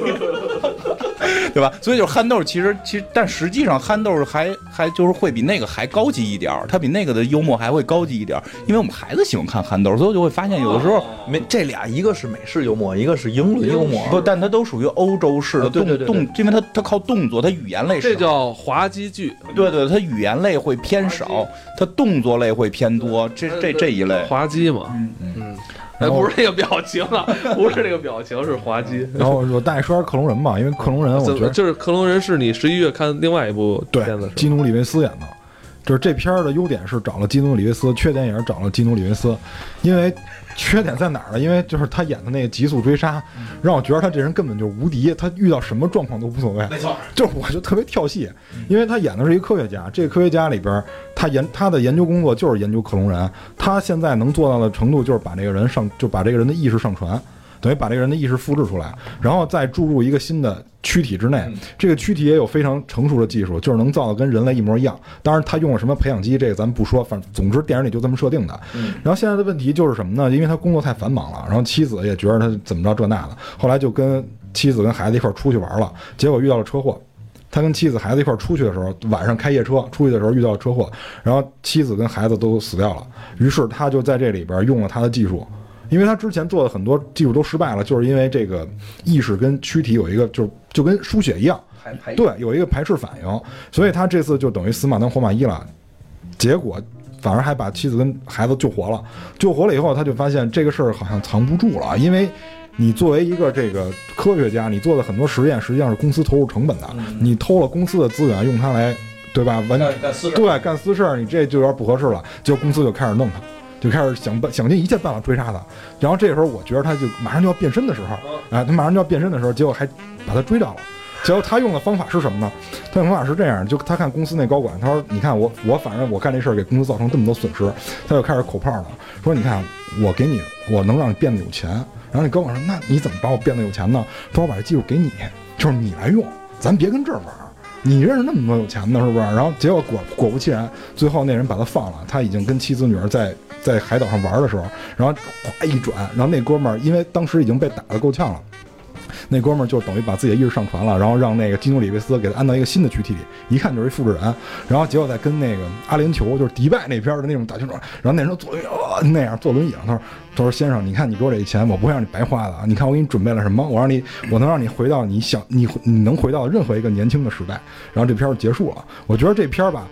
B: 对吧？所以就是憨豆，其实其实，但实际上憨豆还还就是会比那个还高级一点儿，他比那个的幽默还会高级一点儿，因为我们孩子喜欢看憨豆，所以我就会发现有的时候。
E: 没，这俩一个是美式幽默，一个是英哦伦幽默。
B: 不，但它都属于欧洲式的
E: 啊对
B: 动
E: 对对对
B: 动，因为它它靠动作，它语言类是
A: 这叫滑稽剧，
B: 对对，它语言类会偏少，它动作类会偏多，这这这一类。
A: 滑稽嘛。嗯嗯，哎，
D: 然后
A: 不是这个表情啊， 不是这个表情，是滑稽。
D: 然后嗯我大爷说点《克隆人》吧，因为《克隆人》我觉得
A: 就是《克隆人》是你十一月看另外一部
D: 对
A: 片子是
D: 基
A: 吧？
D: 努里维斯演的，就是这片儿的优点是找了基努里维斯，缺点也是找了基努里维斯，因为缺点在哪儿呢？因为就是他演的那个《极速追杀》，
A: 嗯
D: 让我觉得他这人根本就无敌，他遇到什么状况都无所谓。没错，就是我就特别跳戏，因为他演的是一个科学家，这个科学家里边儿他研他的研究工作就是研究克隆人，他现在能做到的程度就是把这个人上就把这个人的意识上传。等于把这个人的意识复制出来，然后再注入一个新的躯体之内。这个躯体也有非常成熟的技术，就是能造的跟人类一模一样。当然，他用了什么培养基，这个咱们不说，反正总之电影里就这么设定的。然后现在的问题就是什么呢？因为他工作太繁忙了，然后妻子也觉得他怎么着这那的，后来就跟妻子跟孩子一块儿出去玩了，结果遇到了车祸。他跟妻子孩子一块儿出去的时候，晚上开夜车出去的时候遇到了车祸，然后妻子跟孩子都死掉了。于是他就在这里边用了他的技术，因为他之前做的很多技术都失败了，就是因为这个意识跟躯体有一个就是就跟输血一样，对，有一个排斥反应，所以他这次就等于死马当活马医了，结果反而还把妻子跟孩子救活了。救活了以后，他就发现这个事儿好像藏不住了，因为你作为一个这个科学家，你做的很多实验实际上是公司投入成本的，你偷了公司的资源用它来，对吧？完对嗯干私事儿，你这就有点不合适了。结果公司就开始弄他。就开始想办想尽一切办法追杀他，然后这时候我觉得他就马上就要变身的时候，啊，他马上就要变身的时候，结果还把他追到了。结果他用的方法是什么呢？他用的方法是这样，就他看公司那高管，他说：“你看我，我反正我干这事儿给公司造成这么多损失。”他就开始口炮了，说：“你看我给你，我能让你变得有钱。”然后那高管说：“那你怎么把我变得有钱呢？”他说：“我把这技术给你，就是你来用，咱别跟这儿玩儿。你认识那么多有钱的，是不是？”然后结果果果不其然，最后那人把他放了。他已经跟妻子女儿在在海岛上玩的时候，然后哗一转，然后那哥们儿因为当时已经被打得够呛了。那哥们儿就等于把自己的意识上传了，然后让那个基努里维斯给他安到一个新的躯体里，一看就是一复制人。然后结果再跟那个阿联酋，就是迪拜那边的那种打拳手，然后那人坐轮椅、呃那样坐轮椅上，他说：“他说先生，你看你给我这钱，我不会让你白花的啊！你看我给你准备了什么？我让你，我能让你回到你想你你能回到任何一个年轻的时代。”然后这片儿就结束了。我觉得这片儿吧。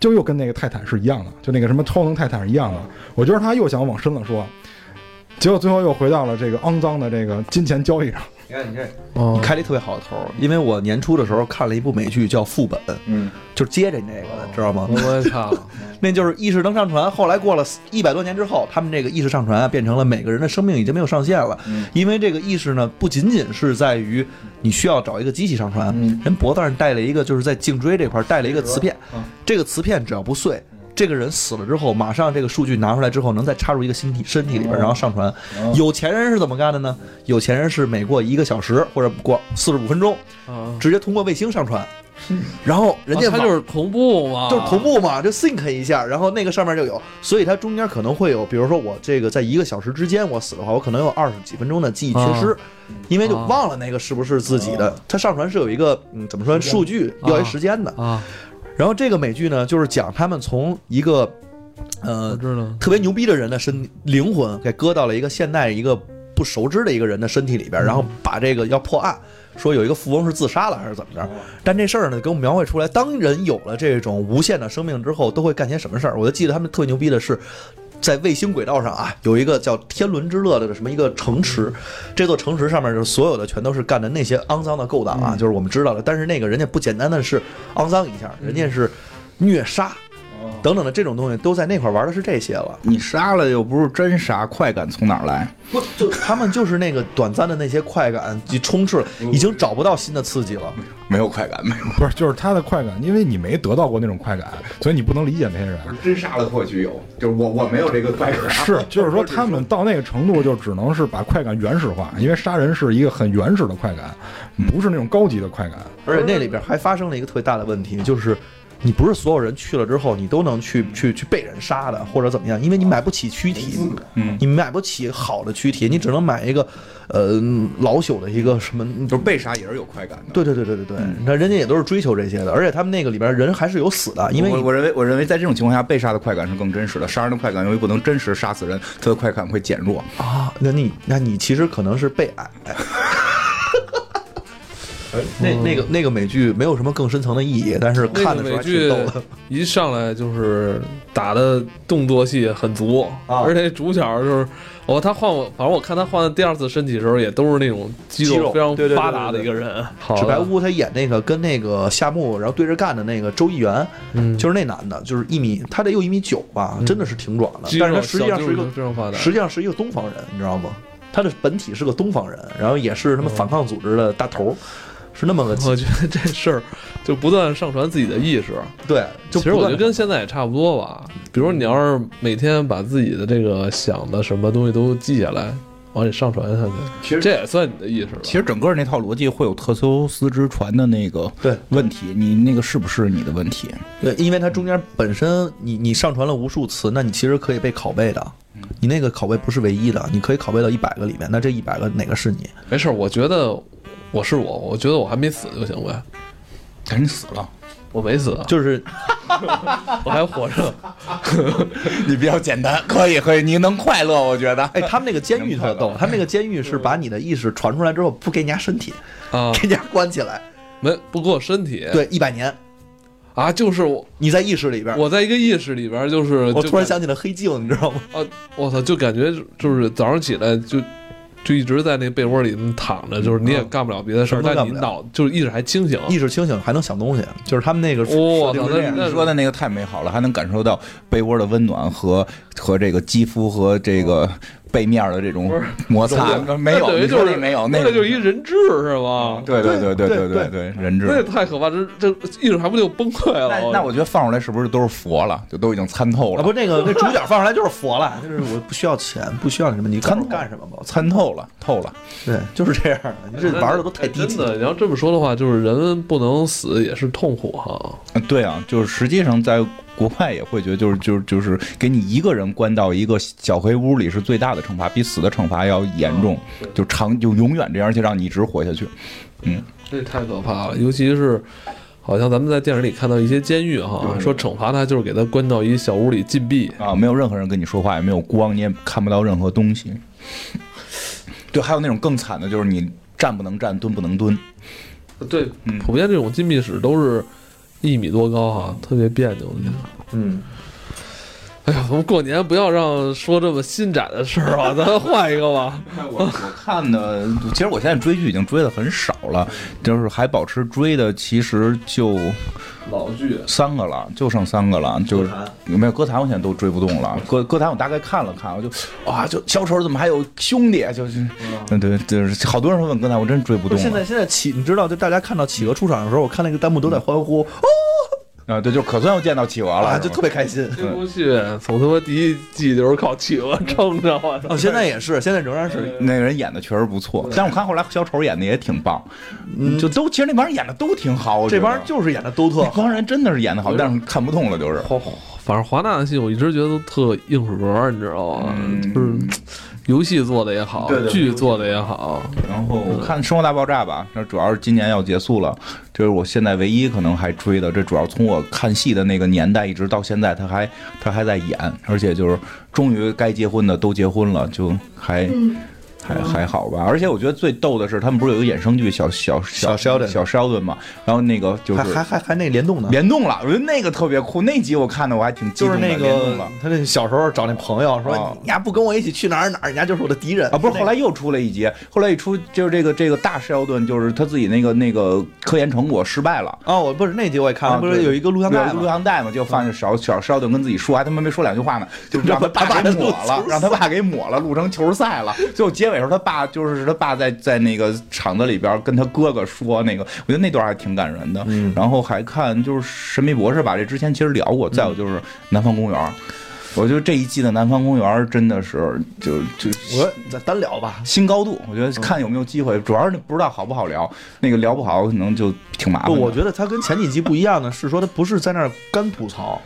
D: 就又跟那个泰坦是一样的，就那个什么超能泰坦是一样的。我觉得他又想往深了说，结果最后又回到了这个肮脏的这个金钱交易上。
E: 你看你这
A: 哦
E: 开了一特别好的头儿，因为我年初的时候看了一部美剧叫《副本》，
H: 嗯，
E: 就是接着你这个的，知道吗？
A: 我也看了，
E: 那就是意识能上传。后来过了一百多年之后，他们这个意识上传啊，变成了每个人的生命已经没有上限了。
A: 嗯
E: 因为这个意识呢，不仅仅是在于你需要找一个机器上
A: 嗯嗯
E: 传，人脖子上戴了一个，就是在颈椎这块儿戴了一个磁片，这个磁片只要不碎，这个人死了之后，马上这个数据拿出来之后，能再插入一个新体身体里
A: 哦
E: 边，然后上传。有钱人是怎么干的呢？有钱人是每过一个小时或者过四十五分钟，
A: 啊，
E: 直接通过卫星上传，然后人
A: 嗯
E: 家
A: 啊他
E: 网
A: 就是同步嘛，
E: 就是同步嘛，就 sync 一下，然后那个上面就有，所以它中间可能会有，比如说我这个在一个小时之间我死的话，我可能有二十几分钟的记忆缺失，因为就
A: 啊
E: 忘了那个是不是自己的。它上传是有一个嗯怎么说数据
A: 啊
E: 要一时间的。
A: 啊，
E: 然后这个美剧呢，就是讲他们从一个
A: 我
E: 呃
A: 知道，
E: 特别牛逼的人的身灵魂给搁到了一个现代一个不熟知的一个人的身体里边，然后把这个要破案，说有一个富翁是自杀了还是怎么着？但这事儿呢，给我们描绘出来，当人有了这种无限的生命之后，都会干些什么事儿？我就记得他们特别牛逼的是。在卫星轨道上啊，有一个叫天伦之乐的什么一个城池，这座城池上面就是所有的全都是干的那些肮脏的勾当啊，就是我们知道的。但是那个人家不简单的是肮脏一下，人家是虐杀等等的这种东西，都在那块儿玩的是这些了。
B: 你杀了又不是真杀，快感从哪儿来？
E: 不，就他们就是那个短暂的那些快感就充斥了，已经找不到新的刺激了。
B: 没有快感，没有。
D: 不是，就是他的快感，因为你没得到过那种快感，所以你不能理解那些人。
H: 真杀了或许有，就是我我没有这个快感。
D: 是，就是说他们到那个程度，就只能是把快感原始化，因为杀人是一个很原始的快感，不是那种高级的快感。
E: 而且那里边还发生了一个特别大的问题，就是你不是所有人去了之后，你都能去去去被人杀的或者怎么样，因为你买不起躯体，嗯，你买不起好的躯体，你只能买一个呃老朽的一个什么。
B: 就是被杀也是有快感的。
E: 对对对对对对，那人家也都是追求这些的，而且他们那个里边人还是有死的，因为
B: 我
E: 你
B: 我认为，我认为在这种情况下，被杀的快感是更真实的。杀人的快感由于不能真实杀死人，他的快感会减弱。
E: 啊，那你那你其实可能是被 矮。哎那那个那个美剧没有什么更深层的意义，但是
A: 那
E: 看
A: 个
E: 的
A: 美
E: 时候还挺
A: 剧
E: 逗的。
A: 一上来就是打的动作戏很足，
E: 啊
A: 而且主角就是哦，他换我，反正我看他换了第二次身体的时候，也都是那种肌
E: 肌肉
A: 非常
E: 对对对
A: 发达的
E: 对
A: 一
E: 对
A: 个人。好
E: 纸白
A: 的，
E: 屋他演那个跟那个夏目然后对着干的那个周议员，
A: 嗯，
E: 就是那男的，就是一米，他得有一米九吧，真的是挺壮的
A: 肌，
E: 但是
A: 肉
E: 他实际上是一个
A: 非常发达，
E: 实际上是一个东方人，你知道吗？他的本体是个东方人，然后也是他们反抗组织的大头儿，是那么个
A: 我觉 得这事儿就不断上传自己的意识，
E: 对。就
A: 其实我觉得
E: 不断
A: 跟现在也差不多吧。比如你要是每天把自己的这个想的什么东西都记下来，往里上传下去，
H: 其实
A: 这也算你的意识吧。
B: 其实整个那套逻辑会有特修斯之船的那个
E: 对
B: 问题，你那个是不是你的问题？
E: 对，因为它中间本身你你上传了无数次，那你其实可以被拷贝的，
A: 嗯
E: 你那个拷贝不是唯一的，你可以拷贝到一百个里面，那这一百个哪个是你？
A: 没事儿，我觉得我是我，我觉得我还没死就行呗，
B: 但是你死了，
A: 我没死，
E: 就是
A: 我还活着。
B: 你比较简单，可以可以，你能快乐，我觉得。
E: 哎，他们那个监狱特逗， 他们那个监狱是把你的意识传出来之后不给你家身体，
A: 啊，哎
E: 给你家关起来，
A: 没不过身体
E: 对，一百年
A: 啊，就是我
E: 你在意识里边。
A: 我在一个意识里边儿，就是就
E: 我突
A: 感
E: 然想起了黑镜，你知道吗？
A: 啊，我操，就感觉就是早上起来就就一直在那被窝里躺着，就是你也干不了别的事儿，
E: 什么都
A: 但
E: 干
A: 你
E: 不了
A: 脑就是意识还清醒。
E: 意识清醒还能想东西，就是他们那个
A: 哦我
E: 设定
A: 操，
E: 是这
A: 那
E: 样
A: 那
B: 你说的那个太美好了，还能感受到被窝的温暖和和这个肌肤和这个背面的这种摩擦。没
A: 那
B: 有，
A: 等于
B: 你
A: 就
B: 说
A: 是
B: 那没有，
A: 那
B: 个
A: 个就是一人质是吗？
B: 对对对对对对对，人质
A: 那也。太可怕，这这意识还不就崩溃了？
B: 那那我觉得放出来是不是都是佛了，就都已经参透
E: 啊，
B: 了，
E: 不，那个 那主角放出来就是佛了，就是我不需要钱，不需要什么，你干干什么吧？
B: 参透了，透了。
E: 对，就是这样的，你这玩的都太低
A: 哎
E: 级
A: 真
E: 了。
A: 的，你要这么说的话，就是人不能死也是痛苦哈。
B: 对啊，就是实际上在国外也会觉得，就是就是就是给你一个人关到一个小黑屋里是最大的惩罚，比死的惩罚要严重，
A: 嗯
B: 就长就永远这样，而且让你一直活下去。
A: 这太可怕了，尤其是好像咱们在电影里看到一些监狱哈，说惩罚他就是给他关到一小屋里禁闭。
B: 啊，没有任何人跟你说话，也没有光，你也看不到任何东西。 对，还有那种更惨的，就是你站不能站，蹲不能蹲。
E: 呃
A: 对，普遍这种禁闭室都是一米多高哈，特别别扭。
E: 嗯，
A: 哎呀，我们过年不要让说这么新展的事儿吧，咱换一个吧。
B: 我我看的，其实我现在追剧已经追的很少了，就是还保持追的，其实就
A: 老剧
B: 三个了，就剩三个了，就是
E: 歌坛
B: 有没有歌坛我现在都追不动了，歌歌坛我大概看了看，我就啊，就小时候怎么还有兄弟，就是，嗯，对，就是好多人会问歌坛，我真追不
E: 不
B: 动
E: 是现
B: 了
E: 在。现在企，你知道，就大家看到企鹅出场的时候，我看那个弹幕都在欢呼，哦，
B: 啊，对，就可算又见到企鹅了，
E: 啊，
B: 是
E: 就
B: 吗
E: 特别开心。
A: 这部剧从他妈第一季就是靠企鹅撑着，我操！
E: 哦，现在也是，现在仍然是
B: 那个人演的确实不错，但是我看后来小丑演的也挺棒，就都其实那帮人演的都挺好，我觉
E: 嗯这
B: 得
E: 帮人就是演的都特
B: 那
E: 好。
B: 帮人真的是演的好，但是看不通了，就是
A: 华，反正华纳的戏我一直觉得都特硬核，你知道吗？就是游戏做的也好，
H: 嗯对对
A: 剧做的也好，
B: 然后我看《生活大爆炸》吧，那主要是今年要结束了，这是我现在唯一可能还追的。这主要从我看戏的那个年代一直到现在，他还他还在演，而且就是终于该结婚的都结婚了，就还。还还好吧，而且我觉得最逗的是，他们不是有一个衍生剧小小
E: 小
B: 小
E: Sheldon
B: 小 Sheldon 嘛，然后那个就是
E: 还还还还那联动呢，
B: 联动了，我觉得那个特别酷，那集我看的我还挺激
E: 就
B: 动
E: 是
B: 的，
E: 那
B: 联动了
E: 个他那小时候找那朋友说
B: 哦，
E: 你丫不跟我一起去哪儿哪儿，人家就是我的敌人
B: 啊，不是，后来又出了一集，后来一出就是这个这个大 Sheldon 就是他自己那个那个科研成果失败了。
E: 啊，我不是那集我也看
B: 啊
E: 了，不是
B: 对
E: 有一个录像带
B: 有一个录
E: 吗？嗯
B: 像带嘛，就放着小小烧等跟自己说，还他妈没说两句话呢，就让他爸给抹了，让他爸给抹了，录成球赛了。最后结尾时候，他爸就是他爸在在那个场子里边跟他哥哥说那个，我觉得那段还挺感人的。
E: 嗯
B: 然后还看就是《神秘博士》吧，这之前其实聊过，
E: 嗯
B: 再有就是《南方公园》我觉得这一季的《南方公园》真的是就就
E: 我说咱单聊吧，
B: 新高度，我觉得
E: 嗯
B: 看有没有机会，主要是不知道好不好聊，那个聊不好可能就挺麻烦
E: 不，
B: 的。
E: 我觉得他跟前几集不一样的是说，他不是在那儿干吐槽，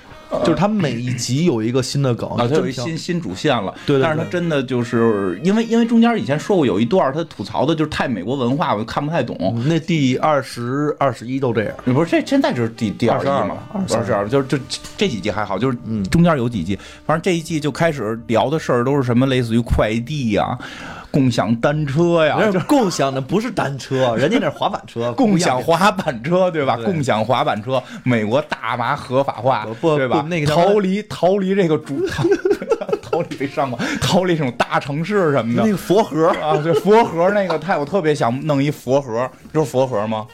E: 就是他每一集有一个新的梗，
B: 啊，他有
E: 真
B: 一
E: 挺
B: 新新主线了，
E: 对对
B: 但是他
E: 对
B: 真的就是因为因为中间以前说过有一段他吐槽的就是太美国文化，我看不太懂。
E: 那第二十二十一都这样。
B: 不是，这现在就是第第二季
E: 22
B: 嘛
E: 了，22嗯
B: 二十二，就是这这几季还好，就是中间有几季，反正这一季就开始聊的事儿都是什么类似于快递呀、共享单车呀、
E: 人家共享的不是单车，人家那是滑板车，
B: 共享
E: 不一样
B: 滑板车，对吧？
E: 对
B: 共享滑板车，美国大麻合法化
E: 不，不
B: 对吧？
E: 那个叫
B: 逃离逃离这个主 逃逃离被上吧，逃离这种大城市什么的。
E: 那个佛盒，
B: 啊，对，佛盒那个太，我特别想弄一佛盒，知道佛盒吗？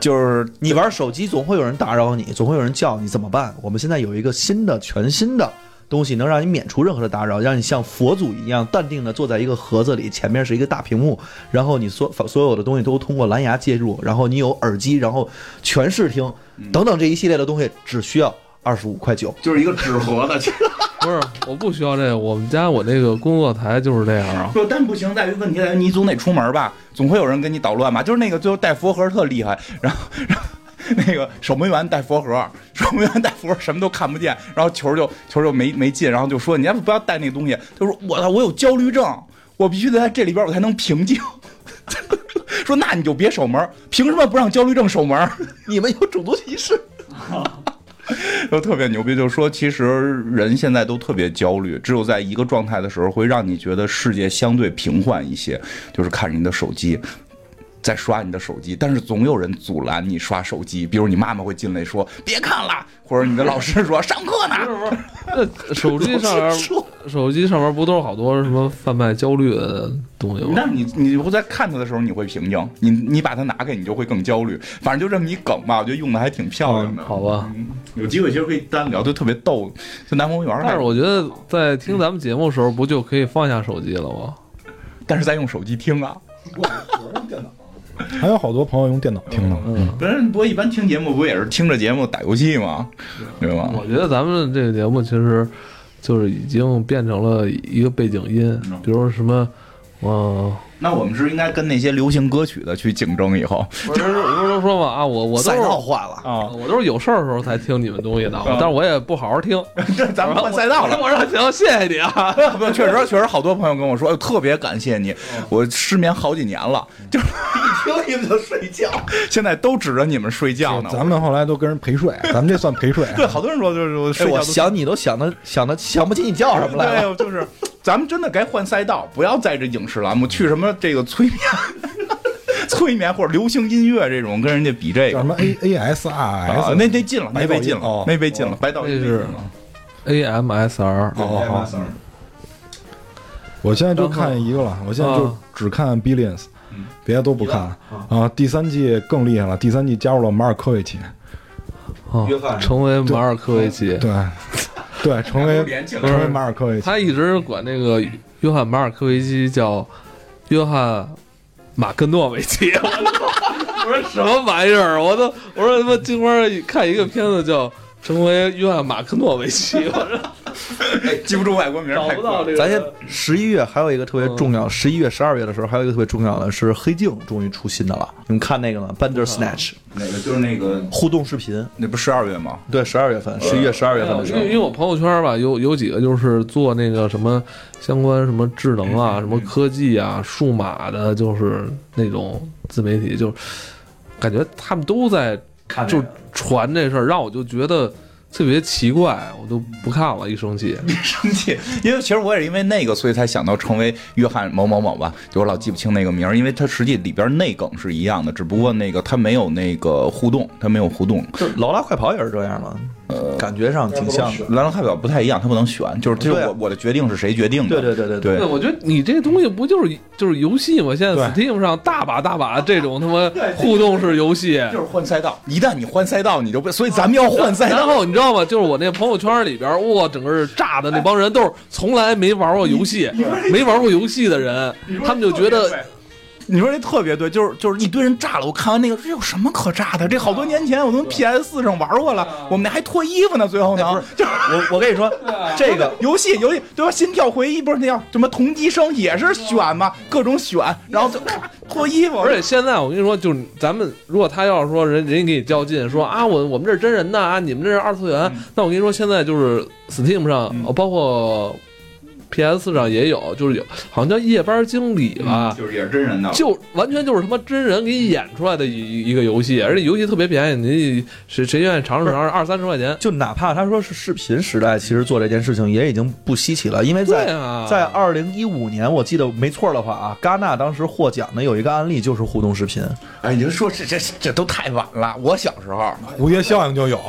E: 就是你玩手机总会有人打扰你，总会有人叫你，怎么办？我们现在有一个新的、全新的东西，能让你免除任何的打扰，让你像佛祖一样淡定的坐在一个盒子里，前面是一个大屏幕，然后你所所有的东西都通过蓝牙接入，然后你有耳机，然后全视听等等这一系列的东西，只需要二十五块九。
H: 就是一个纸盒子，
A: 不是，我不需要这个。我们家我那个工作台就是这样啊。
B: 不，但不行，在于问题在于你总得出门吧，总会有人跟你捣乱吧。就是那个最后带佛盒特厉害，然后然后。那个守门员带佛盒，守门员带佛盒什么都看不见，然后球就球就没没进，然后就说你要不不要带那个东西？他说我操，我有焦虑症，我必须得在这里边我才能平静。 说那你就别守门，凭什么不让焦虑症守门？
E: 你们有种族歧视？
B: 就特别牛逼，就是说，其实人现在都特别焦虑，只有在一个状态的时候，会让你觉得世界相对平缓一些。就是看着你的手机，在刷你的手机，但是总有人阻拦你刷手机，比如你妈妈会进来说别看了，或者你的老师说上课呢。
A: 那手机上面，手机上面不都是好多什么贩卖焦虑的东西吗？
B: 但是你你会在看它的时候，你会平静，你你把它拿给你就会更焦虑。反正就这么一梗吧，我觉得用的还挺漂亮的。
A: 好吧。
B: 嗯，有机会其实可以单聊，就特别逗。就南方公园还，
A: 但是我觉得在听咱们节目的时候，不就可以放下手机了吗？
B: 但是在用手机听啊。
D: 还有好多朋友用电脑听呢。
B: 不是，不过一般听节目不也是听着节目打游戏吗？对吧？
A: 我觉得咱们这个节目其实就是已经变成了一个背景音，比如什么，嗯、
B: 那我们是应该跟那些流行歌曲的去竞争以后
A: 不是我不是都说嘛啊，我我都
E: 赛
A: 是
E: 道换了，
B: 啊，
A: 我都是有事儿的时候才听你们东西的，但是我也不好好听。
B: 这 咱们换赛道 了。
A: 我说行，谢谢你 啊。
B: 不，确 实确实好多朋友跟我说，哎特别感谢你，我失眠好几年了，就是哦嗯一听你们就睡觉， 现在都指着你们睡觉呢。
D: 咱们后来都跟人陪睡，咱们这算 陪睡。
B: 对好多人说就是我
E: 哎，
B: 睡觉
E: 我
B: 都
E: 想你都想的想的想不起你叫什么来了。
B: 对， 就是咱们真的该换赛道，不要在这影视栏目去什么这个催眠、 催眠或者流行音乐这种跟人家比这个
D: 叫什。么 A A S R
B: 啊
D: S，，
B: 那那进了，
D: 白
B: 没被
D: 噪
B: 禁
D: 音
B: 了
D: 哦，
B: 没被禁了，白道
A: 这是 AMSR，
D: 哦好，我现在就看一个了，我现在
B: 嗯
D: 就只看 Billions，别的都不看啊。第三季更厉害了，第三季加入了马尔科维奇，
A: 哦
E: 约翰
A: 成为马尔科维奇，
D: 对，对，成
B: 都
D: 为
B: 连起来
D: 成为马尔科维奇
A: 他，一直管那个约翰马 尔科维奇叫约翰马根诺维奇。我操我说什么玩意儿？我都我说他妈金花看一个片子叫《成为约翰马克诺维奇》，我说
H: 哎 记不住外国名儿
A: 找
H: 太
A: 不
H: 快
A: 到
H: 了。
A: 这个。
E: 咱先十一月还有一个特别重要，十一月、十二月的时候还有一个特别重要的是《黑镜》终于出新的了，你们看那个了，《Bandersnatch》
H: 哪个就是那个，
E: 互动视频，
H: 那不十二月吗？
E: 对，十二月份，十一月、十二月份的时
A: 因为因为
E: 候，
A: 我朋友圈吧，有有几个就是做那个什么相关什么智能啊、
E: 嗯
A: 什么科技啊、数码的，就是那种自媒体，就感觉他们都在
E: 看这
A: 就
E: 个
A: 传这事儿，让我就觉得特别奇怪，我都不看了。一生气，
B: 生气，因为其实我也是因为那个，所以才想到成为约翰某某某吧，就我老记不清那个名儿，因为它实际里边内梗是一样的，只不过那个它没有那个互动，它没有互动。
E: 就是《劳拉快跑》也是这样嘛，感觉上挺像的。
B: 兰兰汉表不太一样，它不能选，就是就是
E: 对啊
B: 我我的决定是谁决定的？
E: 对对对对
B: 对
A: 对，我觉得你这东西不就是就是游戏吗？现在 Steam 上大把大把这种他妈互动式游 戏。
B: 就是换赛道。一旦你换赛道，你就被，所以咱们要换赛
A: 然
B: 道。
A: 后你知道吗？就是我那朋友圈里边，哇，整个炸的那帮人都是从来没玩过游戏，没玩过游戏的人，他们就觉得
B: 你说这特别对，就是就是一堆人炸了。我看完那个，这有什么可炸的？这好多年前我从 PS 四上玩过
H: 啊
B: 了，我们那还脱衣服呢，最后
H: 哎
B: 呢，就是
E: 我我跟你说，
B: 啊
E: 这个
B: 游戏游戏对吧？心跳回忆不是那叫什么同机声也是选
H: 啊
B: 嘛，各种选，然后就咔脱衣服，
A: 而且现在我跟你说，就是咱们如果他要是说人人家给你较劲，说啊我我们这是真人的啊，你们这是二次元，
E: 嗯
A: 那我跟你说，现在就是 Steam 上，哦包括 PS 上也有，就是有好像叫夜班经理吧，
H: 就是也是真
E: 嗯
H: 人的，
A: 就完全就是他妈真人给你演出来的一一个游戏，而且游戏特别便宜，你谁谁愿意尝试尝试，二三十块钱。
E: 就哪怕他说是视频时代，其实做这件事情也已经不稀奇了，因为在
A: 对啊
E: 在二零一五年，我记得没错的话啊，戛纳当时获奖的有一个案例就是互动视频，
B: 哎，你就说这这这都太晚了。我小时候，
D: 蝴蝶效应就有，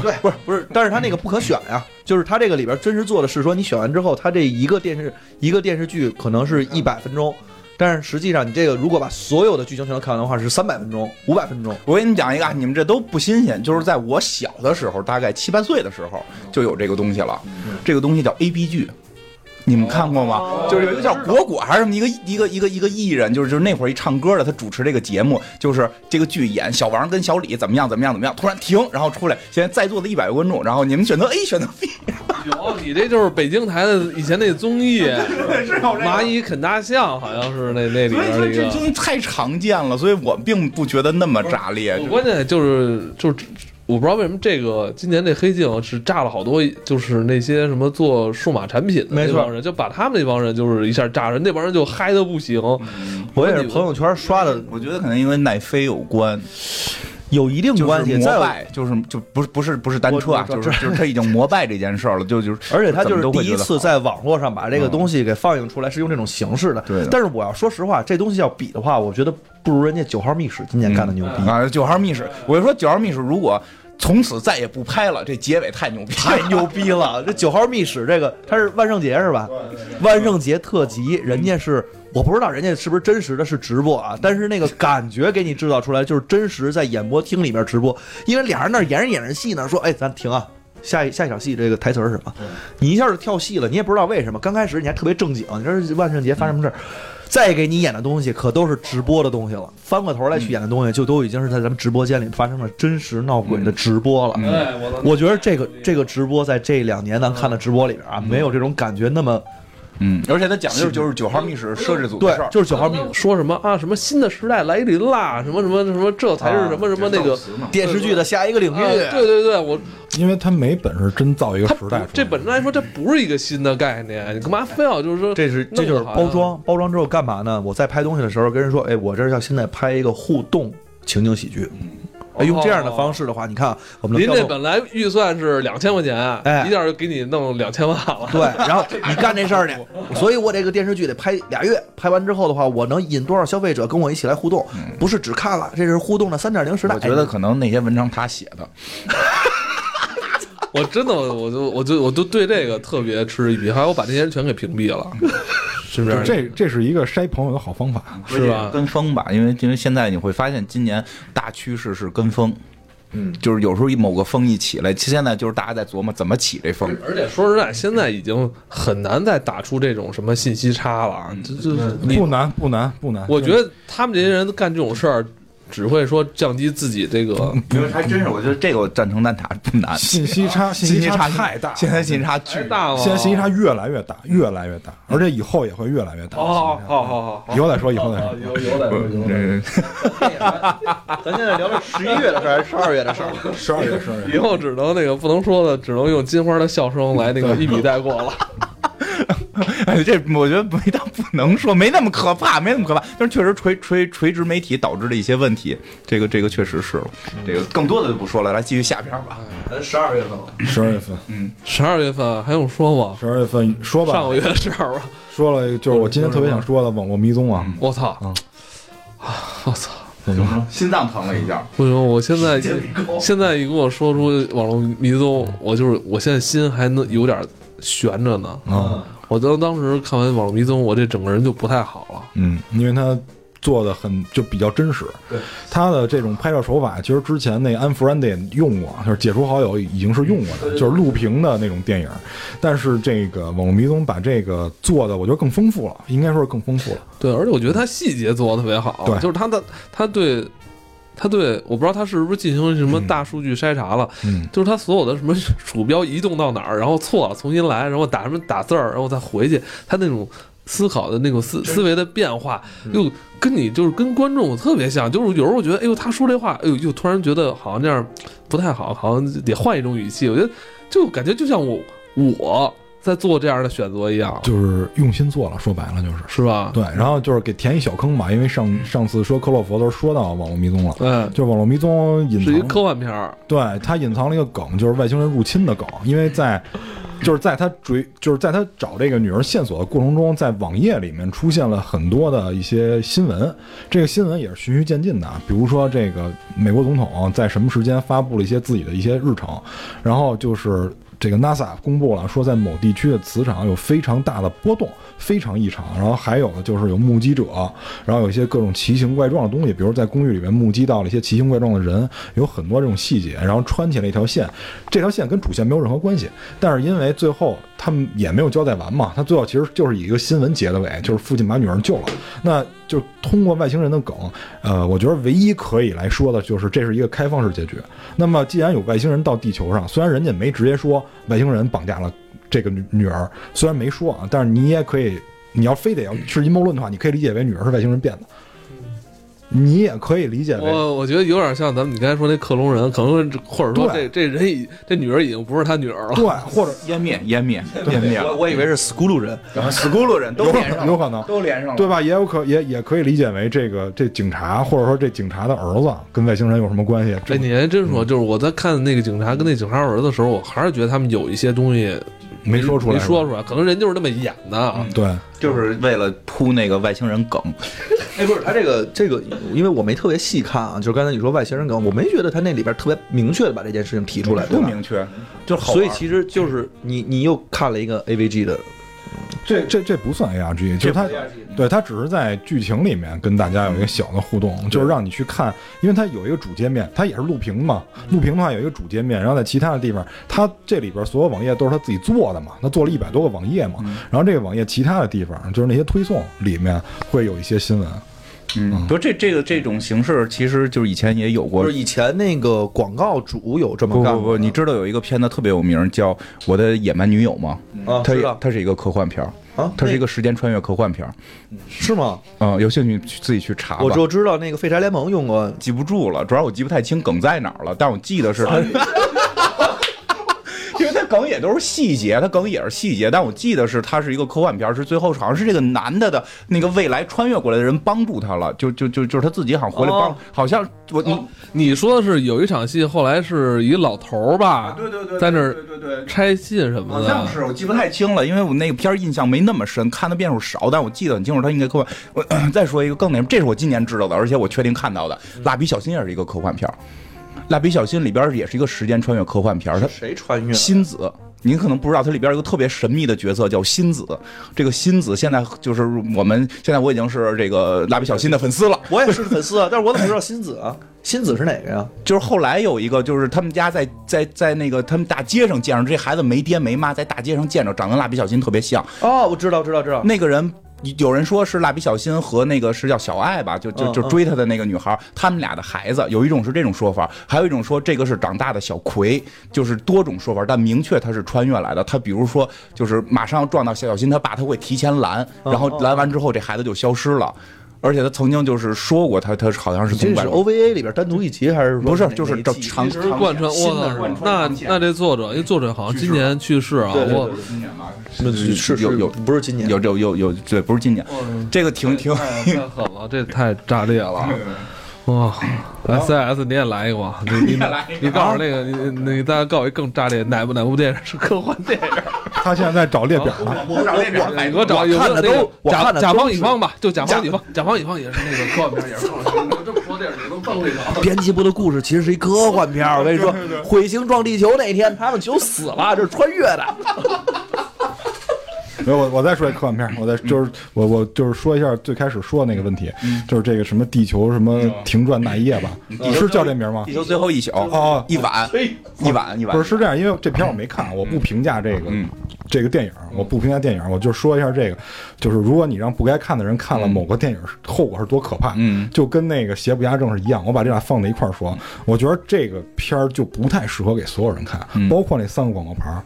E: 对，不是不是，但是他那个不可选呀、就是他这个里边真实做的是说，你选完之后，他这一个电视一个电视剧可能是一百分钟，但是实际上你这个如果把所有的剧情全都看完的话，是三百分钟、五百分钟。
B: 我给你们讲一个，啊，你们这都不新鲜，就是在我小的时候，大概七八岁的时候就有这个东西了。这个东西叫 A B 剧，你们看过吗？就是有一个叫果果还是什么一个一个一个一个艺人，就是就是那会儿一唱歌的，他主持这个节目，就是这个剧演小王跟小李怎么样怎么样怎么样，突然停，然后出来，现在在座的一百个观众，然后你们选择 A 选择 B，
A: 有，你这就是北京台的以前那综 艺，蚂蚁啃大象，好像是那那里
B: 所以
A: 边
B: 说
A: 那
B: 这
A: 个。
B: 东西太常见了，所以我并不觉得那么炸裂。
A: 我
B: 就
A: 关键就是就是我不知道为什么这个今年这黑镜是炸了好多，就是那些什么做数码产品的
E: 没
A: 那
E: 错
A: 帮人，就把他们那帮人就是一下炸人，那帮人就嗨的不行。
E: 我也是朋友圈刷的，
B: 我觉得可能因为奈飞有关，
E: 有一定
B: 就是
E: 关系。再
B: 膜
E: 有
B: 拜，就是就不是不是不是单车啊，
E: 我
B: 就
E: 我
B: 是就是他已经膜拜这件事儿了，就就是，
E: 而且他就
B: 怎么
E: 是
B: 都会
E: 第
B: 觉
E: 一
B: 得
E: 次
B: 好
E: 在网络上把这个东西给放映出来，是用这种形式的。
B: 对的
E: 但是我要说实话，这东西要比的话，我觉得不如人家九号密室今年干的牛逼。
B: 啊九号密室，我就说九号密室如果从此再也不拍了，这结尾太牛逼，
E: 太牛逼了！这九号密室这个，它是万圣节是吧？万圣节特辑，人家是我不知道人家是不是真实的，是直播啊，但是那个感觉给你制造出来就是真实在演播厅里面直播，因为俩人那儿演着演着戏呢，说哎咱停啊。下一下一场戏，这个台词儿是什么？你一下就跳戏了，你也不知道为什么。刚开始你还特别正经，你说万圣节发生什么事儿？再给你演的东西可都是直播的东西了。翻过头来去演的东西，就都已经是在咱们直播间里发生了真实闹鬼的直播了。
A: 哎，我
E: 我觉得这个这个直播在这两年咱看的直播里边啊，没有这种感觉那么
B: 嗯，而且他讲的就是就是九号密室摄制组
E: 对
B: 的事，儿，
E: 就是九号密
A: 说什么啊？什么新的时代来临啦？什么什么什么？这才是什么什么那个？
E: 电视剧的下一个领
A: 啊对对对，我
D: 因为他没本事真造一个
A: 它
D: 时
A: 不
D: 代出来。
A: 这本身来说，这不是一个新的概念，你干嘛非要就是说
E: 这是这就是
A: 弄得好像
E: 包装，包装之后干嘛呢？我在拍东西的时候跟人说，哎，我这儿要现在拍一个互动情景喜剧，哎，用这样的方式的话，你看啊我们
A: 哦您
E: 能调
A: 这本
E: 动
A: 来预算是两千块钱，
E: 哎
A: 一下就给你弄两千万了。
E: 对，然后你干这事儿去，所以我这个电视剧得拍俩月，拍完之后的话，我能引多少消费者跟我一起来互动？不是只看了，这是互动的三点零时代。
B: 我觉得可能那些文章他写的，
A: 我真的，我就我就我就对这个特别嗤之以鼻，还有我把这些人全给屏蔽了，是不是？
D: 这这是一个筛朋友的好方法。
A: 是吧
B: 跟风吧，因为因为现在你会发现，今年大趋势是跟风。嗯，就是有时候一某个风一起来，其实现在就是大家在琢磨怎么起这风。
A: 而且说实在，现在已经很难再打出这种什么信息差了啊。这这你
D: 不难，不难，不难。
A: 我觉得他们这些人干这种事儿，只会说降低自己这个
B: 没有，还真是，我觉得这个我赞成蛋挞不难。
D: 信息
A: 啊
D: 差，
B: 信
D: 息
B: 差
D: 太大了，
B: 现在信息差巨大。
A: 大了。
D: 现在信息差越来越大，越来越大，而且以后也会越来越大。
A: 哦，
D: 信息差
A: 好好好好，
D: 以后再说，以后再说。
A: 有有的有的，
B: 嗯
E: 咱现在聊聊十一月的事儿还是十二月的事儿？
D: 十二月，十二月。
A: 以后只能那个不能说的，只能用金花的笑声来那个一笔带过了。
B: 哎， 这我觉得没到不能说，没那么可怕，没那么可怕。但是确实垂垂垂直媒体导致的一些问题，这个这个确实是了。这个更多的就不说了，来继续下篇吧。
E: 咱十二月份了，
D: 十二月份，
A: 十二月份还用说吗？
D: 十二月份说吧
A: 上，个月的事儿吧，
D: 说了就是我今天特别想说的网络迷踪啊，
A: 我操
D: 嗯！
A: 啊，我操！
B: 心脏疼了一下，
A: 不行，我现在现在一跟我说出网络迷踪，
D: 嗯
A: 我就是我现在心还能有点悬着呢。
D: 啊，
A: 我当当时看完网络迷踪，我这整个人就不太好了。
D: 嗯，因为它做的很就比较真实，它的这种拍摄手法，其实之前那 Unfriended 用过，就是解除好友已经是用过的，就是录屏的那种电影，但是这个网络迷踪把这个做的，我觉得更丰富了，应该说是更丰富了，
A: 对，而且我觉得他细节做的特别好，
D: 对
A: 就是他的他对。他对，我不知道他是不是进行什么大数据筛查了，
D: 嗯
A: 就是他所有的什么 鼠标移动到哪儿，然后错了重新来，然后打什么打字儿，然后再回去，他那种思考的那种思思维的变化，又跟你就是跟观众特别像，就是有时候我觉得，哎呦，他说这话，哎呦，又突然觉得好像这样不太好，好像得换一种语气，我觉得就感觉就像我我在做这样的选择一样，
D: 就是用心做了，说白了就是。
A: 是吧？
D: 对，然后就是给填一小坑吧，因为上上次说克洛佛的时候说到网络迷踪了，
A: 嗯，
D: 就是网络迷踪隐
A: 是一
D: 藏
A: 科幻片儿，
D: 对他隐藏了一个梗，就是外星人入侵的梗，因为在。就是在他追，就是在他找这个女儿线索的过程中，在网页里面出现了很多的一些新闻，这个新闻也是循序渐进的啊。比如说，这个美国总统在什么时间发布了一些自己的一些日程，然后就是这个 NASA 公布了说，在某地区的磁场有非常大的波动，非常异常。然后还有呢，就是有目击者，然后有一些各种奇形怪状的东西，比如在公寓里面目击到了一些奇形怪状的人，有很多这种细节。然后穿起了一条线，这条线跟主线没有任何关系，但是因为最后他们也没有交代完嘛，他最后其实就是以一个新闻结的尾，就是父亲把女儿救了。那就是通过外星人的梗，呃，我觉得唯一可以来说的就是这是一个开放式结局。那么既然有外星人到地球上，虽然人家没直接说外星人绑架了这个女女儿，虽然没说啊，但是你也可以，你要非得要是阴谋论的话，你可以理解为女儿是外星人变的，你也可以理解为
A: 嗯我我觉得有点像咱们你刚才说那克隆人，可能或者说这
D: 对
A: 这人已这女儿已经不是他女儿了，
D: 对，或者
B: 湮灭，湮灭，湮灭
E: 我
B: 了。
E: 我以为是 school 人，
B: 死咕噜人都
D: 有可
B: 连上
D: 能
B: 了，
D: 有可能
B: 都连上了。
D: 对吧？也有可也也可以理解为这个这警察，或者说这警察的儿子跟外星人有什么关系？
A: 哎，你还真
D: 嗯
A: 说，就是我在看那个警察跟那警察儿子的时候，我还是觉得他们有一些东西
D: 没说出来，嗯
A: 没说出来，可能人就是那么演的啊。
D: 对，
B: 就是为了铺那个外星人梗，
E: 哎，不是他这个这个，因为我没特别细看啊，就是刚才你说外星人梗，我没觉得他那里边特别明确的把这件事情提出来，对
B: 不
E: 吧？
B: 明确，就好玩
E: 所以其实就是你你又看了一个 AVG 的，
D: 这这这不算 ARG，就是它，对它只是在剧情里面跟大家有一个小的互动，就是让你去看，因为它有一个主界面，它也是录屏嘛，录屏的话有一个主界面，然后在其他的地方，它这里边所有网页都是它自己做的嘛，它做了一百多个网页嘛，然后这个网页其他的地方就是那些推送里面会有一些新闻，
B: 嗯，不，这这个这种形式其实就是以前也有过
E: 就。是以前那个广告主有这么
B: 不
E: 干
B: 不
E: 过
B: 不，你知道有一个片子特别有名，叫《我的野蛮女友》吗？
E: 啊？
B: 它
E: 知
B: 也
E: 道
B: 它是一个科幻片儿，
E: 啊，
B: 它是一
E: 那
B: 个时间穿越科幻片儿。
E: 是吗？
B: 嗯，有兴趣去自己去查吧。
E: 我就知道那个废柴联盟用过，
B: 记不住了，主要我记不太清梗在哪儿了，但我记得是它。因为它梗也都是细节，它梗也是细节，但我记得是它是一个科幻片儿，是最后好像是这个男的的那个未来穿越过来的人帮助他了，就就就就是他自己好像回来帮，
A: 哦
B: 好像我你、
A: 你说的是有一场戏，后来是一老头儿吧，
B: 啊对
A: 在那儿
B: 对对
A: 拆信什么
B: 好像
A: 的，
B: 是，我记不太清了，因为我那个片儿印象没那么深，看的遍数少，但我记得很清楚，它应该科幻。我咳再说一个更那什么，这是我今年知道的，而且我确定看到的，《蜡笔小新》也是一个科幻片儿，《蜡笔小新》里边儿也是一个时间穿越科幻片儿，它
E: 谁穿越？
B: 新子。您可能不知道，它里边有一个特别神秘的角色叫新子。这个新子现在就是我们现在我已经是这个蜡笔小新的粉丝了。
E: 我也是粉丝啊，但是我怎么知道新子啊？新子是哪个呀？
B: 就是后来有一个，就是他们家在在在那个他们大街上见着这孩子没爹没妈，在大街上见着，长得跟蜡笔小新特别像。
E: 哦，我知道，知道，知道。
B: 那个人有人说是蜡笔小新和那个是叫小爱吧，就就就
E: 嗯嗯
B: 追他的那个女孩，他们俩的孩子，有一种是这种说法，还有一种说这个是长大的小葵，就是多种说法，但明确他是穿越来的。他比如说就是马上要撞到小小新他爸，他会提前拦，
A: 嗯
B: 然后拦完之后这孩子就消失了，而且他曾经就是说过他他好像是从
E: 这
B: 外
E: 是
B: 国
E: OVA 里边单独一集还是说
B: 不是
E: 哪
B: 就是
E: 哪一
B: 整
E: 季
B: 长
A: 其实贯穿，
B: 新的
A: 我
B: 贯
A: 操，
B: 穿
A: 那
B: 长线
A: 那这作者，因为作者好像今年去世啊，
E: 对对
A: 我
B: 今年吧
E: 是是
B: 有有
E: 不是今年
B: 有有有有对，不是今年，
A: 嗯
B: 这个挺 挺
A: 太太狠了，这太炸裂了。哇，S S 你也来一个吧， 你你你告
B: 啊
A: 诉那个你你你大家告诉一更炸裂哪部哪部电影是科幻电影？
D: 他现在在找列表呢，
B: 我找那边
A: 你给我找有没有
E: 看的
A: 那
E: 都
A: 个
E: 我
A: 甲
E: 看的
A: 甲
E: 都
A: 方乙
E: 是
A: 方吧，就甲方乙方，甲方乙方也是那个科幻片也是科幻 片。这么说电影你都蹦一场。
E: 编辑部的故事其实是一科幻片儿，我跟 你说，彗星撞地球那天，他们就死了，这是穿越 的。
D: 没有我我再说一科幻片儿，我再就是我我就是说一下最开始说的那个问题，就是这个什么地球什么停转那一夜吧，是叫这名吗
B: 地？球最后一宿
D: 啊哦
B: 一晚一晚嗯一晚，
D: 不是是这样，因为这片儿我没看，我不评价这个、这个电影，
B: 嗯
D: 我不评价电影，我就说一下这个，就是如果你让不该看的人看了某个电影，后果是多可怕，
B: 嗯
D: 就跟那个邪不压正是一样。我把这俩放在一块儿说，我觉得这个片儿就不太适合给所有人看，
B: 嗯
D: 包括那三个广告牌儿，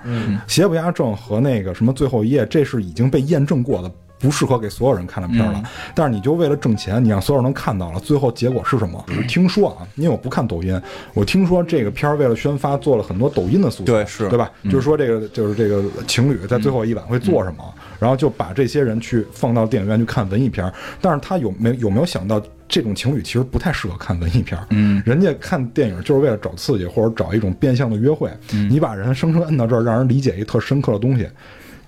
D: 邪不压正和那个什么最后一页，这是已经被验证过的。不适合给所有人看的片
B: 嗯
D: 儿了，但是你就为了挣钱，你让所有人能看到了，最后结果是什么？
B: 嗯
D: 听说啊，因为我不看抖音，我听说这个片儿为了宣发做了很多抖音的素材，
B: 对是
D: 对吧？啊就是说这个就是这个情侣在最后一晚会做什
A: 嗯
D: 么，然后就把这些人去放到电影院去看文艺片儿，但是他有没有没有想到？这种情侣其实不太适合看文艺片儿，嗯，人家看电影就是为了找刺激或者找一种变相的约会。
A: 嗯
D: 你把人生生摁到这儿，让人理解一特深刻的东西，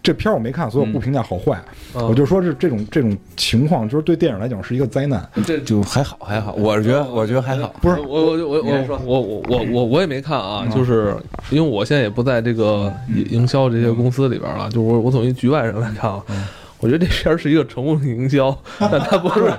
D: 这片儿我没看，所以我
A: 嗯
D: 不评价好坏，我就说是这种这种情况，就是对电影来讲是一个灾 难。
A: 这
B: 就还好还好，我觉得我觉得还好，
D: 不是
A: 我我我我我我我我我也没看啊，就是因为我现在也不在这个营营销这些公司里边了，就是我我从一局外人来看啊，我觉得这片儿是一个成功的营销，但它不是，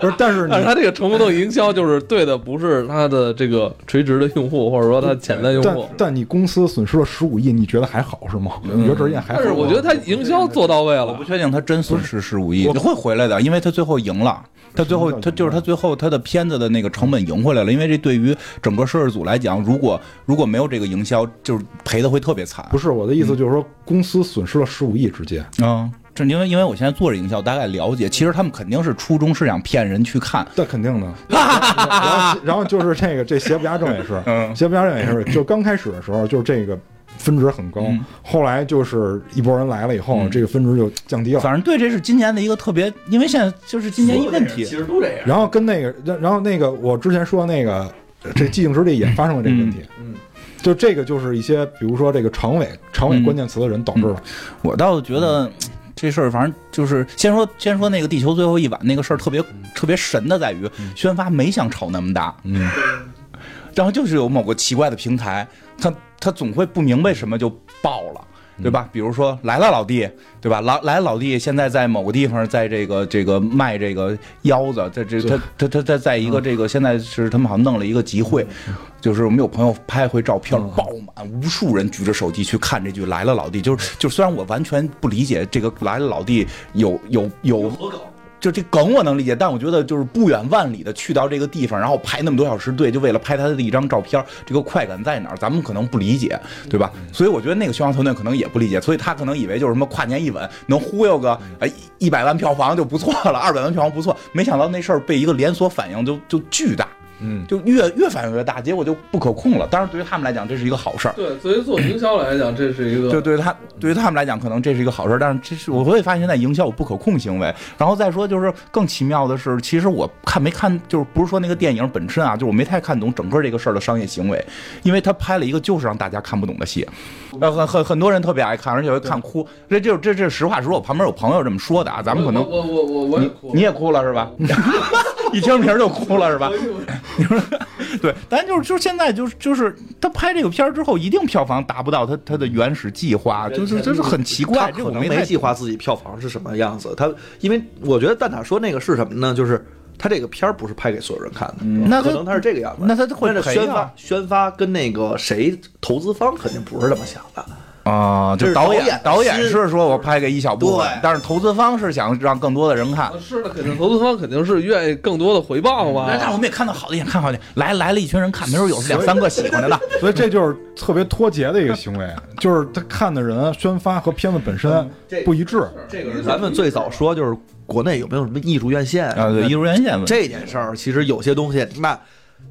D: 不是，但
A: 但是
D: 是你
A: 它这个成功的营销就是对的，不是它的这个垂直的用户或者说它潜在用
D: 但
A: 户。
D: 但你公司损失了十五亿，你觉得还好是吗？你觉得这也还好？
A: 嗯但是我觉得它营销做到位
B: 我
A: 了
B: 不，确定他真损失十五亿，会回来的，因为他最后赢了。他最后，
D: 什么叫
B: 他就是他最后他的片子的那个成本赢回来了，因为这对于整个摄制组来讲，如果如果没有这个营销，就是赔的会特别惨。
D: 不是我的意思，就是说公司损失了十五亿，直接
B: 嗯，这因为因为我现在做着营销，大概了解，其实他们肯定是初衷是想骗人去看，
D: 那肯定的。然后然后就是这个这邪不压正也是，邪不压正也是，就刚开始的时候就是这个。分值很高，后来就是一波人来了以后，这个分值就降低了。
B: 反正对，这是今年的一个特别，因为现在就是今年一问题，
E: 实都这样。
D: 然后跟那个，然然后那个，我之前说那个，这寂静之地也发生了这个问题。嗯，就这个就是一些，比如说这个常委、常委关键词的人导致的。
B: 我倒觉得。这事儿反正就是先说先说那个地球最后一晚那个事儿特别特别神的在于宣发没想炒那么大，
D: 嗯，
B: 然后就是有某个奇怪的平台，他他总会不明白什么就爆了。对吧？比如说来了老弟，对吧？老来了老弟，现在在某个地方，在这个这个卖这个腰子，在这他他他他在一个这个现在是他们好像弄了一个集会，就是我们有朋友拍回照片，爆满，无数人举着手机去看这句来了老弟，就是就虽然我完全不理解这个来了老弟有有有就这梗我能理解，但我觉得就是不远万里的去到这个地方，然后排那么多小时队，就为了拍他的一张照片，这个快感在哪儿？咱们可能不理解，对吧？所以我觉得那个宣传团队可能也不理解，所以他可能以为就是什么跨年一吻能忽悠个哎一百万票房就不错了， 二百万票房不错，没想到那事儿被一个连锁反应就就巨大，
D: 嗯，
B: 就越越反应越大，结果就不可控了。当然，对于他们来讲，这是一个好事儿。
A: 对，所以做营销来讲，这是一个
B: 就对他对于他们来讲，可能这是一个好事，但是这是我会发现现在营销有不可控行为。然后再说就是更奇妙的是，其实我看没看，就是不是说那个电影本身啊，就是我没太看懂整个这个事儿的商业行为，因为他拍了一个就是让大家看不懂的戏，呃，很很很多人特别爱看，而且会看哭。这这这这实话实说，我旁边有朋友这么说的啊，咱们可能
A: 我我我我也
B: 你也哭了是吧？ 一听名儿就哭了是吧？你说 对，咱就是就是现在就是就是他拍这个片儿之后，一定票房达不到他他的原始计划，就是就是很奇怪，
E: 他
B: 这
E: 可
B: 我
E: 能
B: 太
E: 没计划自己票房是什么样子，他因为我觉得蛋挞说那个是什么呢？就是他这个片儿不是拍给所有人看的，
B: 嗯那他
E: 可能他是这个样子。
B: 那他会
E: 但是
B: 赔啊
E: 宣发宣发跟那个谁投资方肯定不是这么想的，
B: 啊、就
I: 这是
B: 导
I: 导演
B: 演
I: 的
B: 导演
I: 心
B: 是说我拍给一小部分
I: 对，
B: 但是投资方是想让更多的人看。
A: 是的，肯定投资方肯定是愿意更多的回报嘛。
B: 但是我们也看到好的一眼，看好的一眼，来来了一群人看，没准有两三个喜欢的呢。
D: 所以这就是特别脱节的一个行为，就是他看的人宣发和片子本身不一致。
I: 这个是
E: 咱们最早说就是国内有没有什么艺术院线
B: 啊，对，艺术院线问题
E: 这件事儿，其实有些东西，那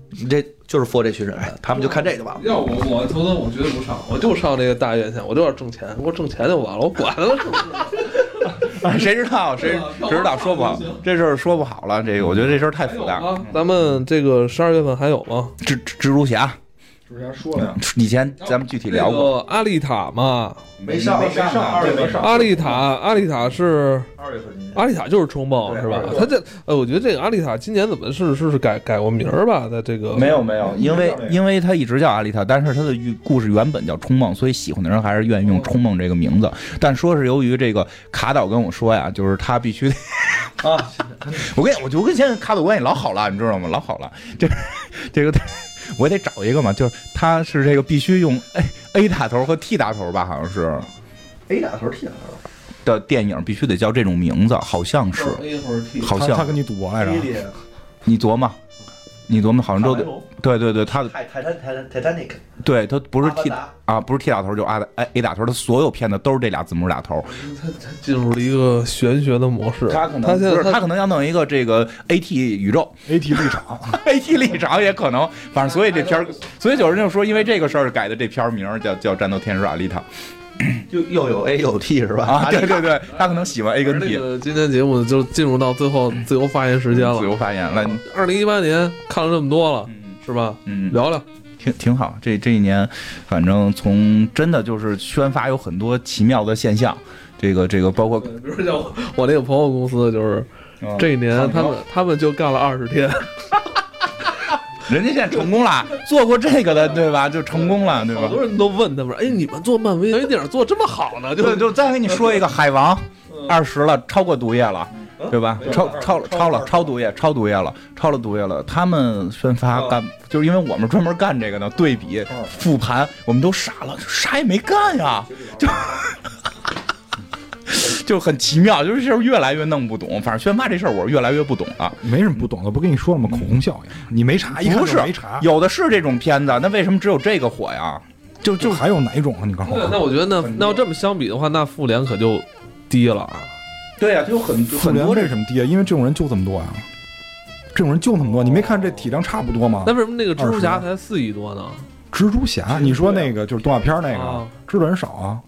E: 你这就是说这群人，他们就看这个吧。
A: 要我，我投资我绝对不上，我就上这个大院线，我就要挣钱，我挣钱就完了，我管他是不是。
B: 谁知道 谁谁知道说不好，这事儿说不好了。这个我觉得这事儿太
A: 还
B: 复
A: 有
B: 杂了。
A: 吗？咱们这个十二月份还有吗？
B: 蜘蜘蜘蛛侠
D: 之前说了呀，
B: 以前咱们具体聊过，
A: 那个阿丽塔嘛，
I: 没上没上二月没上，
A: 阿丽塔，阿丽塔是
I: 二月份
A: 阿丽塔就是冲梦是吧？他这呃，我觉得这个阿丽塔今年怎么是是是改改过名儿吧？在这个
B: 没有
D: 哦
B: 没有，因为因为他一直叫阿丽塔，但是他的寓故事原本叫《冲梦》，所以喜欢的人还是愿意用“冲梦”这个名字。但说是由于这个卡导跟我说呀，就是他必须得啊， 我跟你我就跟现在卡导关系老好了，你知道吗？老好了，这这个我得找一个嘛，就是他是这个必须用 A A 打头和 T 打头吧，好像是
I: A 打头 T 打头，
B: 的电影必须得叫这种名字，好像是，
A: A 或者 T，
B: 好
D: 他他
B: 像
D: 跟你赌博来着，
B: 你琢磨，你琢磨，好像都得对对对，他
I: 泰泰坦泰坦泰坦尼克
B: 对他不是
I: 阿凡
B: T
I: 达
B: 啊，不是 T 打头就 A A 打头，他所有片子都是这俩字母打头。
A: 他他进入了一个玄学的模式，
B: 他
A: 他
B: 可能
A: 现在
B: 不是他可能要弄一个这个 A T 宇宙
D: AT 立场，
B: ，A T 立场也可能，反正所以这片儿，所以有人就说，因为这个事儿改的这片儿名儿叫叫《战斗天使阿丽塔
I: 又又有 A 又有 T 是》吧？
B: 啊，对对对，他可能喜欢 A 跟 T
A: 这。个今天节目就进入到最后自由发言时间
B: 自
A: 了。
I: 啊
B: 由发言来，
A: 二零一八年看了这么多了，
B: 嗯
A: 是吧？
B: 嗯，
A: 聊聊，
B: 挺挺好。这这一年，反正从真的就是宣发有很多奇妙的现象，这个这个包括
A: 比如像我我那个朋友公司，就是
B: 嗯
A: 这一年他
B: 好
A: 们他们就干了二十天，
B: 啊人家现在成功了，做过这个的对吧？就成功了对吧
A: 好？多人都问他们，哎，你们做漫威电影做这么好呢？就
B: 对，就再给你说一个，海王二十了，超过毒液了，对吧？超嗯超超了，超毒液，超毒液了，超了毒液了。他们宣发干，就是因为我们专门干这个的，对比复盘，我们都傻了，啥也没干呀，就。就 很奇妙，就是就是越来越弄不懂。反正宣发这事儿，我是越来越不懂了。
D: 没什么不懂的，不跟你说了吗？口红效应，你没查，一看
B: 不
D: 就是没查。
B: 有的是这种片子，那为什么只有这个火呀？
D: 就就还有哪一种啊？你告诉
A: 对，
D: 我，
A: 那我觉得那那要这么相比的话，那复联可就低了啊。
B: 对呀、就很
D: 复
B: 很
D: 联
B: 多
D: 为什么低啊？因为这种人就这么多啊，这种人就那么多。你没看这体量差不多吗
A: 那？为什么那个蜘蛛
D: 20
A: 侠才四亿多呢？
D: 蜘蛛侠，你说那个就是动画片那
A: 啊
D: 个，知道人少啊。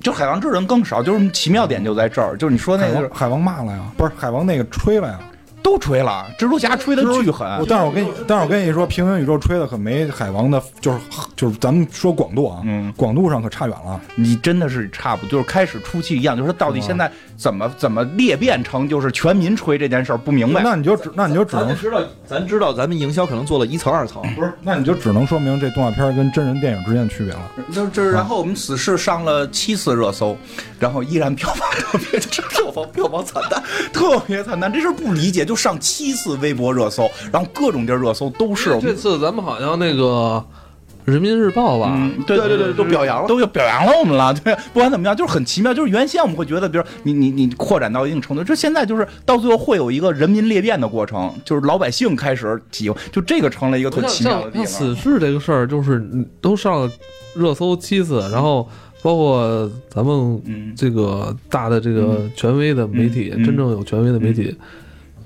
B: 就海王之人更少，就是奇妙点就在这儿，就是你说那
D: 海
B: 个
D: 王海王骂了呀，不是海王那个吹了呀。
B: 都吹了，蜘蛛侠吹的巨狠，
D: 我但是我跟你，但是我跟你说，平行宇宙吹的可没海王的，就是就是咱们说广度啊，
B: 嗯
D: 广度上可差远了。
B: 你真的是差不，就是开始初期一样，就是他到底现在怎么怎么裂变成就是全民吹这件事儿不明白。
D: 那你就只那你就只
E: 咱
D: 能
E: 们知道，咱知道，咱们营销可能做了一层、二层，
D: 不是，那你就只能说明这动画片跟真人电影之间的区别了。
B: 就就是，然后我们此事上了七次热搜，然后依然票房特别差，票房票房惨淡，特别惨淡。这事儿不理解，就上七次微博热搜，然后各种地儿热搜都是。
A: 这次咱们好像那个《人民日报》吧，
B: 嗯，对对对，都表扬了，都有表扬了我们了。对，不管怎么样，就是很奇妙。就是原先我们会觉得，比如你你你扩展到一定程度，就现在就是到最后会有一个人民裂变的过程，就是老百姓开始喜欢，就这个成了一个特
A: 像
B: 奇妙
A: 像
B: 的地
A: 像
B: 方。
A: 死侍这个事儿，就是嗯都上了热搜七次，然后包括咱们
B: 嗯，
A: 这个大的这个权威的媒体，
B: 嗯嗯
A: 真正有权威的媒体，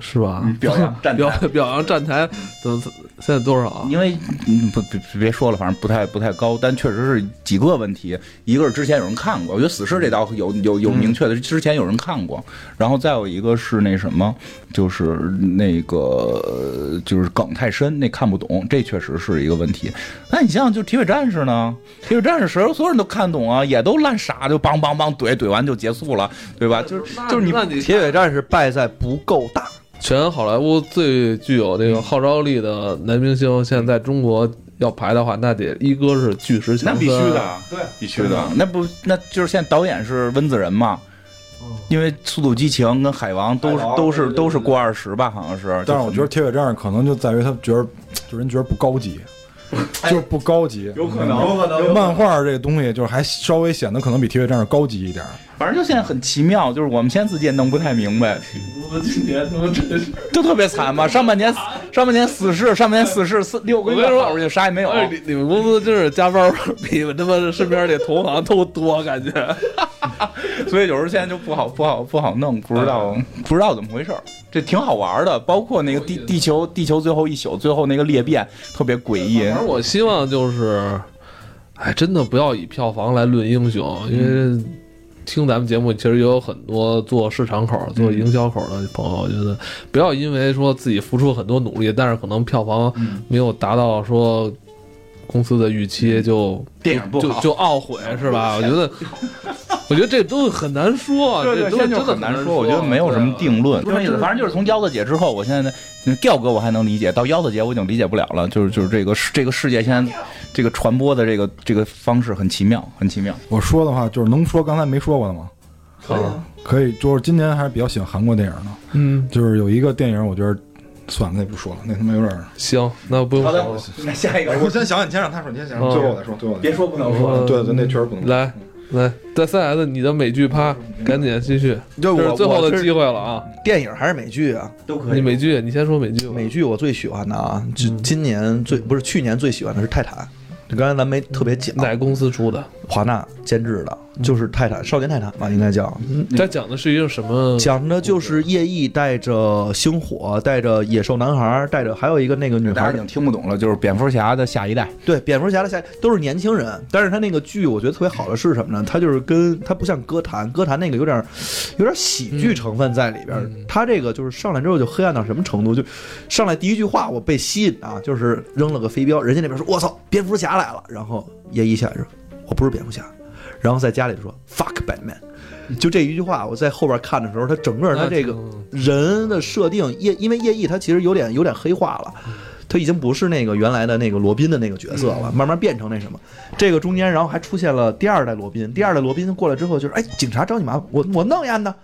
A: 是吧？
B: 表扬 站
A: 表
B: 台。
A: 表扬站台，怎么现在多少啊？
B: 因为嗯不别别说了，反正不太不太高，但确实是几个问题。一个是之前有人看过，我觉得死侍这道有有有明确的，之前有人看过。然后再有一个是那什么，就是那个呃就是梗太深，那看不懂，这确实是一个问题。那你像就铁血战士呢？铁血战士所有所有人都看懂啊，也都烂傻，就梆梆梆怼怼完就结束了，对吧？就是就是你
A: 那你
E: 铁血战士败在不够大，
A: 全好莱坞最具有这个号召力的男明星，现在中国要排的话，那得一哥是巨石强森，，，啊
B: 对，必须的。那不，那就是现在导演是温子仁嘛？因为《速度与激情》跟《海王》都是都是都是过二十吧，好像是。
D: 但是我觉得《铁血战士》可能就在于他觉得，就人觉得不高级，就是不高级。
H: 哎有可能，有可能
D: 漫画这个东西，就是还稍微显得可能比《铁血战士》高级一点儿。
H: 反正就现在很奇妙，就是我们现在自己也弄不太明白，
A: 我今年他妈真是，
H: 就特别惨嘛。上半年上半年死侍，上半年死侍四六个月
A: 我跟你说
H: 跑出去啥也没有，
A: 哎你你们公司真是加班儿比他妈身边这同行都多，感觉。
H: 所以有时候现在就不好不好不好弄，不知道
A: 哎
H: 不知道怎么回事儿。这挺好玩的，包括那个地地球地球最后一宿最后那个裂变特别诡异。
A: 反正我希望就是，哎，真的不要以票房来论英雄，因为
H: 嗯
A: 听咱们节目其实也有很多做市场口、做
H: 嗯
A: 营销口的朋友，我觉得不要因为说自己付出很多努力，但是可能票房
H: 嗯
A: 没有达到说。公司的预期就
H: 电影嗯不
A: 就
H: 好
A: 就懊悔是吧？我觉 得，我觉得这都很难说，
H: 对对，
A: 这
H: 现在
A: 都
H: 就
A: 真的
H: 很
A: 很
H: 难
A: 说。
H: 说，我觉得没有什么定论，
A: 对啊
H: 不是意思。反正就是从腰子姐之后，我现在那调哥我还能理解，到腰子姐我已经理解不了了。就是就是这个世这个世界现在这个传播的这个这个方式很奇妙，很奇妙。
D: 我说的话就是能说刚才没说过的吗？可以，就是今年还是比较喜欢韩国电影的，
A: 嗯，
D: 就是有一个电影，我觉得算了，那不说了，那他妈有点儿。
A: 行，那不用说了。
H: 那下一个哦
D: 先想想，你先让他说，你先想
A: 嗯
D: 最后我再说，最后我再
H: 别说不能说，
A: 嗯
D: 对对，那确实不能。
A: 来来，在三 S 你的美剧趴，赶紧继续，这
E: 就我
A: 是最后
E: 我
A: 的
E: 是
A: 机会了啊！
E: 电影还是美剧啊？
H: 都可
A: 你美剧，你先说美剧吧。
E: 美剧我最喜欢的啊，就今年最不是去年最喜欢的是《泰坦》，就刚才咱没特别讲，
A: 哪公司出的？
E: 华纳监制的，就是《泰坦》少年泰坦吧，应该叫。
A: 它讲的是一个什么？
E: 嗯讲的就是夜翼带着星火，带着野兽男孩，带着还有一个那个女
H: 大家
E: 孩
H: 已，经听不懂了，就是蝙蝠侠的下一代，
E: 对，蝙蝠侠的下都是年轻人，但是他那个剧我觉得特别好的是什么呢？他就是跟他不像歌坛，歌坛那个有点有点喜剧成分在里边儿，他这个就是上来之后就黑暗到什么程度，就上来第一句话我被吸引啊，就是扔了个飞镖，人家那边说我操蝙蝠侠来了，然后叶一下来说我不是蝙蝠侠，然后在家里就说 fuck Batman。就这一句话，我在后边看的时候，他整个他这个人的设定，叶因为叶毅他其实有点有点黑化了，他已经不是那个原来的那个罗宾的那个角色了，慢慢变成那什么。这个中间，然后还出现了第二代罗宾，第二代罗宾过来之后就是，哎，警察找你麻烦，我我弄呀呢，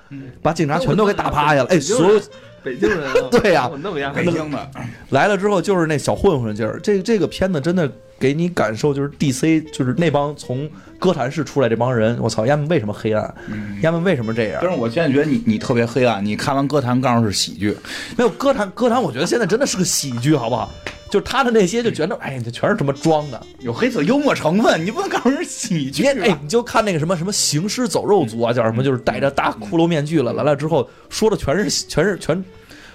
E: 把警察全都给打趴下了，哎，所有
A: 北京人啊
E: 对呀、
A: 我弄呀
H: 北京的。
E: 来了之后就是那小混混劲儿。这这个片子真的给你感受就是 DC 就是那帮从哥谭市出来这帮人，我操，他们为什么黑暗？他们为什么这样？
H: 但是我现在觉得你你特别黑暗，你看完歌坛告诉是喜剧，
E: 没有歌坛，歌坛我觉得现在真的是个喜剧，好不好？就是他的那些就觉得，哎，这全是他妈装的。
H: 有黑色幽默成分，你不能告诉是喜剧
B: 啊
H: 啊
E: 你看，哎
H: 吧，，
E: 你就看那个什么什么行尸走肉族啊，叫什么，就是戴着大骷髅面具了，来了之后说的全是全是全，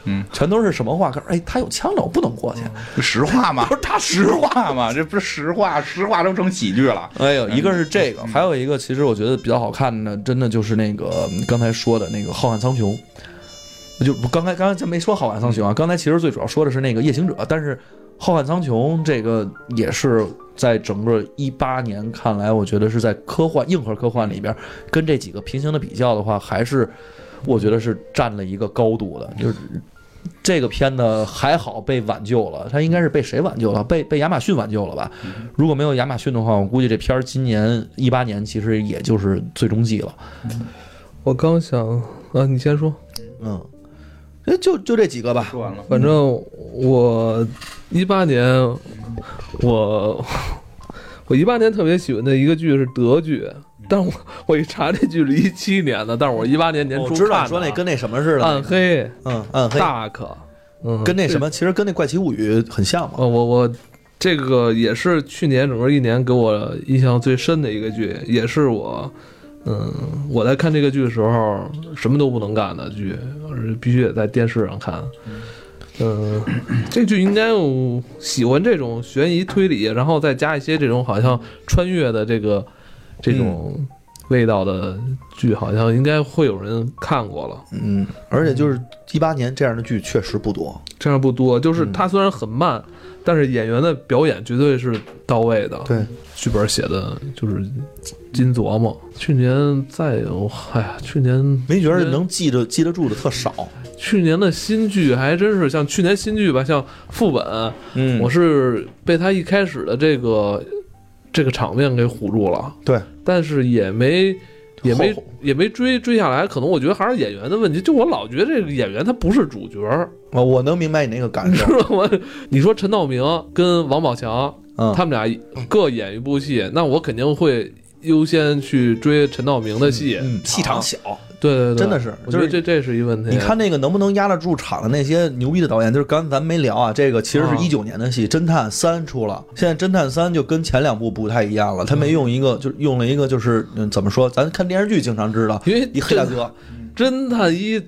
H: 嗯，
E: 全都是什么话？告诉哎，他有枪了，我不能过去。
H: 实话嘛
E: 不，是他
H: 实
E: 实话。
H: 话嘛，这不是实话，实话都成喜剧了。
E: 哎呦，一个是这个，还有一个其实我觉得比较好看的，真的就是那个嗯刚才说的那个《浩瀚苍穹》，就不刚才刚才咱没说《浩瀚苍穹》啊，刚才其实最主要说的是那个《夜行者》，但是《浩瀚苍穹》这个也是在整个一八年看来，我觉得是在科幻硬核科幻里边跟这几个平行的比较的话，还是我觉得是占了一个高度的，就是。这个片呢还好被挽救了，它应该是被谁挽救了？被被亚马逊挽救了吧？如果没有亚马逊的话，我估计这片儿今年一八年其实也就是最终季了。
A: 我刚想啊，你先说。
E: 嗯，哎，就就这几个吧。
H: 说完了，
A: 反正我一八年，我我一八年特别喜欢的一个剧是德剧，但我我一查这剧是一七年的，但是我一八年年初
E: 我知道
A: 看
E: 你说
A: 的啊
E: 那跟那什么似的，
A: 暗黑
E: 嗯，暗黑，
A: Dark，嗯，
E: 跟那什么，其实跟那怪奇物语很像嘛。
A: 呃，我我这个也是去年整个一年给我印象最深的一个剧，也是我，嗯，我在看这个剧的时候什么都不能干的剧，而必须得在电视上看。嗯，这剧应该有喜欢这种悬疑推理，然后再加一些这种好像穿越的这个这种味道的剧，好像应该会有人看过了。
E: 嗯，而且就是一八年这样的剧确实不多。
A: 这样不多，就是
E: 嗯
A: 它虽然很慢，但是演员的表演绝对是到位的。
E: 对，
A: 剧本写的就是金琢磨。去年再有，哎呀，去年
E: 没觉得能记着记得住的特少。
A: 去年的新剧还真是像去年新剧吧，像副本，
E: 嗯
A: 我是被他一开始的这个这个场面给唬住了。
E: 对，
A: 但是也没。也没
E: 后悔
A: 也没追追下来，可能我觉得还是演员的问题。就我老觉得这个演员他不是主角，
E: 我我能明白你那个感
A: 你
E: 受
A: 知。道吗？你说陈道明跟王宝强，
E: 嗯
A: 他们俩各演一部戏，那我肯定会优先去追陈道明的戏。
E: 嗯，戏场小，
A: 对对对，
E: 真的是
A: 我觉得
E: 就
A: 这这是一问题。
E: 你看那个能不能压得住场的那些牛逼的导演，就是刚才咱没聊啊，这个其实
A: 啊
E: 是一九年的戏，《侦探三》出了，现在《侦探三》就跟前两部不太一样了，他
A: 嗯
E: 没用一个，就是用了一个，就是嗯，怎么说？咱看电视剧经常知道，
A: 因为
E: 一黑大 哥，
A: 侦探一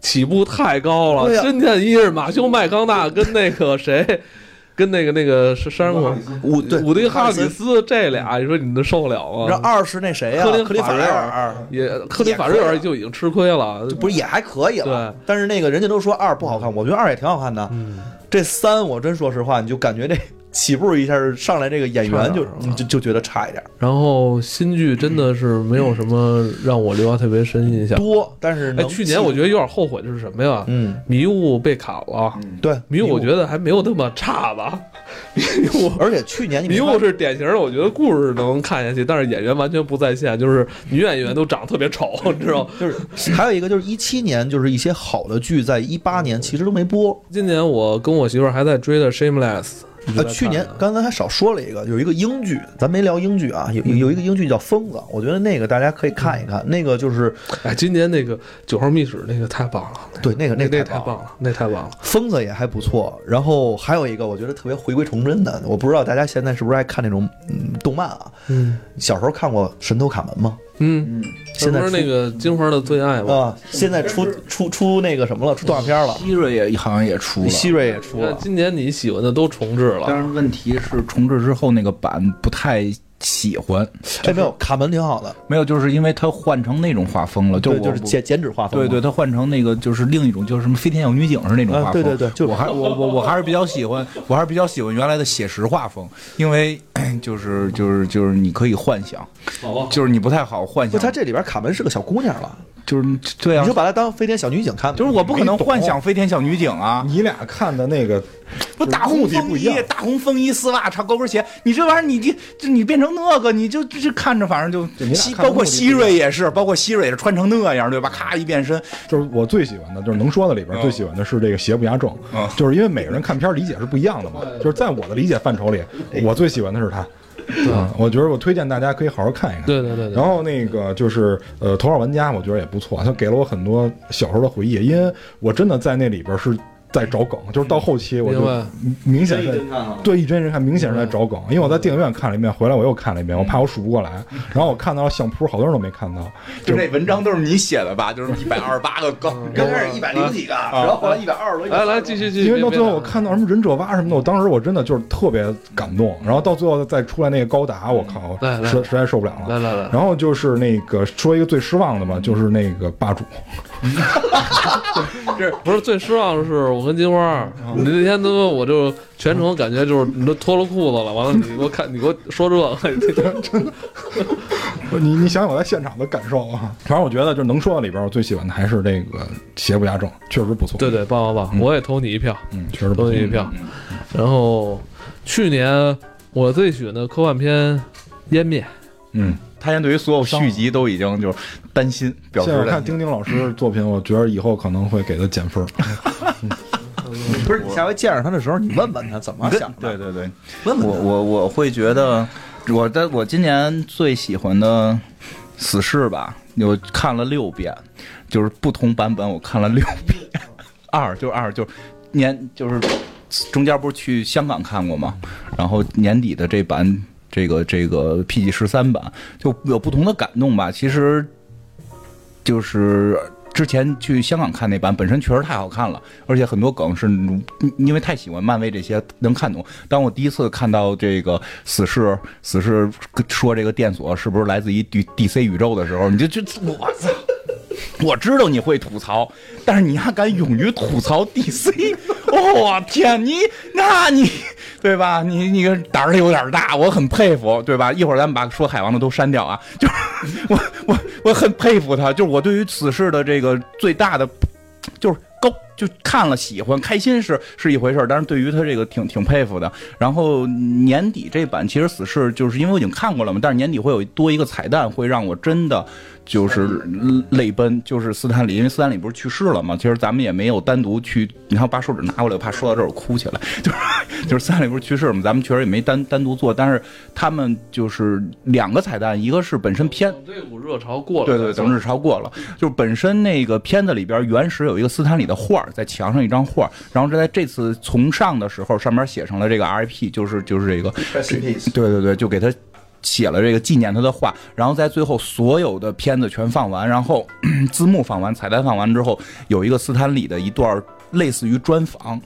A: 起步太高了，
E: 对呀
A: 侦探一是马修麦康纳跟那个谁， 跟那个那个是山姆
E: 五对
A: 伍迪哈
E: 哈里
A: 里
E: 森
A: 斯这俩，你说你能受得了
E: 然
A: 吗
E: 后？啊二是那谁呀？
A: 克林
E: 克林
A: 法
E: 法
A: 瑞
E: 瑞
A: 尔
E: 尔，
A: 也克林法瑞尔就已经吃亏了，
E: 就不是也还可以了
A: 对。
E: 但是那个人家都说二不好看，我觉得二也挺好看的。
A: 嗯
E: 这三我真说实话，你就感觉这起步一下上来，这个演员就
A: 差点儿
E: 嗯就就觉得差一点儿
A: 然后新剧真的是没有什么让我留下特别深印象。
E: 多，但是
A: 哎，
E: 能
A: 去年我觉得有点后悔的是什么呀？
E: 嗯
A: 迷雾被砍了，
D: 嗯
E: 对
A: 迷雾我觉得还没有那么差吧。迷雾
E: 而且去年你
A: 迷
E: 没发
A: 雾是典型的，我觉得故事能看下去，但是演员完全不在线，就是女演员都长得特别 丑，你知道吗？
E: 就是还有一个就是一七年，就是一些好的剧在一八年其实都没播。
A: 今年我跟我媳妇儿还在追的《Shameless》，一直在
E: 呃，
A: 看
E: 去年刚才还少说了一个，有一个英剧，咱没聊英剧啊，有有一个英剧叫《疯子》，我觉得那个大家可以看一看，那个就是
A: 哎，今年那个《九号密室》那个太棒了，
E: 对那个
A: 那
E: 那
A: 那
E: 个
A: 太
E: 棒了。
A: 棒了，那太棒了。
E: 疯子也还不错，然后还有一个我觉得特别回归重真的，我不知道大家现在是不是爱看那种嗯动漫啊？
A: 嗯
E: 小时候看过《神偷卡门》吗？
A: 嗯，
E: 现在
A: 不是
E: 出
A: 那个金花的最爱吗？
E: 啊，现在出出出那个什么了，出动画片了，
B: 希瑞也好像也出了，
E: 希瑞也出
A: 那
E: 了，
A: 今年你喜欢的都重置了，
B: 但是问题是重置之后那个版不太喜欢，
E: 哎没有，卡门挺好的，
B: 没有，就是因为它换成那种画风了，
E: 对，
B: 我
E: 就是剪剪纸画风
B: 对
E: 嘛，
B: 对，它换成那个就是另一种，就是什么飞天小女警是那种
E: 啊
B: 画风。
E: 对对对就是
B: 我还我我我还是比较喜欢，我还是比较喜欢原来的写实画风，因为 就是就是就是你可以幻想，就是你不太好幻
E: 啊不，
B: 想，
E: 他这里边卡门是个小姑娘了，
B: 就是对啊
E: 你就，把她当飞天小女警看吧，
B: 就是我不可能
D: 没懂
B: 幻想飞天小女警啊，
D: 你俩看的那个
B: 不大红
D: 目的不
B: 风
D: 一
B: 衣
D: 样、
B: 大红风衣、丝袜、长高跟鞋，你这玩意儿，你这这你变成那个，你就就是看着反正
D: 对
B: 就
D: 你俩
B: 希，
D: 看的
B: 包括
D: 目的
B: 希
D: 不一
B: 瑞也是，包括希瑞也是穿成那样，对吧？咔一变身，
D: 就是我最喜欢的，就是能说的里边
B: 嗯
D: 最喜欢的是这个邪不压正
B: 嗯，
D: 就是因为每个人看片儿理解是不一样的嘛。就是在我的理解范畴里，
A: 哎
D: 我最喜欢的是他。嗯，我觉得我推荐大家可以好好看一看。
A: 对对对对
D: 然后那个就是呃，《头号玩家》，我觉得也不错，他给了我很多小时候的回忆，因为我真的在那里边是在找梗，就是到后期我
A: 嗯明
D: 就
A: 白嗯
D: 明明显在对一帧一帧看，明显是在找梗，因为我在电影院看了一遍，回来我又看了一遍，我怕我数不过来，
A: 嗯
D: 然后我看到了相扑，好多人都没看到，
B: 就这文章都是你写的吧？就是一百二十 八个高，刚开始一百零几个，然后后来一百二十多
A: 嗯啊来来继续继续，
D: 因为到
A: 别
D: 最后我看到什么忍者蛙什么
A: 嗯
D: 的，我当时我真的就是特别感动。然后到最后再出来那个高达，我靠，
A: 嗯来来
D: 实实在受不了
A: 别
D: 了。
A: 来来来，
D: 然后就是那个说一个最失望的嘛，就是那个霸主，
A: 不是最失望的是我跟金花，你那天他妈我就全程感觉就是你都脱了裤子了，完了你给我看你给我说这个，
D: 你你想想我在现场的感受啊。反正我觉得就是能说的里边，我最喜欢的还是这个邪不压正，确实不错。
A: 对，对棒棒棒，我也投你一票，
D: 嗯，确实不
A: 投
D: 错。
A: 你一票。然后去年我最喜欢的科幻片《湮灭
D: 嗯，
B: 他现在对于所有续集都已经就是担心，表
D: 现
B: 示
D: 在我
B: 担
D: 看
B: 心。
D: 丁丁老师作品，我觉得以后可能会给他减分儿。
E: 不是你下回见着他的时候，你问问他怎么
B: 跟
E: 想的，
B: 对对对，
E: 问
B: 我
E: 问他。
B: 我我会觉得，我的我今年最喜欢的《死侍》吧，我看了六遍，就是不同版本我看了六遍。二就是二就是年就是中间不是去香港看过吗？然后年底的这版这个这个 PG 十三版就有不同的感动吧。其实就是之前去香港看那版本身确实太好看了，而且很多梗是嗯因为太喜欢漫威这些能看懂。当我第一次看到这个死侍死侍说这个电索是不是来自于 D DC 宇宙的时候，你就就我操！我知道你会吐槽，但是你还敢勇于吐槽 DC，我、天，你那你对吧？你你胆儿有点大，我很佩服，对吧？一会儿咱们把说海王的都删掉啊，就是我我我很佩服他，就是我对于此事的这个最大的就是高。就看了喜欢开心是是一回事儿，但是对于他这个挺挺佩服的。然后年底这版其实死侍就是因为我已经看过了嘛，但是年底会有多一个彩蛋，会让我真的就是泪奔，就是斯坦李，因为斯坦李不是去世了嘛，其实咱们也没有单独去，你看我把手指拿过来，我怕说到这儿我哭起来，就是就是三里不是去世嘛，咱们确实也没单单独做，但是他们就是两个彩蛋，一个是本身片。
A: 等这股哦热潮过了，
B: 对对，等日潮过了，就是本身那个片子里边原始有一个斯坦李的画儿在墙上一张画儿，然后这在这次重上的时候，上面写上了这个 RIP，就是就是这个，对对对，就给他写了这个纪念他的话，然后在最后所有的片子全放完，然后 字幕放完，彩蛋放完之后，有一个斯坦李的一段类似于专访。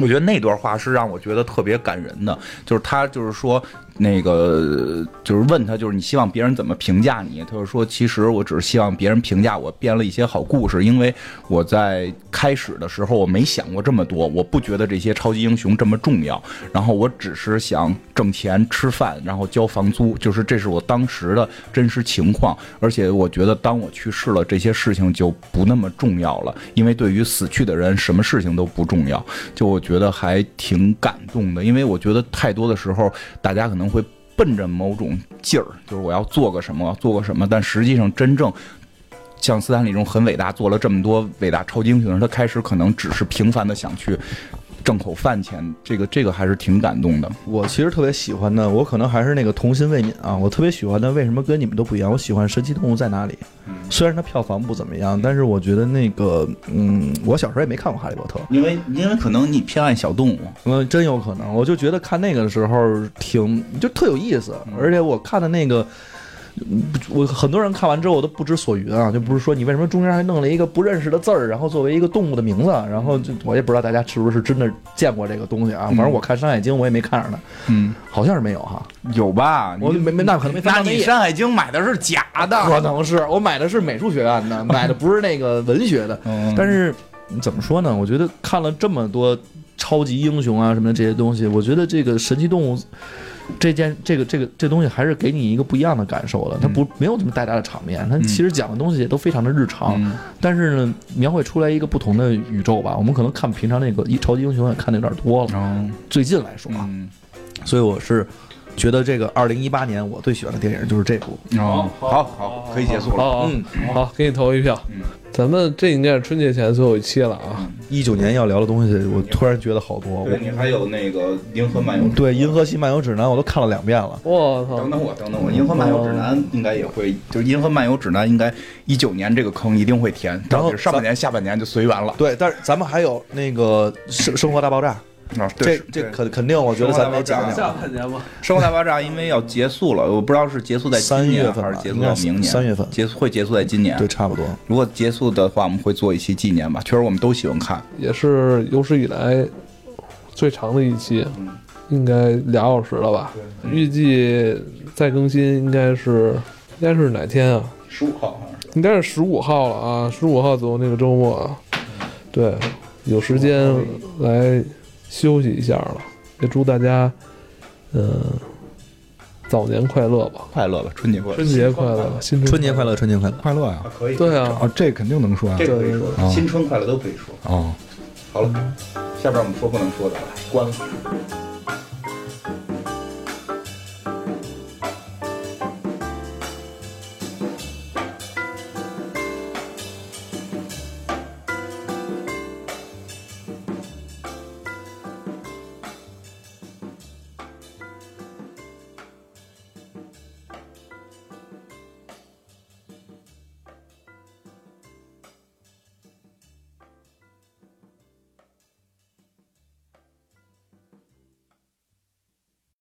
B: 我觉得那段话是让我觉得特别感人的，就是他就是说那个就是问他就是你希望别人怎么评价你，他就说其实我只是希望别人评价我编了一些好故事，因为我在开始的时候我没想过这么多，我不觉得这些超级英雄这么重要，然后我只是想挣钱吃饭，然后交房租，就是这是我当时的真实情况，而且我觉得当我去世了，这些事情就不那么重要了，因为对于死去的人，什么事情都不重要，就我觉得还挺感动的，因为我觉得太多的时候，大家可能会奔着某种劲儿，就是我要做个什么，我要做个什么，但实际上真正。像斯坦李这种很伟大，做了这么多伟大超级英雄的人，他开始可能只是平凡的想去挣口饭钱，这个这个还是挺感动的。
E: 我其实特别喜欢的，我可能还是那个童心未泯啊。我特别喜欢的，为什么跟你们都不一样？我喜欢《神奇动物在哪里》，虽然它票房不怎么样，但是我觉得那个，嗯，我小时候也没看过《哈利波特》，
B: 因为因为可能你偏爱小动物，
E: 嗯，真有可能。我就觉得看那个的时候挺就特有意思，而且我看的那个。我很多人看完之后我都不知所云啊，就不是说你为什么中间还弄了一个不认识的字儿，然后作为一个动物的名字，然后就我也不知道大家是不是真的见过这个东西啊。反正我看《山海经》，我也没看上它，
B: 嗯，
E: 好像是没有哈。
B: 有吧？你
E: 我没没那可能没翻
B: 那
E: 到
B: 你
E: 页
B: 《山海经》买的是假的，
E: 可能是我买的是美术学院的，买的不是那个文学的。
B: 嗯
E: 但是嗯怎么说呢？我觉得看了这么多超级英雄啊什么的这些东西，我觉得这个神奇动物这件这个这个这东西还是给你一个不一样的感受的。它不没有这么大大的场面，它其实讲的东西也都非常的日常，
B: 嗯
E: 但是呢，描绘出来一个不同的宇宙吧。我们可能看平常那个一超级英雄也看的有点多了，
B: 嗯
E: 最近来说啊，
B: 嗯，
E: 哦所以我是觉得这个二零一八年我最喜欢的电影就是这部。
B: 哦，好好，可以结束了。嗯
A: 好，好，好，给你投一票。咱们这应该是春节前最后一期了啊！
E: 一九年要聊的东西，我突然觉得好多。我
B: 你还有那个《银河漫游》
E: 对《银河系漫游指南》我都看了两遍了。
A: 我操
B: 等，等我，等等我，《银河漫游指南》
E: 哦
B: 应该也会，就是《银河漫游指南》应该一九年这个坑一定会填，
E: 然后
B: 到底是上半年、下半年就随缘了。
E: 对，但是咱们还有那个生生活大爆炸，
B: 啊，
E: 这
B: 对
E: 这
B: 对
E: 肯肯定，我觉得咱没讲讲。
A: 半年吧。
B: 生活大爆炸因为要结束了，我不知道是结束在今
E: 三月
B: 年
E: 份吧
B: 还是结束到明
E: 应该
B: 年。
E: 是三月份
B: 结束会结束在今年。
E: 对，，差不多。
B: 如果结束的话，我们会做一期纪念吧。确实我们都喜欢看。
A: 也是有史以来最长的一期，应该俩小时了吧？预计再更新应该是应该是哪天啊？
B: 十五号好像是。
A: 应该是十五号了啊，十五号左右那个周末啊，对，有时间来休息一下了。也祝大家，嗯、早年快乐吧，
B: 快乐吧，春节快乐，
A: 春节快乐，新春
E: 春节快乐，春节快乐。
D: 快乐呀！
B: 啊可以，
A: 对啊，
D: 啊，这肯定能说呀
B: 这。个可以说，
D: 对
B: 新春快乐都可以说。
D: 哦。
E: 嗯
B: 好了，下边我们说不能说的了，关了。